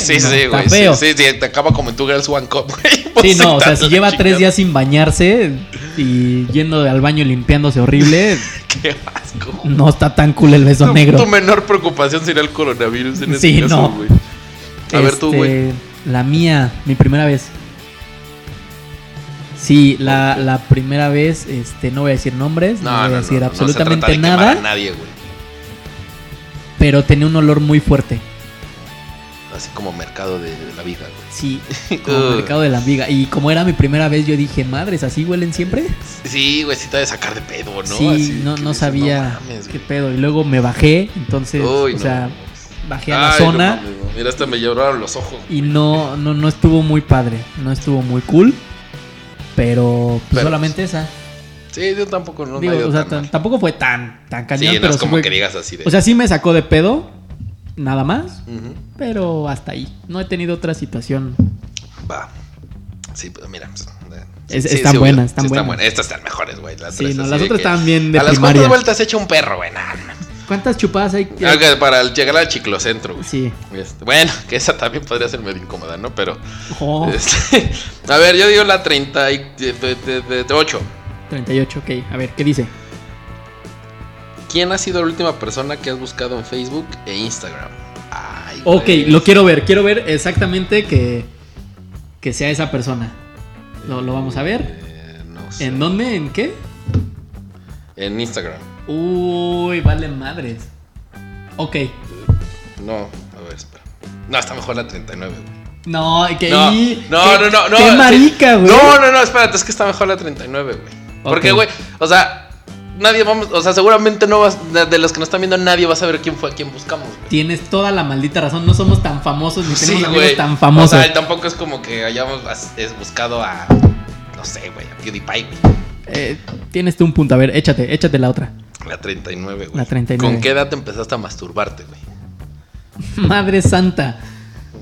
Speaker 1: Sí, sí,
Speaker 2: no
Speaker 1: sí,
Speaker 2: está
Speaker 1: güey.
Speaker 2: feo.
Speaker 1: Sí,
Speaker 2: Sí,
Speaker 1: sí, sí, te acaba como en tu Girls One Cup, güey. Pues
Speaker 2: no, o sea,
Speaker 1: está
Speaker 2: si
Speaker 1: la
Speaker 2: lleva tres
Speaker 1: chingada.
Speaker 2: días sin bañarse y yendo al baño y limpiándose horrible,
Speaker 1: Qué asco, güey.
Speaker 2: no está tan cool el beso
Speaker 1: Tu-
Speaker 2: negro.
Speaker 1: Tu menor preocupación sería el coronavirus en
Speaker 2: Sí,
Speaker 1: este caso,
Speaker 2: no.
Speaker 1: güey. A ver tú,
Speaker 2: Este,
Speaker 1: güey.
Speaker 2: La mía, mi primera vez. Sí, la, la primera vez, este, no voy a decir nombres, no, voy a decir
Speaker 1: no
Speaker 2: absolutamente
Speaker 1: se trata de quemar
Speaker 2: nada,
Speaker 1: a nadie, güey.
Speaker 2: pero tenía un olor muy fuerte.
Speaker 1: Así como mercado de, de la vida, güey.
Speaker 2: Sí, como
Speaker 1: Ugh.
Speaker 2: mercado de la amiga. Y como era mi primera vez, yo dije, madres, ¿así huelen siempre?
Speaker 1: Sí, güey, sí te ha de sacar de pedo, Pues ¿no?
Speaker 2: sí,
Speaker 1: Así
Speaker 2: no,
Speaker 1: que
Speaker 2: no
Speaker 1: dices,
Speaker 2: sabía
Speaker 1: no mames,
Speaker 2: qué
Speaker 1: güey.
Speaker 2: pedo. Y luego me bajé, entonces,
Speaker 1: Uy,
Speaker 2: o
Speaker 1: no.
Speaker 2: sea, bajé a la
Speaker 1: Ay, no
Speaker 2: zona
Speaker 1: mames, güey. Mira, hasta me lloraron los ojos.
Speaker 2: y no, no, no estuvo muy padre, no estuvo muy cool. Pero, pues,
Speaker 1: Pero,
Speaker 2: solamente esa.
Speaker 1: Sí, yo tampoco, no.
Speaker 2: Digo,
Speaker 1: no he ido
Speaker 2: o sea,
Speaker 1: tan
Speaker 2: tan-
Speaker 1: mal.
Speaker 2: tampoco fue tan, tan cañón,
Speaker 1: Sí, no
Speaker 2: pero
Speaker 1: es
Speaker 2: sí
Speaker 1: como
Speaker 2: fue-
Speaker 1: que digas así de.
Speaker 2: O sea, sí me sacó de pedo, nada más,
Speaker 1: Ujú.
Speaker 2: pero hasta ahí. No he tenido otra situación.
Speaker 1: Va. Sí, pero mira. pues, eh,
Speaker 2: Es- están
Speaker 1: obvio.
Speaker 2: buenas,
Speaker 1: Sí,
Speaker 2: están buenas.
Speaker 1: Estas están mejores, güey. las
Speaker 2: Sí,
Speaker 1: tres,
Speaker 2: no,
Speaker 1: así
Speaker 2: las
Speaker 1: de
Speaker 2: otras
Speaker 1: que
Speaker 2: estaban bien de
Speaker 1: A las
Speaker 2: primaria.
Speaker 1: cuantas vueltas echa un perro, güey. Nah, nah.
Speaker 2: ¿Cuántas chupadas hay? que-
Speaker 1: Ah, que Para el- llegar al chiclocentro, güey.
Speaker 2: Sí.
Speaker 1: Este, bueno, que esa también podría ser medio incómoda, ¿no? Pero.
Speaker 2: Oh.
Speaker 1: este, a ver, yo digo la 38.
Speaker 2: 38, ok. A ver, ¿qué dice?
Speaker 1: ¿Quién ha sido la última persona que has buscado en Facebook e Instagram? Ay,
Speaker 2: Ok,
Speaker 1: güey.
Speaker 2: lo quiero ver. Quiero ver exactamente que, que sea esa persona. Lo, lo vamos a ver.
Speaker 1: Eh, no sé.
Speaker 2: ¿En dónde? ¿En qué?
Speaker 1: En Instagram.
Speaker 2: Uy, vale madres. Ok.
Speaker 1: No, a ver, espera. No, está mejor la 39, güey.
Speaker 2: No, que
Speaker 1: No,
Speaker 2: y-
Speaker 1: no, no,
Speaker 2: que-
Speaker 1: no, no.
Speaker 2: Qué
Speaker 1: sí.
Speaker 2: marica, güey.
Speaker 1: No, no, no, espérate, es que está mejor la 39, güey. Porque,
Speaker 2: Ok.
Speaker 1: güey, o sea, nadie vamos, o sea, seguramente no vas, de de los que nos están viendo, nadie va a saber quién fue a quién buscamos. güey.
Speaker 2: Tienes toda la maldita razón. No somos tan famosos ni tenemos
Speaker 1: Sí,
Speaker 2: amigos
Speaker 1: güey.
Speaker 2: tan famosos.
Speaker 1: O sea, tampoco es como que hayamos as- es buscado a, no sé, güey, a PewDiePie, güey.
Speaker 2: Eh, tienes tú un punto. A ver, échate, échate la otra.
Speaker 1: La 39, güey.
Speaker 2: La 39.
Speaker 1: ¿Con qué edad te empezaste a masturbarte, güey?
Speaker 2: Madre santa.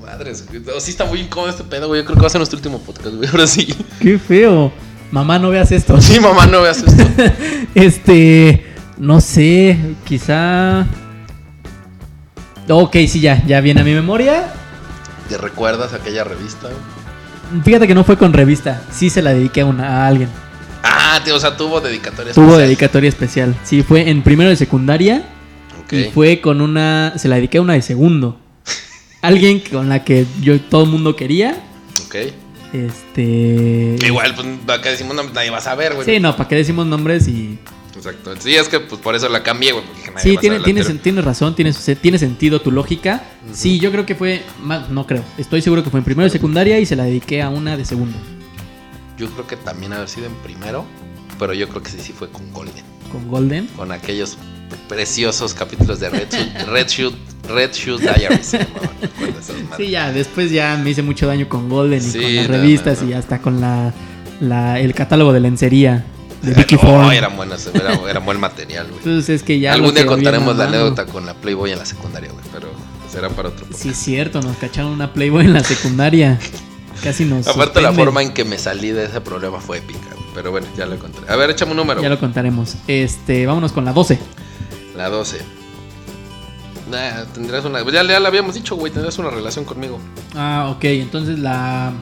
Speaker 1: Madres, güey. O sí está muy incómodo este pedo, güey. Yo creo que va a ser nuestro último podcast, güey. Ahora sí.
Speaker 2: Qué feo. Mamá, no veas esto.
Speaker 1: Sí, mamá, no veas esto.
Speaker 2: Este, no sé, quizá... Ok, sí, ya, ya viene a mi memoria.
Speaker 1: ¿Te recuerdas aquella revista? güey?
Speaker 2: Fíjate que no fue con revista, sí se la dediqué a, una, a alguien.
Speaker 1: Ah, tío, o sea, tuvo dedicatoria
Speaker 2: Tuvo
Speaker 1: especial.
Speaker 2: dedicatoria especial. Sí, fue en primero de secundaria y
Speaker 1: Ok.
Speaker 2: fue con una... Se la dediqué a una de segundo. Alguien con la que yo todo el mundo quería.
Speaker 1: Ok.
Speaker 2: Este...
Speaker 1: Igual, pues acá decimos, no, nadie va a saber, güey.
Speaker 2: Sí, no, ¿para qué decimos nombres y
Speaker 1: Exacto. Sí, es que pues por eso la cambié, güey. porque dije, nadie
Speaker 2: Sí,
Speaker 1: va a
Speaker 2: tiene,
Speaker 1: saber la
Speaker 2: tiene,
Speaker 1: anterior.
Speaker 2: sen- tiene razón, tiene, su- tiene sentido tu lógica.
Speaker 1: Ujú.
Speaker 2: Sí, yo creo que fue, más, no creo, estoy seguro que fue en primero de secundaria y se la dediqué a una de segundo,
Speaker 1: Yo creo que también haber sido en primero, pero yo creo que sí, sí fue con Golden.
Speaker 2: con Golden.
Speaker 1: Con aquellos preciosos capítulos de Red Shoe, Red Shoe, Red Shoe Diaries. se llamaban, ¿te acuerdas esas madres?
Speaker 2: Sí, ya, después ya me hice mucho daño con Golden y
Speaker 1: Sí,
Speaker 2: con las
Speaker 1: no,
Speaker 2: revistas
Speaker 1: no, no.
Speaker 2: y hasta con la, la- el catálogo de lencería de Vicky
Speaker 1: no,
Speaker 2: Ford.
Speaker 1: oh, eran buenas, era, era buen material, güey.
Speaker 2: Entonces es que ya... lo
Speaker 1: Algún día
Speaker 2: que había en
Speaker 1: contaremos la
Speaker 2: mano-
Speaker 1: anécdota con la Playboy en la secundaria, güey, pero será para otro podcast.
Speaker 2: Sí, es cierto, nos cacharon una Playboy en la secundaria. Casi nos...
Speaker 1: Aparte, la
Speaker 2: suspenden.
Speaker 1: forma en que me salí de ese problema fue épica, güey, pero bueno, ya lo contaré. A ver, échame un número.
Speaker 2: Ya lo contaremos. Este, vámonos con la 12.
Speaker 1: La 12. Nah, tendrás una. Ya, ya la habíamos dicho, güey. Tendrás una relación conmigo.
Speaker 2: Ah, ok, entonces la,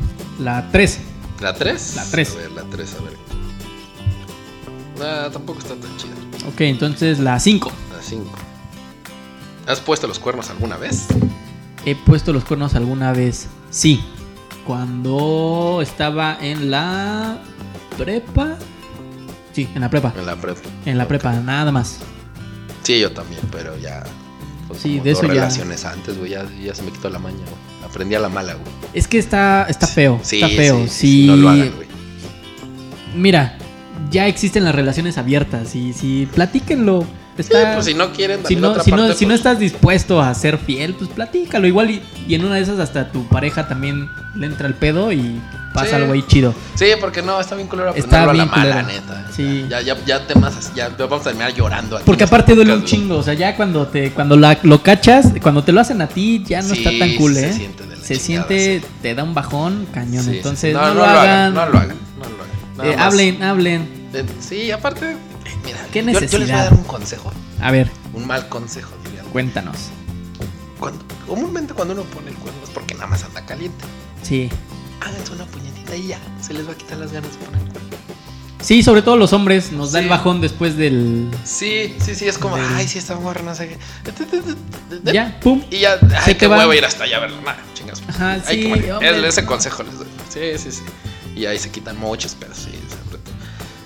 Speaker 2: la 3.
Speaker 1: ¿La 3?
Speaker 2: La tres.
Speaker 1: A ver, la 3, a ver. Nah, tampoco está tan chida.
Speaker 2: Ok, entonces la 5.
Speaker 1: La 5. ¿Has puesto los cuernos alguna vez?
Speaker 2: ¿He puesto los cuernos alguna vez? Sí. Cuando estaba en la prepa. Sí, en la prepa.
Speaker 1: En la prepa.
Speaker 2: En la prepa, nada más.
Speaker 1: Sí, yo también, pero ya. pues,
Speaker 2: Sí,
Speaker 1: como
Speaker 2: de
Speaker 1: dos
Speaker 2: eso ya.
Speaker 1: relaciones antes, güey. Ya, ya se me quitó la maña, güey. Aprendí a la mala, güey.
Speaker 2: Es que está, está feo.
Speaker 1: Sí,
Speaker 2: está feo. Sí,
Speaker 1: No lo hagan, güey.
Speaker 2: Mira, ya existen las relaciones abiertas. Y si platíquenlo. Está,
Speaker 1: Sí, pues si no quieren,
Speaker 2: si
Speaker 1: también
Speaker 2: no,
Speaker 1: otra
Speaker 2: si no-
Speaker 1: parte,
Speaker 2: si no
Speaker 1: pues,
Speaker 2: estás dispuesto a ser fiel, pues platícalo. Igual y, y en una de esas hasta tu pareja también le entra el pedo y pasa
Speaker 1: Sí.
Speaker 2: algo ahí chido.
Speaker 1: Sí, porque no, está bien culero
Speaker 2: Está
Speaker 1: aprenderlo a la
Speaker 2: bien
Speaker 1: mala,
Speaker 2: culero.
Speaker 1: neta.
Speaker 2: Sí.
Speaker 1: Ya, ya, ya temas así, ya vamos a terminar llorando. aquí
Speaker 2: Porque
Speaker 1: en
Speaker 2: aparte
Speaker 1: este
Speaker 2: duele un
Speaker 1: podcast, güey.
Speaker 2: chingo, o sea, ya cuando te cuando la, lo cachas, cuando te lo hacen a ti, ya no
Speaker 1: Sí,
Speaker 2: está tan cool,
Speaker 1: se
Speaker 2: ¿eh?
Speaker 1: siente de la
Speaker 2: Se
Speaker 1: chingada,
Speaker 2: siente,
Speaker 1: sí.
Speaker 2: te da un bajón cañón,
Speaker 1: Sí, sí,
Speaker 2: entonces
Speaker 1: sí.
Speaker 2: no, lo hagan.
Speaker 1: No lo hagan, no lo hagan. Nada
Speaker 2: Eh,
Speaker 1: más.
Speaker 2: hablen, hablen.
Speaker 1: Eh, Sí, aparte, eh, mira,
Speaker 2: ¿Qué
Speaker 1: yo- yo, les voy a
Speaker 2: necesidad?
Speaker 1: dar un consejo,
Speaker 2: A ver,
Speaker 1: un mal consejo, diría.
Speaker 2: cuéntanos.
Speaker 1: Cuando, comúnmente cuando uno pone el cuerno es porque nada más anda caliente.
Speaker 2: Sí.
Speaker 1: Háganse una puñetita y ya, se les va a quitar las ganas de poner el cuerno.
Speaker 2: Sí, sobre todo los hombres nos da
Speaker 1: Sí.
Speaker 2: el bajón después del
Speaker 1: Sí, sí, sí, es como,
Speaker 2: Del-
Speaker 1: ay, sí, está guarra, no sé qué.
Speaker 2: ya, pum.
Speaker 1: Y ya,
Speaker 2: Se
Speaker 1: ay,
Speaker 2: te
Speaker 1: qué
Speaker 2: va.
Speaker 1: huevo ir hasta allá a verlo. Nada, chingas.
Speaker 2: Ajá,
Speaker 1: Ay,
Speaker 2: sí,
Speaker 1: qué bueno.
Speaker 2: hombre.
Speaker 1: Es- ese consejo les doy. Sí, sí, sí. Y ahí se quitan muchos pedos. Sí, sobre todo.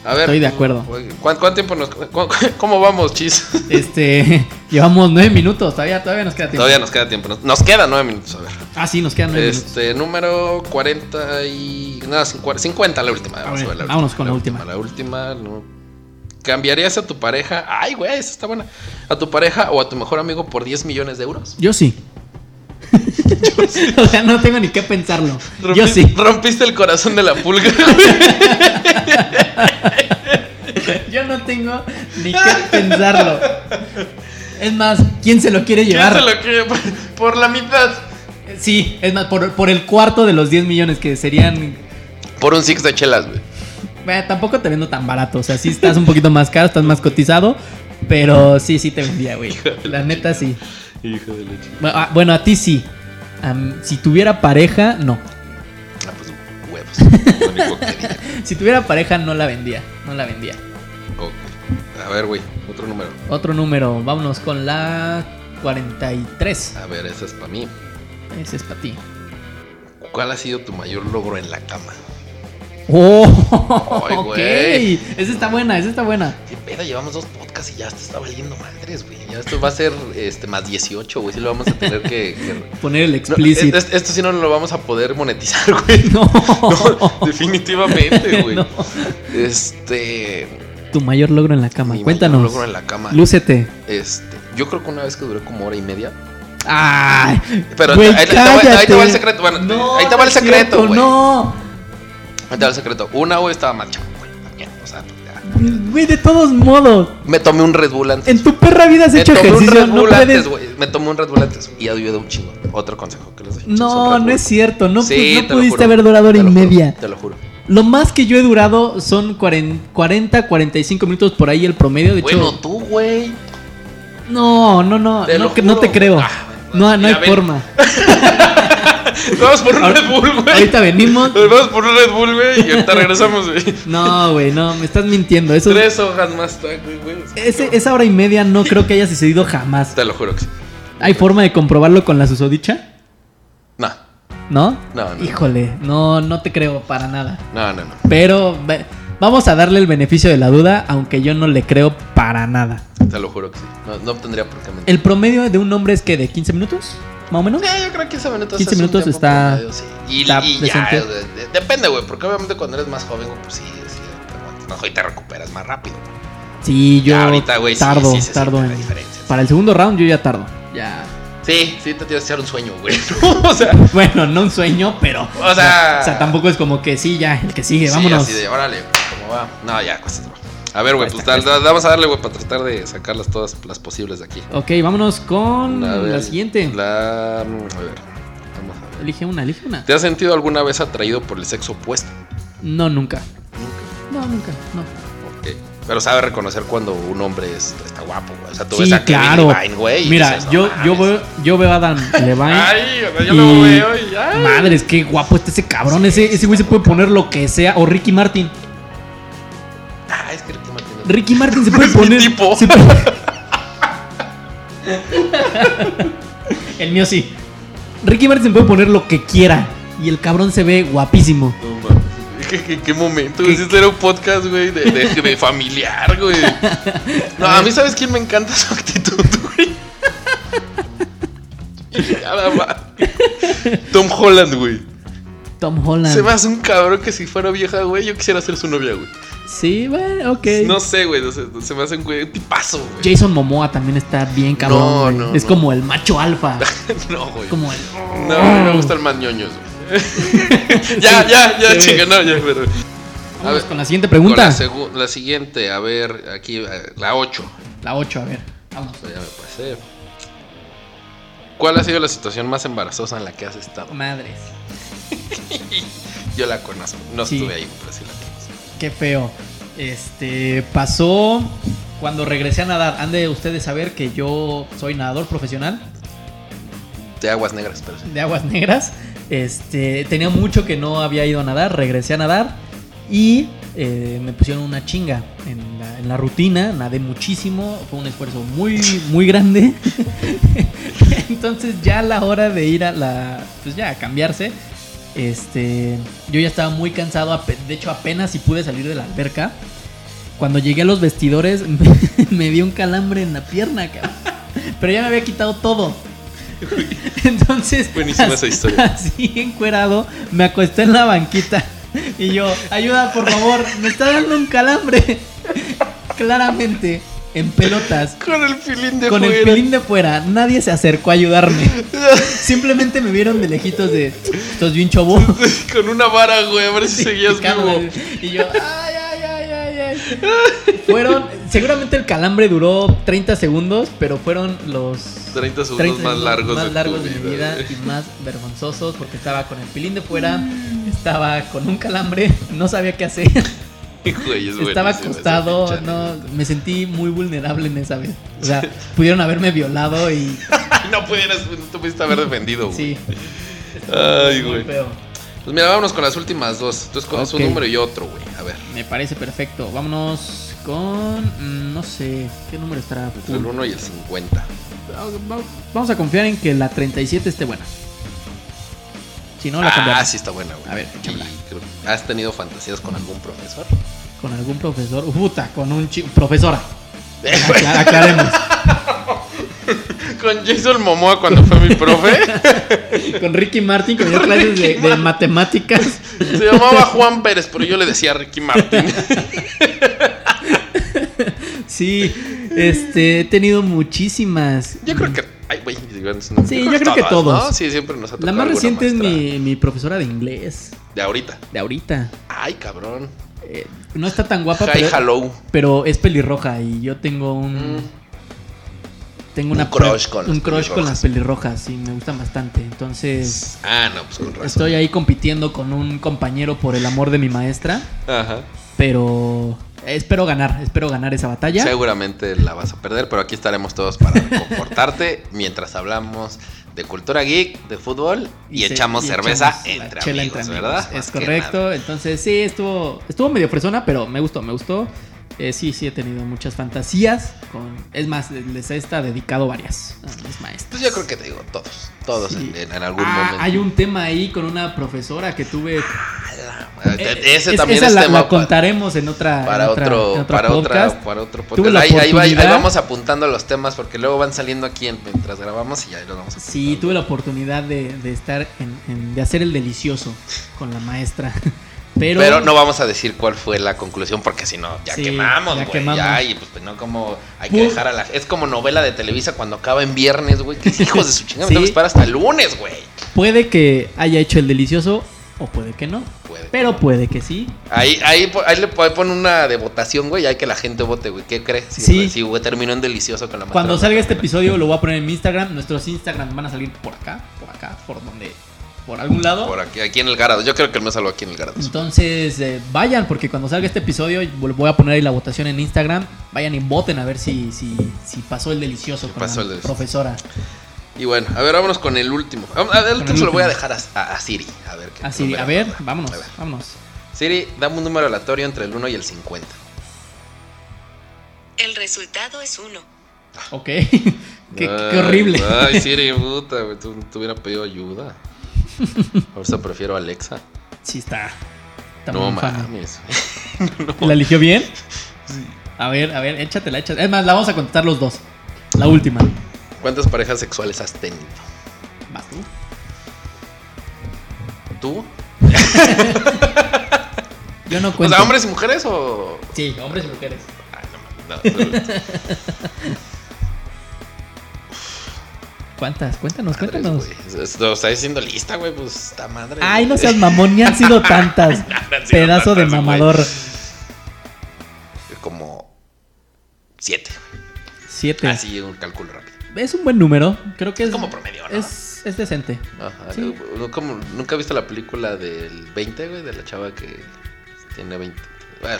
Speaker 1: a ver.
Speaker 2: Estoy de acuerdo.
Speaker 1: ¿cu- ¿Cuánto tiempo nos.? cu- cu- ¿Cómo vamos, chis?
Speaker 2: Este, llevamos nueve minutos, todavía todavía nos queda tiempo.
Speaker 1: Todavía nos queda tiempo. Nos, nos quedan nueve minutos, a ver.
Speaker 2: Ah, sí, nos quedan nueve minutos.
Speaker 1: Este, número 40 y. Nada, 50, 50 la última. Vamos
Speaker 2: A ver,
Speaker 1: ver, la
Speaker 2: vámonos con la
Speaker 1: La última, no. ¿Cambiarías a tu pareja? Ay, güey, esa está buena. ¿A tu pareja o a tu mejor amigo por 10 millones de euros?
Speaker 2: Yo sí. o sea, no tengo ni qué pensarlo. Yo
Speaker 1: Rompiste-
Speaker 2: sí.
Speaker 1: Rompiste el corazón de la pulga.
Speaker 2: Yo no tengo ni qué pensarlo. Es más, ¿quién se lo quiere
Speaker 1: ¿Quién
Speaker 2: llevar?
Speaker 1: se lo quiere por, por la mitad?
Speaker 2: Sí, es más, por, por el cuarto de los 10 millones que serían...
Speaker 1: Por un six de chelas, güey.
Speaker 2: Bueno, tampoco te vendo tan barato, o sea, sí estás un poquito más caro, estás más cotizado, pero sí, sí te vendía, güey. La neta sí.
Speaker 1: Hijo de leche.
Speaker 2: Bu- ah, Bueno, a ti sí. A mí, si tuviera pareja, no.
Speaker 1: Ah, pues huevos. Lo único que dije.
Speaker 2: Si tuviera pareja, no la vendía, no la vendía.
Speaker 1: Ok. A ver, güey, otro número.
Speaker 2: Otro número, vámonos con la 43.
Speaker 1: A ver, esa es para mí.
Speaker 2: Ese es para ti.
Speaker 1: ¿Cuál ha sido tu mayor logro en la cama?
Speaker 2: Oh,
Speaker 1: Ay,
Speaker 2: ok.
Speaker 1: güey.
Speaker 2: Esa está buena, esa está buena.
Speaker 1: Qué pedo, llevamos dos podcasts y ya te está valiendo madres, güey. Ya esto va a ser este más 18, güey. Sí lo vamos a tener que. que-
Speaker 2: Poner el
Speaker 1: No,
Speaker 2: explícito.
Speaker 1: es- esto sí no lo vamos a poder monetizar, güey.
Speaker 2: No.
Speaker 1: No, definitivamente, güey.
Speaker 2: No.
Speaker 1: Este.
Speaker 2: tu mayor logro en la cama?
Speaker 1: Mi
Speaker 2: Cuéntanos.
Speaker 1: mayor logro en la cama.
Speaker 2: Lúcete.
Speaker 1: Este, yo creo que una vez que duré como hora y media.
Speaker 2: Ay,
Speaker 1: Pero
Speaker 2: güey,
Speaker 1: ahí, te va- ahí te va,
Speaker 2: cállate.
Speaker 1: el secreto. Bueno,
Speaker 2: No,
Speaker 1: ahí te va
Speaker 2: no
Speaker 1: el
Speaker 2: es
Speaker 1: secreto,
Speaker 2: cierto,
Speaker 1: güey.
Speaker 2: No,
Speaker 1: Ahí te va el secreto. Una, güey, estaba más chavo, güey. también, O sea, ya.
Speaker 2: güey, de todos modos.
Speaker 1: me tomé un Red Bull antes.
Speaker 2: En tu perra vida has
Speaker 1: Me
Speaker 2: hecho
Speaker 1: tomé un
Speaker 2: ejercicio,
Speaker 1: Red
Speaker 2: no
Speaker 1: Bull antes,
Speaker 2: puedes.
Speaker 1: güey. Me tomé un Red Bull antes y ayudé un chingo. Otro consejo que les doy. échense un Red
Speaker 2: No, no
Speaker 1: Bull.
Speaker 2: es cierto. No,
Speaker 1: Sí,
Speaker 2: pu- no
Speaker 1: te lo
Speaker 2: pudiste
Speaker 1: juro,
Speaker 2: haber durado hora
Speaker 1: te
Speaker 2: y
Speaker 1: lo juro,
Speaker 2: media.
Speaker 1: Te lo juro.
Speaker 2: Lo más que yo he durado son 40, 40, 45 minutos por ahí el promedio. De
Speaker 1: Bueno,
Speaker 2: hecho,
Speaker 1: tú, güey.
Speaker 2: no, no, no,
Speaker 1: Te
Speaker 2: no,
Speaker 1: lo
Speaker 2: que- no
Speaker 1: juro,
Speaker 2: te creo.
Speaker 1: güey. Ah,
Speaker 2: no, no hay
Speaker 1: mira, ven.
Speaker 2: forma.
Speaker 1: Vamos por un
Speaker 2: Ahora-
Speaker 1: Red Bull, güey.
Speaker 2: Ahorita venimos.
Speaker 1: Vamos por un Red Bull, güey. Y ahorita regresamos, güey.
Speaker 2: No, güey, no, me estás mintiendo. Eso,
Speaker 1: Tres hojas más, güey, güey.
Speaker 2: ese- esa hora y media no creo que haya sucedido jamás.
Speaker 1: Te lo juro que sí.
Speaker 2: ¿Hay forma de comprobarlo con la susodicha?
Speaker 1: No,
Speaker 2: ¿No?
Speaker 1: No, no.
Speaker 2: Híjole, no, no te creo para nada.
Speaker 1: no, no, no.
Speaker 2: Pero ve- vamos a darle el beneficio de la duda, aunque yo no le creo para nada.
Speaker 1: Te lo juro que sí. No, no tendría por qué mentir.
Speaker 2: ¿El promedio de un hombre es que de 15 minutos? Más o menos.
Speaker 1: Eh, yo creo que 15 minutos
Speaker 2: 15
Speaker 1: es un
Speaker 2: minutos
Speaker 1: tiempo
Speaker 2: está-
Speaker 1: promedio, sí. Y,
Speaker 2: está
Speaker 1: y ya,
Speaker 2: decente.
Speaker 1: de- de- depende, güey, porque obviamente cuando eres más joven, güey, pues sí, sí, te aguantas más y te recuperas más rápido.
Speaker 2: Sí, yo
Speaker 1: Ya ahorita, güey, sí,
Speaker 2: tardo,
Speaker 1: sí se
Speaker 2: tardo
Speaker 1: siente la
Speaker 2: en-
Speaker 1: diferencia.
Speaker 2: Para el segundo round yo ya tardo. Ya.
Speaker 1: Sí, sí, te tienes que echar un sueño, güey. o sea,
Speaker 2: Bueno, no un sueño, pero.
Speaker 1: O sea-
Speaker 2: O sea, tampoco es como que sí, ya, el que sigue,
Speaker 1: sí,
Speaker 2: vámonos.
Speaker 1: así de, órale, ¿cómo va? No, ya, cuesta trabajo. A ver, güey, pues
Speaker 2: Cuesta,
Speaker 1: tal- vamos a darle, güey, para tratar de sacarlas todas las posibles de aquí.
Speaker 2: Ok, vámonos con la,
Speaker 1: ver,
Speaker 2: siguiente.
Speaker 1: La. mm, A ver, vamos a ver.
Speaker 2: Elige una, elige una.
Speaker 1: ¿Te has sentido alguna vez atraído por el sexo opuesto?
Speaker 2: No, nunca.
Speaker 1: Nunca.
Speaker 2: No, nunca, no.
Speaker 1: Ok. Pero sabe reconocer cuando un hombre es- está guapo, güey. O sea, tú
Speaker 2: Sí,
Speaker 1: ves a Kevin
Speaker 2: claro.
Speaker 1: Levine, güey. y
Speaker 2: Mira,
Speaker 1: dices, "No
Speaker 2: yo,
Speaker 1: mames".
Speaker 2: yo, veo, yo veo a Adam Levine.
Speaker 1: Ay, o sea, yo
Speaker 2: y-
Speaker 1: lo veo y ay.
Speaker 2: Madres, qué guapo está ese cabrón. Ese, ese güey se puede poner lo que sea. O Ricky Martin.
Speaker 1: Ah, es que Ricky Martin es-
Speaker 2: Ricky Martin se
Speaker 1: No
Speaker 2: puede
Speaker 1: es mi
Speaker 2: poner.
Speaker 1: tipo.
Speaker 2: se puede- el mío sí. Ricky Martin se puede poner lo que quiera. Y el cabrón se ve guapísimo.
Speaker 1: No mames. ¿Qué, qué, qué momento? güey.
Speaker 2: ¿Qué-
Speaker 1: Este era un podcast, güey, de, de- de familiar, güey. No, a mí, ¿sabes quién me encanta su actitud, güey? Nada más. Tom Holland, güey.
Speaker 2: Tom Holland.
Speaker 1: Se me hace un cabrón que si fuera vieja, güey, yo quisiera ser su novia, güey.
Speaker 2: Sí, bueno, ok.
Speaker 1: No sé, güey. no sé, se me hace un güey un tipazo, güey.
Speaker 2: Jason Momoa también está bien cabrón.
Speaker 1: No,
Speaker 2: güey.
Speaker 1: no,
Speaker 2: es
Speaker 1: no.
Speaker 2: como el macho alfa.
Speaker 1: No, güey.
Speaker 2: Como el.
Speaker 1: No, a mí me gustan más ñoños, güey. ya, ya, ya,
Speaker 2: sí.
Speaker 1: chinga, no, ya, pero. A
Speaker 2: Vamos
Speaker 1: ver,
Speaker 2: con la siguiente
Speaker 1: con
Speaker 2: pregunta.
Speaker 1: la, segu- la siguiente, a ver, aquí, eh, la 8.
Speaker 2: La 8, a ver. Vamos.
Speaker 1: Ya me pasé. ¿Cuál ha sido la situación más embarazosa en la que has estado?
Speaker 2: Madres.
Speaker 1: Yo la conozco, no
Speaker 2: Sí.
Speaker 1: estuve ahí, pero sí la conozco.
Speaker 2: Qué feo. Este pasó cuando regresé a nadar. Han de ustedes saber que yo soy nadador profesional
Speaker 1: De aguas negras, pero sí.
Speaker 2: de aguas negras. Este tenía mucho que no había ido a nadar. Regresé a nadar y eh, me pusieron una chinga en la, en la rutina. Nadé muchísimo. Fue un esfuerzo muy muy grande. Entonces ya a la hora de ir a la pues ya a cambiarse. Este, yo ya estaba muy cansado, ape- de hecho apenas si pude salir de la alberca. Cuando llegué a los vestidores me, me dio un calambre en la pierna, cabrón. Pero ya me había quitado todo. Entonces,
Speaker 1: Buenísima esa
Speaker 2: así-
Speaker 1: historia.
Speaker 2: Así encuerado, me acosté en la banquita y yo, ayuda, por favor, me está dando un calambre. Claramente, en pelotas
Speaker 1: Con el filín de
Speaker 2: con el
Speaker 1: fuera.
Speaker 2: pelín de fuera, nadie se acercó a ayudarme. Simplemente me vieron de lejitos de, estos bien chobo.
Speaker 1: Con una vara, güey, a ver si seguías vivo.
Speaker 2: Picándome. Y yo, ay, ay, ay, ay, ay. Fueron, seguramente el calambre duró 30 segundos, pero fueron los
Speaker 1: 30 segundos
Speaker 2: 30
Speaker 1: más
Speaker 2: segundos
Speaker 1: largos,
Speaker 2: más
Speaker 1: de, tu
Speaker 2: largos de, mi
Speaker 1: vida.
Speaker 2: vida y más vergonzosos porque estaba con el pelín de fuera, estaba con un calambre, no sabía qué hacer,
Speaker 1: Güey, es buenísima
Speaker 2: estaba
Speaker 1: esa
Speaker 2: acostado,
Speaker 1: pinche
Speaker 2: no,
Speaker 1: anécdota.
Speaker 2: me sentí muy vulnerable en esa vez. O sea, pudieron haberme violado y
Speaker 1: Ay, no pudieras, no te pudiste haber defendido, Oh, güey.
Speaker 2: Sí.
Speaker 1: Ay,
Speaker 2: Muy
Speaker 1: güey.
Speaker 2: feo.
Speaker 1: Pues mira, vámonos con las últimas dos. Tú escoges
Speaker 2: Ok.
Speaker 1: un número y otro, güey. A ver.
Speaker 2: Me parece perfecto. Vámonos con. mm, No sé. ¿Qué número estará?
Speaker 1: Entre Pues el 1 y el 50.
Speaker 2: Vamos a confiar en que la 37 esté buena. Si no, la
Speaker 1: ah,
Speaker 2: cambiamos.
Speaker 1: sí está buena, güey.
Speaker 2: A ver, échamela.
Speaker 1: Y creo- ¿Has tenido fantasías con algún profesor?
Speaker 2: Con algún profesor. Puta, con un chico. Profesora. Acla- aclaremos.
Speaker 1: con Jason Momoa cuando fue mi profe.
Speaker 2: con Ricky Martin, que me dio clases de, de matemáticas.
Speaker 1: Se llamaba Juan Pérez, pero yo le decía Ricky Martin.
Speaker 2: Sí, este, he tenido muchísimas.
Speaker 1: Yo creo que. Ay, güey. digo, no-
Speaker 2: Sí, yo creo que todos.
Speaker 1: ¿no? Sí, siempre nos ha tocado.
Speaker 2: La más
Speaker 1: alguna
Speaker 2: reciente es
Speaker 1: maestra
Speaker 2: mi, mi profesora de inglés,
Speaker 1: De ahorita.
Speaker 2: de ahorita.
Speaker 1: Ay, cabrón.
Speaker 2: Eh, no está tan guapa,
Speaker 1: Hi,
Speaker 2: pero,
Speaker 1: hello.
Speaker 2: pero es pelirroja y yo tengo un...
Speaker 1: Mm.
Speaker 2: Tengo una
Speaker 1: Un crush con las
Speaker 2: un crush con
Speaker 1: pelirrojas.
Speaker 2: las pelirrojas y me gustan bastante. Entonces
Speaker 1: Ah, no, pues con razón.
Speaker 2: estoy ahí compitiendo con un compañero por el amor de mi maestra,
Speaker 1: Ajá.
Speaker 2: pero espero ganar, espero ganar esa batalla.
Speaker 1: Seguramente la vas a perder, pero aquí estaremos todos para confortarte mientras hablamos de cultura geek, de fútbol y,
Speaker 2: se-
Speaker 1: echamos
Speaker 2: y
Speaker 1: cerveza
Speaker 2: echamos la
Speaker 1: entre,
Speaker 2: chela
Speaker 1: amigos,
Speaker 2: entre amigos.
Speaker 1: ¿verdad? Más
Speaker 2: Es
Speaker 1: que nada.
Speaker 2: correcto. Entonces sí, estuvo, estuvo medio fresona, pero me gustó, me gustó. Eh, sí, sí, he tenido muchas fantasías. Con, es más, les he esta dedicado varias a mis maestras.
Speaker 1: Pues yo creo que te digo todos, todos
Speaker 2: Sí.
Speaker 1: en, en- en algún
Speaker 2: Ah,
Speaker 1: momento.
Speaker 2: Hay un tema ahí con una profesora que tuve.
Speaker 1: Eh,
Speaker 2: Eh,
Speaker 1: ese
Speaker 2: es-
Speaker 1: también
Speaker 2: esa
Speaker 1: es
Speaker 2: la,
Speaker 1: tema
Speaker 2: la
Speaker 1: pa-
Speaker 2: contaremos en otra. en
Speaker 1: para
Speaker 2: otra-
Speaker 1: otro,
Speaker 2: en otro
Speaker 1: para
Speaker 2: podcast.
Speaker 1: otra, para otro
Speaker 2: Tuve
Speaker 1: podcast.
Speaker 2: la
Speaker 1: Ahí, ahí va- ahí
Speaker 2: oportunidad.
Speaker 1: vamos apuntando los temas porque luego van saliendo aquí en- mientras grabamos y ya ahí los vamos apuntando.
Speaker 2: Sí, tuve la oportunidad de, de estar en, en- de hacer el delicioso con la maestra. Pero,
Speaker 1: Pero, no vamos a decir cuál fue la conclusión porque si no, ya
Speaker 2: Sí,
Speaker 1: quemamos,
Speaker 2: ya
Speaker 1: güey. Ya,
Speaker 2: quemamos.
Speaker 1: y pues, pues, no como hay
Speaker 2: Pu-
Speaker 1: que dejar a la Es como novela de Televisa cuando acaba en viernes, güey. Que hijos de su chingada, me
Speaker 2: Sí.
Speaker 1: tengo que esperar hasta el lunes, güey.
Speaker 2: puede que haya hecho el delicioso o puede que no.
Speaker 1: Puede.
Speaker 2: Pero puede que sí.
Speaker 1: Ahí, ahí, po- ahí le po- ahí pone una de votación, güey. y Hay que la gente vote, güey. ¿Qué crees? Si,
Speaker 2: Sí.
Speaker 1: si, güey, terminó en delicioso con la
Speaker 2: Cuando
Speaker 1: maestra.
Speaker 2: salga este episodio lo voy a poner en mi Instagram. Nuestros Instagram van a salir por acá, por acá, por donde, por algún lado.
Speaker 1: Por aquí, aquí en el Garado. Yo creo que el mes salvo aquí en el Garado.
Speaker 2: Pues, Entonces eh, vayan, porque cuando salga este episodio vol- voy a poner ahí la votación en Instagram. Vayan y voten a ver si, si, si pasó el delicioso
Speaker 1: Si
Speaker 2: con
Speaker 1: pasó
Speaker 2: la
Speaker 1: el delicioso.
Speaker 2: profesora.
Speaker 1: Y bueno, a ver, vámonos con el último. Vamos- a ver, el último se lo voy a dejar a, a- a Siri. A ver, qué
Speaker 2: Así,
Speaker 1: número
Speaker 2: Ah, a ver,
Speaker 1: nos da.
Speaker 2: vámonos,
Speaker 1: A ver.
Speaker 2: vámonos.
Speaker 1: Siri, dame un número aleatorio entre el 1 y el 50.
Speaker 3: El resultado es 1.
Speaker 2: Ok. qué, qué
Speaker 1: Ay,
Speaker 2: horrible.
Speaker 1: Ay, Siri, puta, güey, tú tú hubiera pedido ayuda. Por eso prefiero a Alexa.
Speaker 2: Sí, está. está
Speaker 1: no
Speaker 2: muy infame.
Speaker 1: mames.
Speaker 2: ¿La eligió bien? A ver, a ver, échatela, échatela. Es más, la vamos a contestar los dos. La última.
Speaker 1: ¿Cuántas parejas sexuales has tenido?
Speaker 2: Vas tú.
Speaker 1: ¿Tú?
Speaker 2: Yo no
Speaker 1: O
Speaker 2: cuento.
Speaker 1: sea, hombres y mujeres o.
Speaker 2: Sí, hombres y mujeres.
Speaker 1: Ay, Ah, no mames. No,
Speaker 2: ¿Cuántas? Cuéntanos,
Speaker 1: madres,
Speaker 2: cuéntanos.
Speaker 1: güey. Es- es- O sea, siendo lista, güey, pues está madre.
Speaker 2: Ay, no
Speaker 1: güey.
Speaker 2: seas mamón, ni han sido tantas.
Speaker 1: No han sido
Speaker 2: Pedazo de
Speaker 1: tantas, güey.
Speaker 2: mamador.
Speaker 1: Eh, Como. Siete.
Speaker 2: Siete.
Speaker 1: Así un cálculo rápido.
Speaker 2: Es un buen número. Creo que
Speaker 1: Ah,
Speaker 2: es.
Speaker 1: Es como promedio, ¿no?
Speaker 2: Es, es decente.
Speaker 1: Ajá,
Speaker 2: Sí.
Speaker 1: no, como- ¿Nunca he visto la película del 20, güey? De la chava que tiene 20. A ver,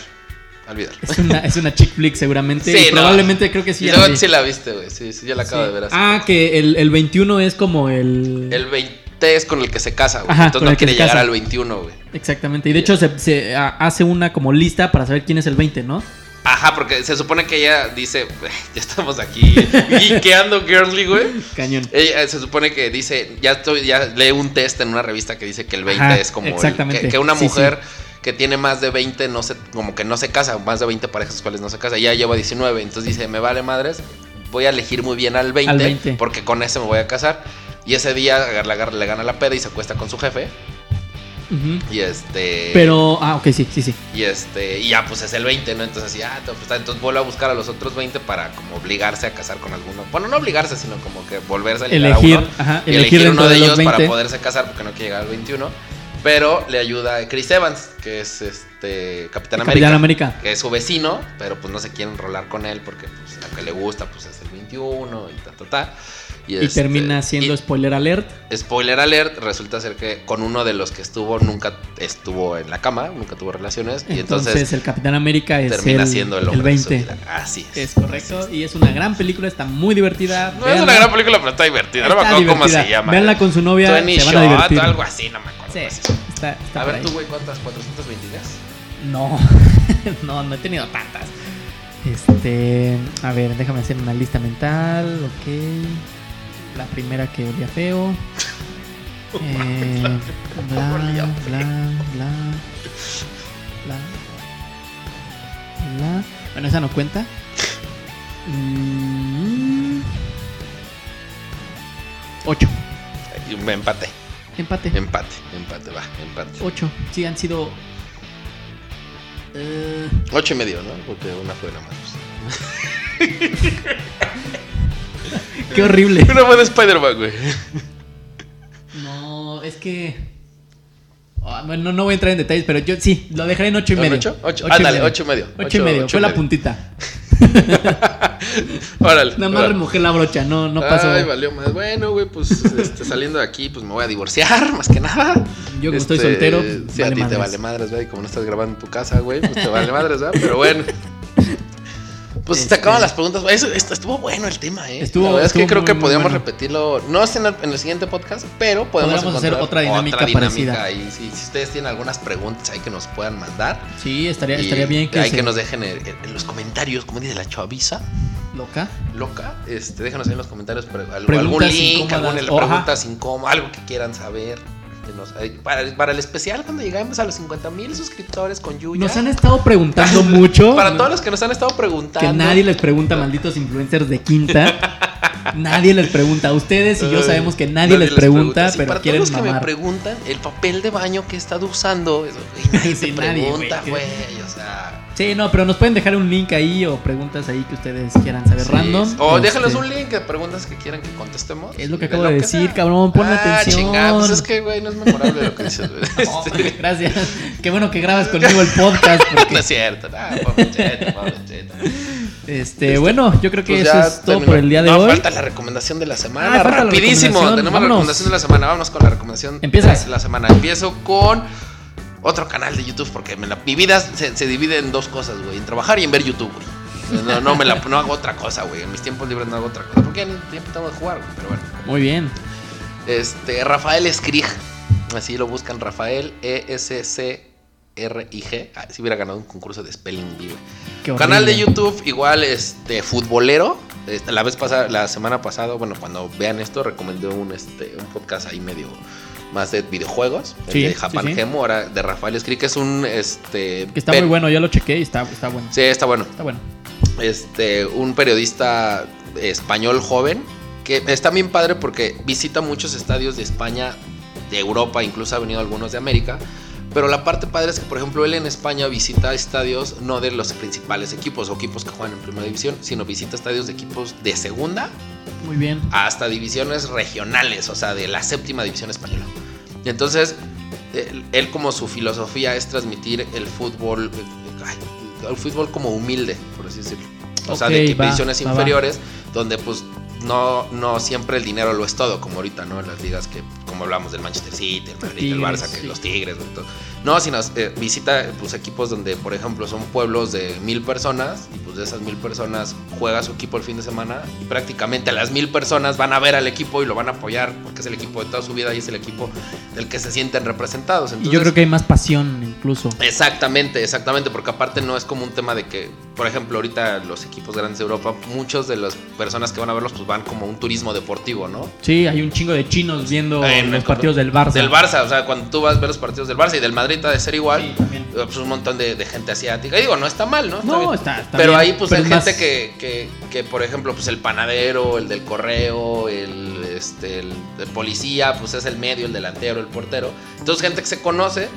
Speaker 1: olvídalo.
Speaker 2: Es una, es una chick flick, seguramente.
Speaker 1: Sí,
Speaker 2: y
Speaker 1: no.
Speaker 2: probablemente creo que sí.
Speaker 1: Y
Speaker 2: ya
Speaker 1: luego
Speaker 2: la vi.
Speaker 1: sí la viste, güey. Sí, sí, ya la acabo
Speaker 2: Sí.
Speaker 1: de ver así.
Speaker 2: Ah, que el, el 21 es como el.
Speaker 1: El 20 es con el que se casa, güey.
Speaker 2: Ajá, con
Speaker 1: Entonces
Speaker 2: el
Speaker 1: no
Speaker 2: que
Speaker 1: quiere
Speaker 2: se
Speaker 1: llegar
Speaker 2: casa.
Speaker 1: al 21, güey.
Speaker 2: Exactamente. Y de hecho se, se a- hace una como lista para saber quién es el 20, ¿no?
Speaker 1: Ajá, porque se supone que ella dice, "Ay, ya estamos aquí geekeando girly, güey.
Speaker 2: Cañón.
Speaker 1: Ella, eh, se supone que dice, ya, estoy- ya lee un test en una revista que dice que el 20
Speaker 2: Ajá,
Speaker 1: es como el-
Speaker 2: exactamente.
Speaker 1: que, que una
Speaker 2: Sí,
Speaker 1: mujer que tiene más de 20 no se, como que no se casa, más de 20 parejas sexuales no se casa, ya lleva 19, entonces dice, me vale madres, voy a elegir muy bien al 20,
Speaker 2: Al 20.
Speaker 1: porque con ese me voy a casar. Y ese día agar- le agar- le gana la peda y se acuesta con su jefe. Eh,
Speaker 2: Ujú.
Speaker 1: Y este.
Speaker 2: Pero. Ah, ok, sí, sí, sí.
Speaker 1: Y este, y ya pues es el 20, ¿no? Entonces así, ah, no, pues, entonces vuelvo a buscar a los otros 20 para como obligarse a casar con alguno. Bueno, no obligarse, sino como que volverse a ligar
Speaker 2: Elegir,
Speaker 1: a uno.
Speaker 2: ajá,
Speaker 1: y
Speaker 2: elegir
Speaker 1: elegir,
Speaker 2: dentro
Speaker 1: uno de,
Speaker 2: de los
Speaker 1: ellos para
Speaker 2: 20.
Speaker 1: poderse casar porque no quiere llegar al 21. Pero le ayuda a Chris Evans, que es este Capitán,
Speaker 2: Capitán
Speaker 1: América,
Speaker 2: América.
Speaker 1: que es su vecino, pero pues no se quiere enrolar con él porque pues aunque le gusta, pues es el 21 y ta ta ta. Y,
Speaker 2: Y
Speaker 1: este,
Speaker 2: termina siendo
Speaker 1: y-
Speaker 2: spoiler alert.
Speaker 1: Spoiler alert, resulta ser que con uno de los que estuvo nunca estuvo en la cama, nunca tuvo relaciones y
Speaker 2: Entonces,
Speaker 1: entonces
Speaker 2: el Capitán América es
Speaker 1: termina
Speaker 2: el,
Speaker 1: siendo el
Speaker 2: el
Speaker 1: hombre de su
Speaker 2: 20.
Speaker 1: vida. Así es.
Speaker 2: Es correcto. Y es una gran película, está muy divertida.
Speaker 1: No es una gran película, pero está divertida. No me
Speaker 2: Está
Speaker 1: acuerdo cómo
Speaker 2: divertida.
Speaker 1: se llama.
Speaker 2: Véanla con su novia,
Speaker 1: Twenty
Speaker 2: se van a
Speaker 1: Shot,
Speaker 2: divertir.
Speaker 1: algo así, no me acuerdo.
Speaker 2: Sí,
Speaker 1: Así.
Speaker 2: está, está
Speaker 1: A
Speaker 2: por
Speaker 1: ver
Speaker 2: ahí.
Speaker 1: tú, güey, ¿cuántas? ¿423?
Speaker 2: No, no, no he tenido tantas. Este, a ver, déjame hacer una lista mental, ok. La primera que olía feo. Eh, bla,
Speaker 1: olía
Speaker 2: bla, bla, bla, bla. Bueno, esa no cuenta. Mm, ocho.
Speaker 1: Y Me empate.
Speaker 2: Empate.
Speaker 1: Empate, empate, va, empate.
Speaker 2: Ocho. Sí, han sido... eh,
Speaker 1: Ocho y medio, ¿no? Porque una fue nada más.
Speaker 2: Qué horrible.
Speaker 1: Una buena Spider-Man, güey.
Speaker 2: No, es que. Ah, Bueno, no, no voy a entrar en detalles, pero yo sí, lo dejaré en 8 y
Speaker 1: ¿En
Speaker 2: medio.
Speaker 1: ocho? Ocho.
Speaker 2: Ocho y
Speaker 1: Ándale,
Speaker 2: medio.
Speaker 1: ocho y medio.
Speaker 2: Ocho y
Speaker 1: Ocho-
Speaker 2: medio,
Speaker 1: ocho
Speaker 2: fue
Speaker 1: y
Speaker 2: la
Speaker 1: medio.
Speaker 2: puntita.
Speaker 1: Órale.
Speaker 2: Nada más
Speaker 1: órale.
Speaker 2: remojé la brocha, no, no pasó.
Speaker 1: Ay, valió más. Bueno, güey, pues este, saliendo de aquí, pues me voy a divorciar, más que nada.
Speaker 2: Yo como estoy
Speaker 1: Este,
Speaker 2: soltero, pues,
Speaker 1: Sí, a
Speaker 2: vale
Speaker 1: ti te vale
Speaker 2: madres.
Speaker 1: madres, güey. Como no estás grabando en tu casa, güey, pues te vale madres, ¿verdad? Pero bueno. Pues
Speaker 2: Este-
Speaker 1: te acaban las preguntas. güey. Eso, esto- estuvo bueno el tema, ¿eh?
Speaker 2: Estuvo-
Speaker 1: La verdad es que
Speaker 2: estuvo
Speaker 1: creo
Speaker 2: muy,
Speaker 1: que
Speaker 2: muy
Speaker 1: podríamos
Speaker 2: bueno.
Speaker 1: repetirlo. No es en el, en el siguiente podcast, pero podemos
Speaker 2: Podríamos hacer
Speaker 1: encontrar
Speaker 2: otra dinámica parecida.
Speaker 1: ahí. Si, si ustedes tienen algunas preguntas ahí que nos puedan mandar.
Speaker 2: Sí, estaría,
Speaker 1: y
Speaker 2: estaría bien que,
Speaker 1: ahí
Speaker 2: se-
Speaker 1: que nos dejen en, en- en los comentarios, como dice la chaviza
Speaker 2: loca.
Speaker 1: loca, este, déjanos ahí en los comentarios pre- algo- algún
Speaker 2: Preguntas
Speaker 1: link,
Speaker 2: incómodas. Oh,
Speaker 1: alguna
Speaker 2: Ajá.
Speaker 1: preguntas incómodas, algo que quieran saber. que nos- ay, para, para el especial, cuando llegamos a los 50 mil suscriptores con Yuya.
Speaker 2: Nos han estado preguntando mucho.
Speaker 1: para todos los que nos han estado preguntando.
Speaker 2: Que nadie les pregunta, malditos influencers de quinta. nadie les pregunta. Ustedes y yo
Speaker 1: Ay,
Speaker 2: sabemos que nadie, les pregunta,
Speaker 1: Sí,
Speaker 2: pero
Speaker 1: para
Speaker 2: quieren
Speaker 1: todos los que me
Speaker 2: mamar.
Speaker 1: preguntan el papel de baño que he estado usando, eso, güey, nadie te
Speaker 2: Sí, nadie,
Speaker 1: pregunta,
Speaker 2: güey,
Speaker 1: güey.
Speaker 2: que-
Speaker 1: O sea.
Speaker 2: sí, no, pero nos pueden dejar un link ahí o preguntas ahí que ustedes quieran saber
Speaker 1: sí,
Speaker 2: random.
Speaker 1: O
Speaker 2: Este,
Speaker 1: déjanos un link de preguntas que quieran que contestemos.
Speaker 2: Es lo que
Speaker 1: de
Speaker 2: acabo de decir,
Speaker 1: sea.
Speaker 2: cabrón, ponle
Speaker 1: ah,
Speaker 2: atención.
Speaker 1: chingada, pues es que, güey, no es memorable lo que dices, güey.
Speaker 2: Oh,
Speaker 1: Este-
Speaker 2: gracias. Qué bueno que grabas conmigo el podcast. porque,
Speaker 1: No es cierto, no, pobre Cheto, pobre Cheto.
Speaker 2: este, bueno, yo creo que
Speaker 1: Pues
Speaker 2: eso
Speaker 1: ya
Speaker 2: es todo
Speaker 1: terminó.
Speaker 2: por el día de
Speaker 1: No,
Speaker 2: hoy.
Speaker 1: falta la recomendación de la semana.
Speaker 2: Ah, falta la
Speaker 1: Rapidísimo,
Speaker 2: recomendación,
Speaker 1: tenemos la
Speaker 2: vámonos.
Speaker 1: recomendación de la semana. Vámonos con la recomendación
Speaker 2: Empiezas.
Speaker 1: de la semana. Empiezo con otro canal de YouTube, porque me la- mi vida se, se divide en dos cosas, güey: en trabajar y en ver YouTube, güey. No, no, me la, no hago otra cosa, güey. En mis tiempos libres no hago otra cosa. Porque en tiempo tengo que jugar, güey. Pero bueno.
Speaker 2: Muy bien.
Speaker 1: Este, Rafael Skrig. Así lo buscan, Rafael E E-S-C-R-I-G. Ah, si hubiera ganado un concurso de Spelling Bee, güey.
Speaker 2: Qué
Speaker 1: Canal de
Speaker 2: horrible.
Speaker 1: YouTube igual este futbolero. Este, la vez pasada, la semana pasada, bueno, cuando vean esto, recomendé un este un podcast ahí medio más de videojuegos. el
Speaker 2: Sí,
Speaker 1: de Japan
Speaker 2: sí, sí.
Speaker 1: Gemo, ahora de Rafael Escri, que es un este.
Speaker 2: Que está
Speaker 1: pen-
Speaker 2: muy bueno, ya lo chequé y está, está bueno.
Speaker 1: Sí, está bueno.
Speaker 2: Está bueno.
Speaker 1: Este, un periodista español joven. Que está bien padre porque visita muchos estadios de España, de Europa, incluso ha venido algunos de América. Pero la parte padre es que, por ejemplo, él en España visita estadios no de los principales equipos o equipos que juegan en primera división, sino visita estadios de equipos de segunda
Speaker 2: Muy bien.
Speaker 1: hasta divisiones regionales, o sea, de la séptima división española. Y entonces, él, él como su filosofía es transmitir el fútbol, eh, ay, el fútbol como humilde, por así decirlo. O sea, de
Speaker 2: Ok,
Speaker 1: que
Speaker 2: va,
Speaker 1: divisiones
Speaker 2: va, va.
Speaker 1: inferiores, donde pues no, no siempre el dinero lo es todo, como ahorita, ¿no? En las ligas que, como hablamos del Manchester City, el Madrid, el
Speaker 2: Tigres,
Speaker 1: Barça, que
Speaker 2: sí.
Speaker 1: los Tigres, güey, todo. No, sino eh, visita pues, equipos donde, por ejemplo, son pueblos de mil personas y pues de esas mil personas juega su equipo el fin de semana y prácticamente las mil personas van a ver al equipo y lo van a apoyar porque es el equipo de toda su vida y es el equipo del que se sienten representados.
Speaker 2: Y
Speaker 1: Entonces,
Speaker 2: yo creo que hay más pasión incluso.
Speaker 1: Exactamente, exactamente, porque aparte no es como un tema de que, por ejemplo, ahorita los equipos grandes de Europa, muchos de las personas que van a verlos pues van como un turismo deportivo, ¿no?
Speaker 2: Sí, hay un chingo de chinos viendo
Speaker 1: En-
Speaker 2: los partidos del Barça.
Speaker 1: Del Barça, o sea, cuando tú vas a ver los partidos del Barça y del Madrid ha de ser igual.
Speaker 2: Sí, también.
Speaker 1: Eh, pues, un montón de, de gente asiática. Y digo, no está mal, ¿no? Está
Speaker 2: No,
Speaker 1: bien.
Speaker 2: está, está
Speaker 1: Pero
Speaker 2: bien,
Speaker 1: ahí pues
Speaker 2: pero
Speaker 1: hay
Speaker 2: más-
Speaker 1: gente que, que, que, por ejemplo, pues el panadero, el del correo, el, este, el, el policía, pues es el medio, el delantero, el portero. Entonces gente que se conoce.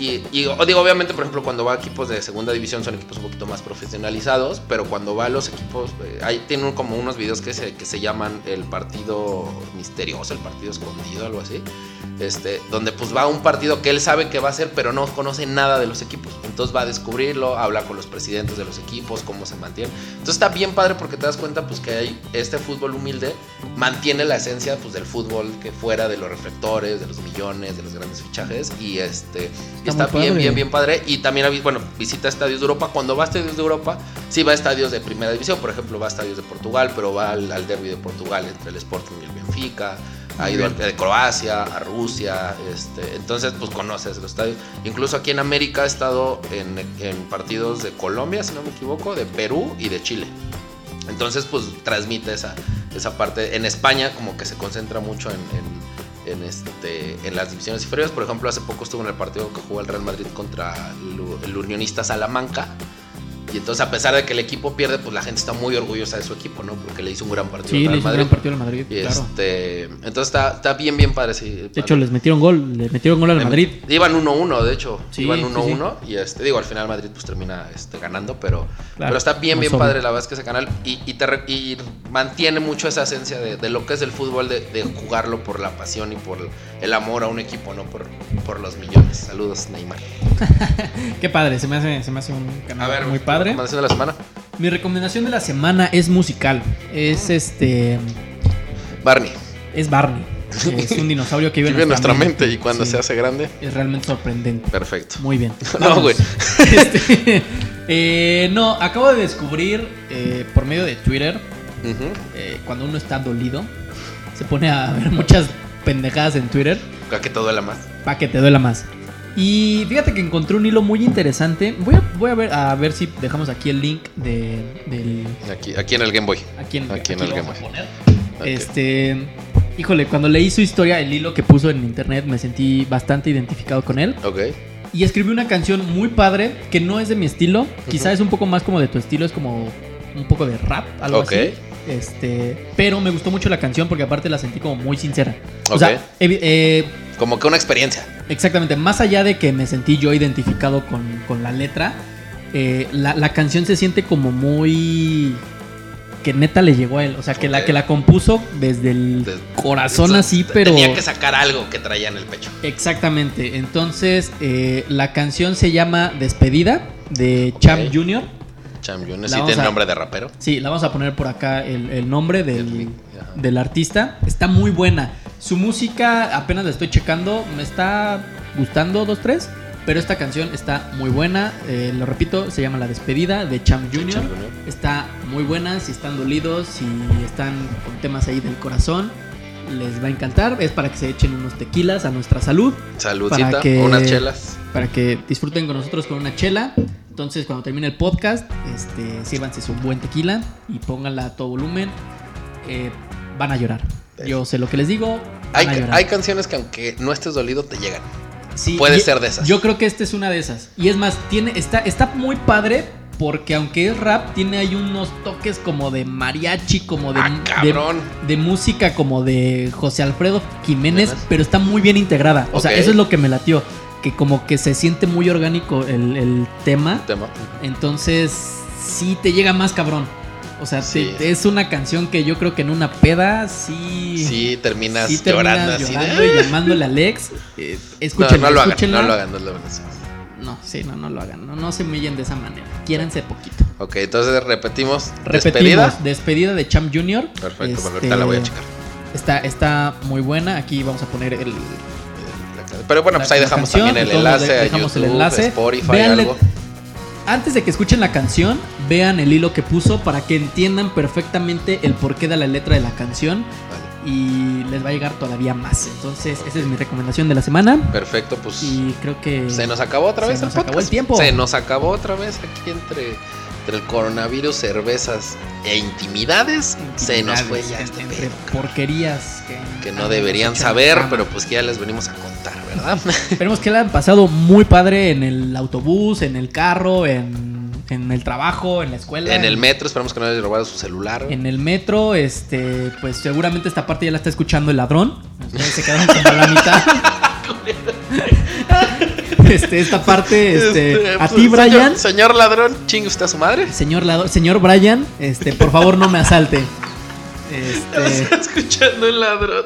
Speaker 1: Y, y, o digo, obviamente, por ejemplo, cuando va a equipos de segunda división son equipos un poquito más profesionalizados, pero cuando va a los equipos, eh, ahí tienen como unos videos que se, que se llaman el partido misterioso, el partido escondido, algo así este, donde pues va a un partido que él sabe que va a hacer, pero no conoce nada de los equipos. Entonces va a descubrirlo, habla con los presidentes de los equipos, cómo se mantiene. Entonces está bien padre porque te das cuenta pues que hay este fútbol humilde mantiene la esencia pues del fútbol que fuera de los reflectores, de los millones, de los grandes fichajes y este y
Speaker 2: Está
Speaker 1: está,
Speaker 2: muy
Speaker 1: bien,
Speaker 2: padre.
Speaker 1: bien, bien padre. Y también, ha vi- bueno, visita estadios de Europa. Cuando va a estadios de Europa, sí va a estadios de primera división. Por ejemplo, va a estadios de Portugal, pero va al, al derbi de Portugal entre el Sporting y el Benfica. Ha
Speaker 2: Muy
Speaker 1: ido al-
Speaker 2: bien.
Speaker 1: de Croacia, a Rusia. Este, entonces, pues conoces los estadios. Incluso aquí en América ha estado en, en partidos de Colombia, si no me equivoco, de Perú y de Chile. Entonces, pues transmite esa, esa parte. En España, como que se concentra mucho en, en- en este, en las divisiones inferiores. Por ejemplo, hace poco estuvo en el partido que jugó el Real Madrid contra el, el Unionista Salamanca. Y entonces, a pesar de que el equipo pierde, pues la gente está muy orgullosa de su equipo, ¿no? Porque le hizo un gran partido
Speaker 2: Sí,
Speaker 1: al
Speaker 2: le
Speaker 1: Real
Speaker 2: hizo un
Speaker 1: Madrid.
Speaker 2: gran partido al Madrid,
Speaker 1: Y
Speaker 2: claro.
Speaker 1: este, entonces está, está bien, bien padre. sí,
Speaker 2: De hecho, les metieron gol, le metieron gol al
Speaker 1: Le-
Speaker 2: Madrid.
Speaker 1: Iban 1-1, de hecho.
Speaker 2: Sí,
Speaker 1: iban
Speaker 2: sí,
Speaker 1: 1-1. Y este, digo, al final Madrid pues termina este, ganando, pero,
Speaker 2: Claro,
Speaker 1: pero está bien,
Speaker 2: como
Speaker 1: bien
Speaker 2: sobra.
Speaker 1: padre la verdad es que ese canal. Y, y te re- y mantiene mucho esa esencia de, de lo que es el fútbol, de, de jugarlo por la pasión y por el amor a un equipo, no por, por los millones. Saludos, Neymar.
Speaker 2: Qué padre, se me hace, se me hace un canal muy padre.
Speaker 1: recomendación de la semana.
Speaker 2: Mi recomendación de la semana es musical. Es este.
Speaker 1: Barney.
Speaker 2: Es Barney. Es un dinosaurio que vive,
Speaker 1: Vive en nuestra mente y cuando
Speaker 2: Sí,
Speaker 1: se hace grande.
Speaker 2: Es realmente sorprendente.
Speaker 1: Perfecto.
Speaker 2: Muy bien.
Speaker 1: No,
Speaker 2: Vamos.
Speaker 1: güey.
Speaker 2: Este, eh, no, acabo de descubrir eh, por medio de Twitter,
Speaker 1: Ujú.
Speaker 2: eh, cuando uno está dolido, se pone a ver muchas pendejadas en Twitter
Speaker 1: A que te duela más.
Speaker 2: para que te duela más. Y fíjate que encontré un hilo muy interesante. Voy a, voy a ver a ver si dejamos aquí el link de, del
Speaker 1: Aquí, aquí en el Game Boy.
Speaker 2: aquí en,
Speaker 1: Aquí en
Speaker 2: aquí
Speaker 1: el
Speaker 2: lo
Speaker 1: Game
Speaker 2: vamos a
Speaker 1: Boy.
Speaker 2: poner.
Speaker 1: Ok.
Speaker 2: Este, híjole, cuando leí su historia, el hilo que puso en internet, me sentí bastante identificado con él.
Speaker 1: Ok.
Speaker 2: Y escribí una canción muy padre que no es de mi estilo. Quizá
Speaker 1: Ujú.
Speaker 2: es un poco más como de tu estilo, es como un poco de rap, algo
Speaker 1: Ok.
Speaker 2: así. Este, pero me gustó mucho la canción porque aparte la sentí como muy sincera. O sea,
Speaker 1: Ok.
Speaker 2: evi- eh,
Speaker 1: Como que una experiencia.
Speaker 2: exactamente, más allá de que me sentí yo identificado con, con la letra, eh, la, la canción se siente como muy... que neta le llegó a él. O sea, que, la,
Speaker 1: Ok.
Speaker 2: que la compuso desde el
Speaker 1: Desde-
Speaker 2: corazón
Speaker 1: Eso-
Speaker 2: así,
Speaker 1: te-
Speaker 2: pero...
Speaker 1: Tenía que sacar algo que traía en el pecho.
Speaker 2: Exactamente. Entonces, eh, la canción se llama Despedida de Champ
Speaker 1: Ok.
Speaker 2: Jr.
Speaker 1: Champion,
Speaker 2: La
Speaker 1: sí
Speaker 2: vamos
Speaker 1: tiene
Speaker 2: a-
Speaker 1: nombre de rapero.
Speaker 2: Sí, la vamos a poner por acá el, el nombre del,
Speaker 1: El- ajá.
Speaker 2: del artista. Está muy buena. Su música apenas la estoy checando. Me está gustando dos, tres. Pero esta canción está muy buena. Eh, lo repito, se llama La Despedida de Champ Jr.
Speaker 1: Champ Jr..
Speaker 2: Está muy buena. Si están dolidos, si están con temas ahí del corazón, les va a encantar. Es para que se echen unos tequilas a nuestra salud.
Speaker 1: Saludcita,
Speaker 2: Para que-
Speaker 1: unas chelas.
Speaker 2: para que disfruten con nosotros con una chela. Entonces, cuando termine el podcast, este, sírvanse su buen tequila y pónganla a todo volumen. Eh, van a llorar. Yo sé lo que les digo. Van
Speaker 1: Hay,
Speaker 2: a
Speaker 1: ca-
Speaker 2: llorar.
Speaker 1: hay canciones que aunque no estés dolido te llegan.
Speaker 2: Sí,
Speaker 1: puede
Speaker 2: y-
Speaker 1: ser de esas.
Speaker 2: Yo creo que esta es una de esas. Y es más, tiene, está, está muy padre porque aunque es rap, tiene ahí unos toques como de mariachi, como de,
Speaker 1: ah,
Speaker 2: de-
Speaker 1: cabrón.
Speaker 2: de música como de José Alfredo Jiménez,
Speaker 1: Jiménez.
Speaker 2: pero está muy bien integrada. O sea,
Speaker 1: Ok.
Speaker 2: eso es lo que me latió. Que como que se siente muy orgánico el, el tema.
Speaker 1: Tema.
Speaker 2: Entonces, sí te llega más cabrón. O sea,
Speaker 1: Sí.
Speaker 2: te- es una canción que yo creo que en una peda sí.
Speaker 1: Sí, terminas,
Speaker 2: sí terminas
Speaker 1: llorando, así de- "Ah".
Speaker 2: llorando y llamándole a Alex. Eh,
Speaker 1: No,
Speaker 2: escúchenla,
Speaker 1: no lo hagan,
Speaker 2: escúchenla.
Speaker 1: no lo hagan, no lo hagan.
Speaker 2: No, sí, no, no lo hagan. No, no se humillen de esa manera. Quiéranse poquito.
Speaker 1: Ok, entonces repetimos.
Speaker 2: Repetimos,
Speaker 1: Despedida.
Speaker 2: despedida, de Champ Jr.
Speaker 1: Perfecto, porque
Speaker 2: Este,
Speaker 1: ahorita la voy a checar.
Speaker 2: Está, está muy buena. Aquí vamos a poner el.
Speaker 1: Pero bueno,
Speaker 2: la-
Speaker 1: pues ahí
Speaker 2: la
Speaker 1: dejamos
Speaker 2: canción,
Speaker 1: también el
Speaker 2: entonces,
Speaker 1: enlace a
Speaker 2: dejamos el
Speaker 1: YouTube,
Speaker 2: enlace.
Speaker 1: Spotify,
Speaker 2: Véanle-
Speaker 1: algo.
Speaker 2: Antes de que escuchen la canción, vean el hilo que puso para que entiendan perfectamente el porqué de la letra de la canción
Speaker 1: Vale,
Speaker 2: y les va a llegar todavía más. Entonces, esa es mi recomendación de la semana.
Speaker 1: perfecto, pues
Speaker 2: Y creo que.
Speaker 1: se nos acabó otra
Speaker 2: se
Speaker 1: vez
Speaker 2: nos
Speaker 1: el
Speaker 2: acabó
Speaker 1: podcast.
Speaker 2: el tiempo.
Speaker 1: Se nos acabó otra vez aquí entre, entre el coronavirus, cervezas e intimidades. Se nos fue ya este
Speaker 2: Entre
Speaker 1: pedo.
Speaker 2: porquerías que,
Speaker 1: que no deberían saber, pero pues que ya les venimos a contar, ¿verdad?
Speaker 2: Esperemos que la han pasado muy padre en el autobús, en el carro, en, en el trabajo, en la escuela.
Speaker 1: en el metro, esperamos que no les robado su celular.
Speaker 2: En el metro, este, pues seguramente esta parte ya la está escuchando el ladrón. Ustedes se quedaron como a la mitad. este, esta parte, este, a
Speaker 1: pues,
Speaker 2: ti,
Speaker 1: señor-
Speaker 2: Brian.
Speaker 1: Señor ladrón, chingue usted a su madre.
Speaker 2: Señor ladrón, señor Brian, este, por favor no me asalte. Este,
Speaker 1: escuchando el ladrón.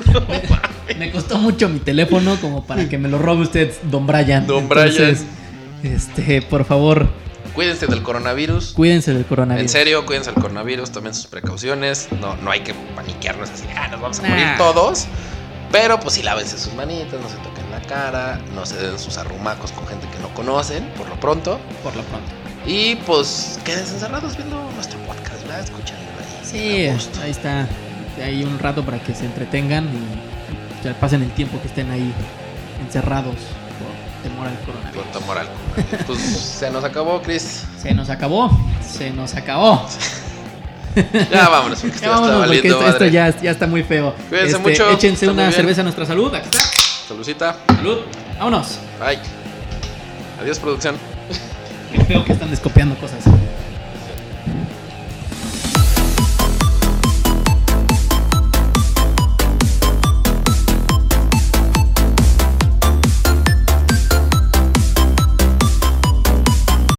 Speaker 2: me costó mucho mi teléfono como para que me lo robe usted, don Brian.
Speaker 1: Don
Speaker 2: Este, por favor,
Speaker 1: Cuídense del coronavirus.
Speaker 2: cuídense del
Speaker 1: En
Speaker 2: coronavirus.
Speaker 1: serio, cuídense del coronavirus, tomen sus precauciones. No, no hay que paniquearnos así, ah, nos vamos a
Speaker 2: Nah.
Speaker 1: morir todos. Pero pues sí, lávense sus manitas, no se toquen la cara, no se den sus arrumacos con gente que no conocen, por lo pronto.
Speaker 2: Por lo pronto.
Speaker 1: Y pues quédense encerrados viendo nuestro podcast, ¿verdad? Escuchando ahí.
Speaker 2: Sí,
Speaker 1: a gusto.
Speaker 2: ahí está. Hay un rato para que se entretengan y ya pasen el tiempo que estén ahí encerrados por temor al
Speaker 1: Por
Speaker 2: coronavirus.
Speaker 1: tomar algo. Pues se nos acabó, Chris.
Speaker 2: Se nos acabó, se nos acabó.
Speaker 1: Ya vámonos, porque esto ya
Speaker 2: Ya
Speaker 1: está
Speaker 2: vámonos, porque
Speaker 1: valiendo
Speaker 2: esto, esto
Speaker 1: madre.
Speaker 2: ya, ya está muy feo. Este,
Speaker 1: Cuídense mucho,
Speaker 2: Échense
Speaker 1: está muy
Speaker 2: una
Speaker 1: bien.
Speaker 2: cerveza a nuestra salud. Aquí está.
Speaker 1: Saludcita.
Speaker 2: Salud. Vámonos.
Speaker 1: Bye. Adiós, producción.
Speaker 2: Creo que están descopiando cosas.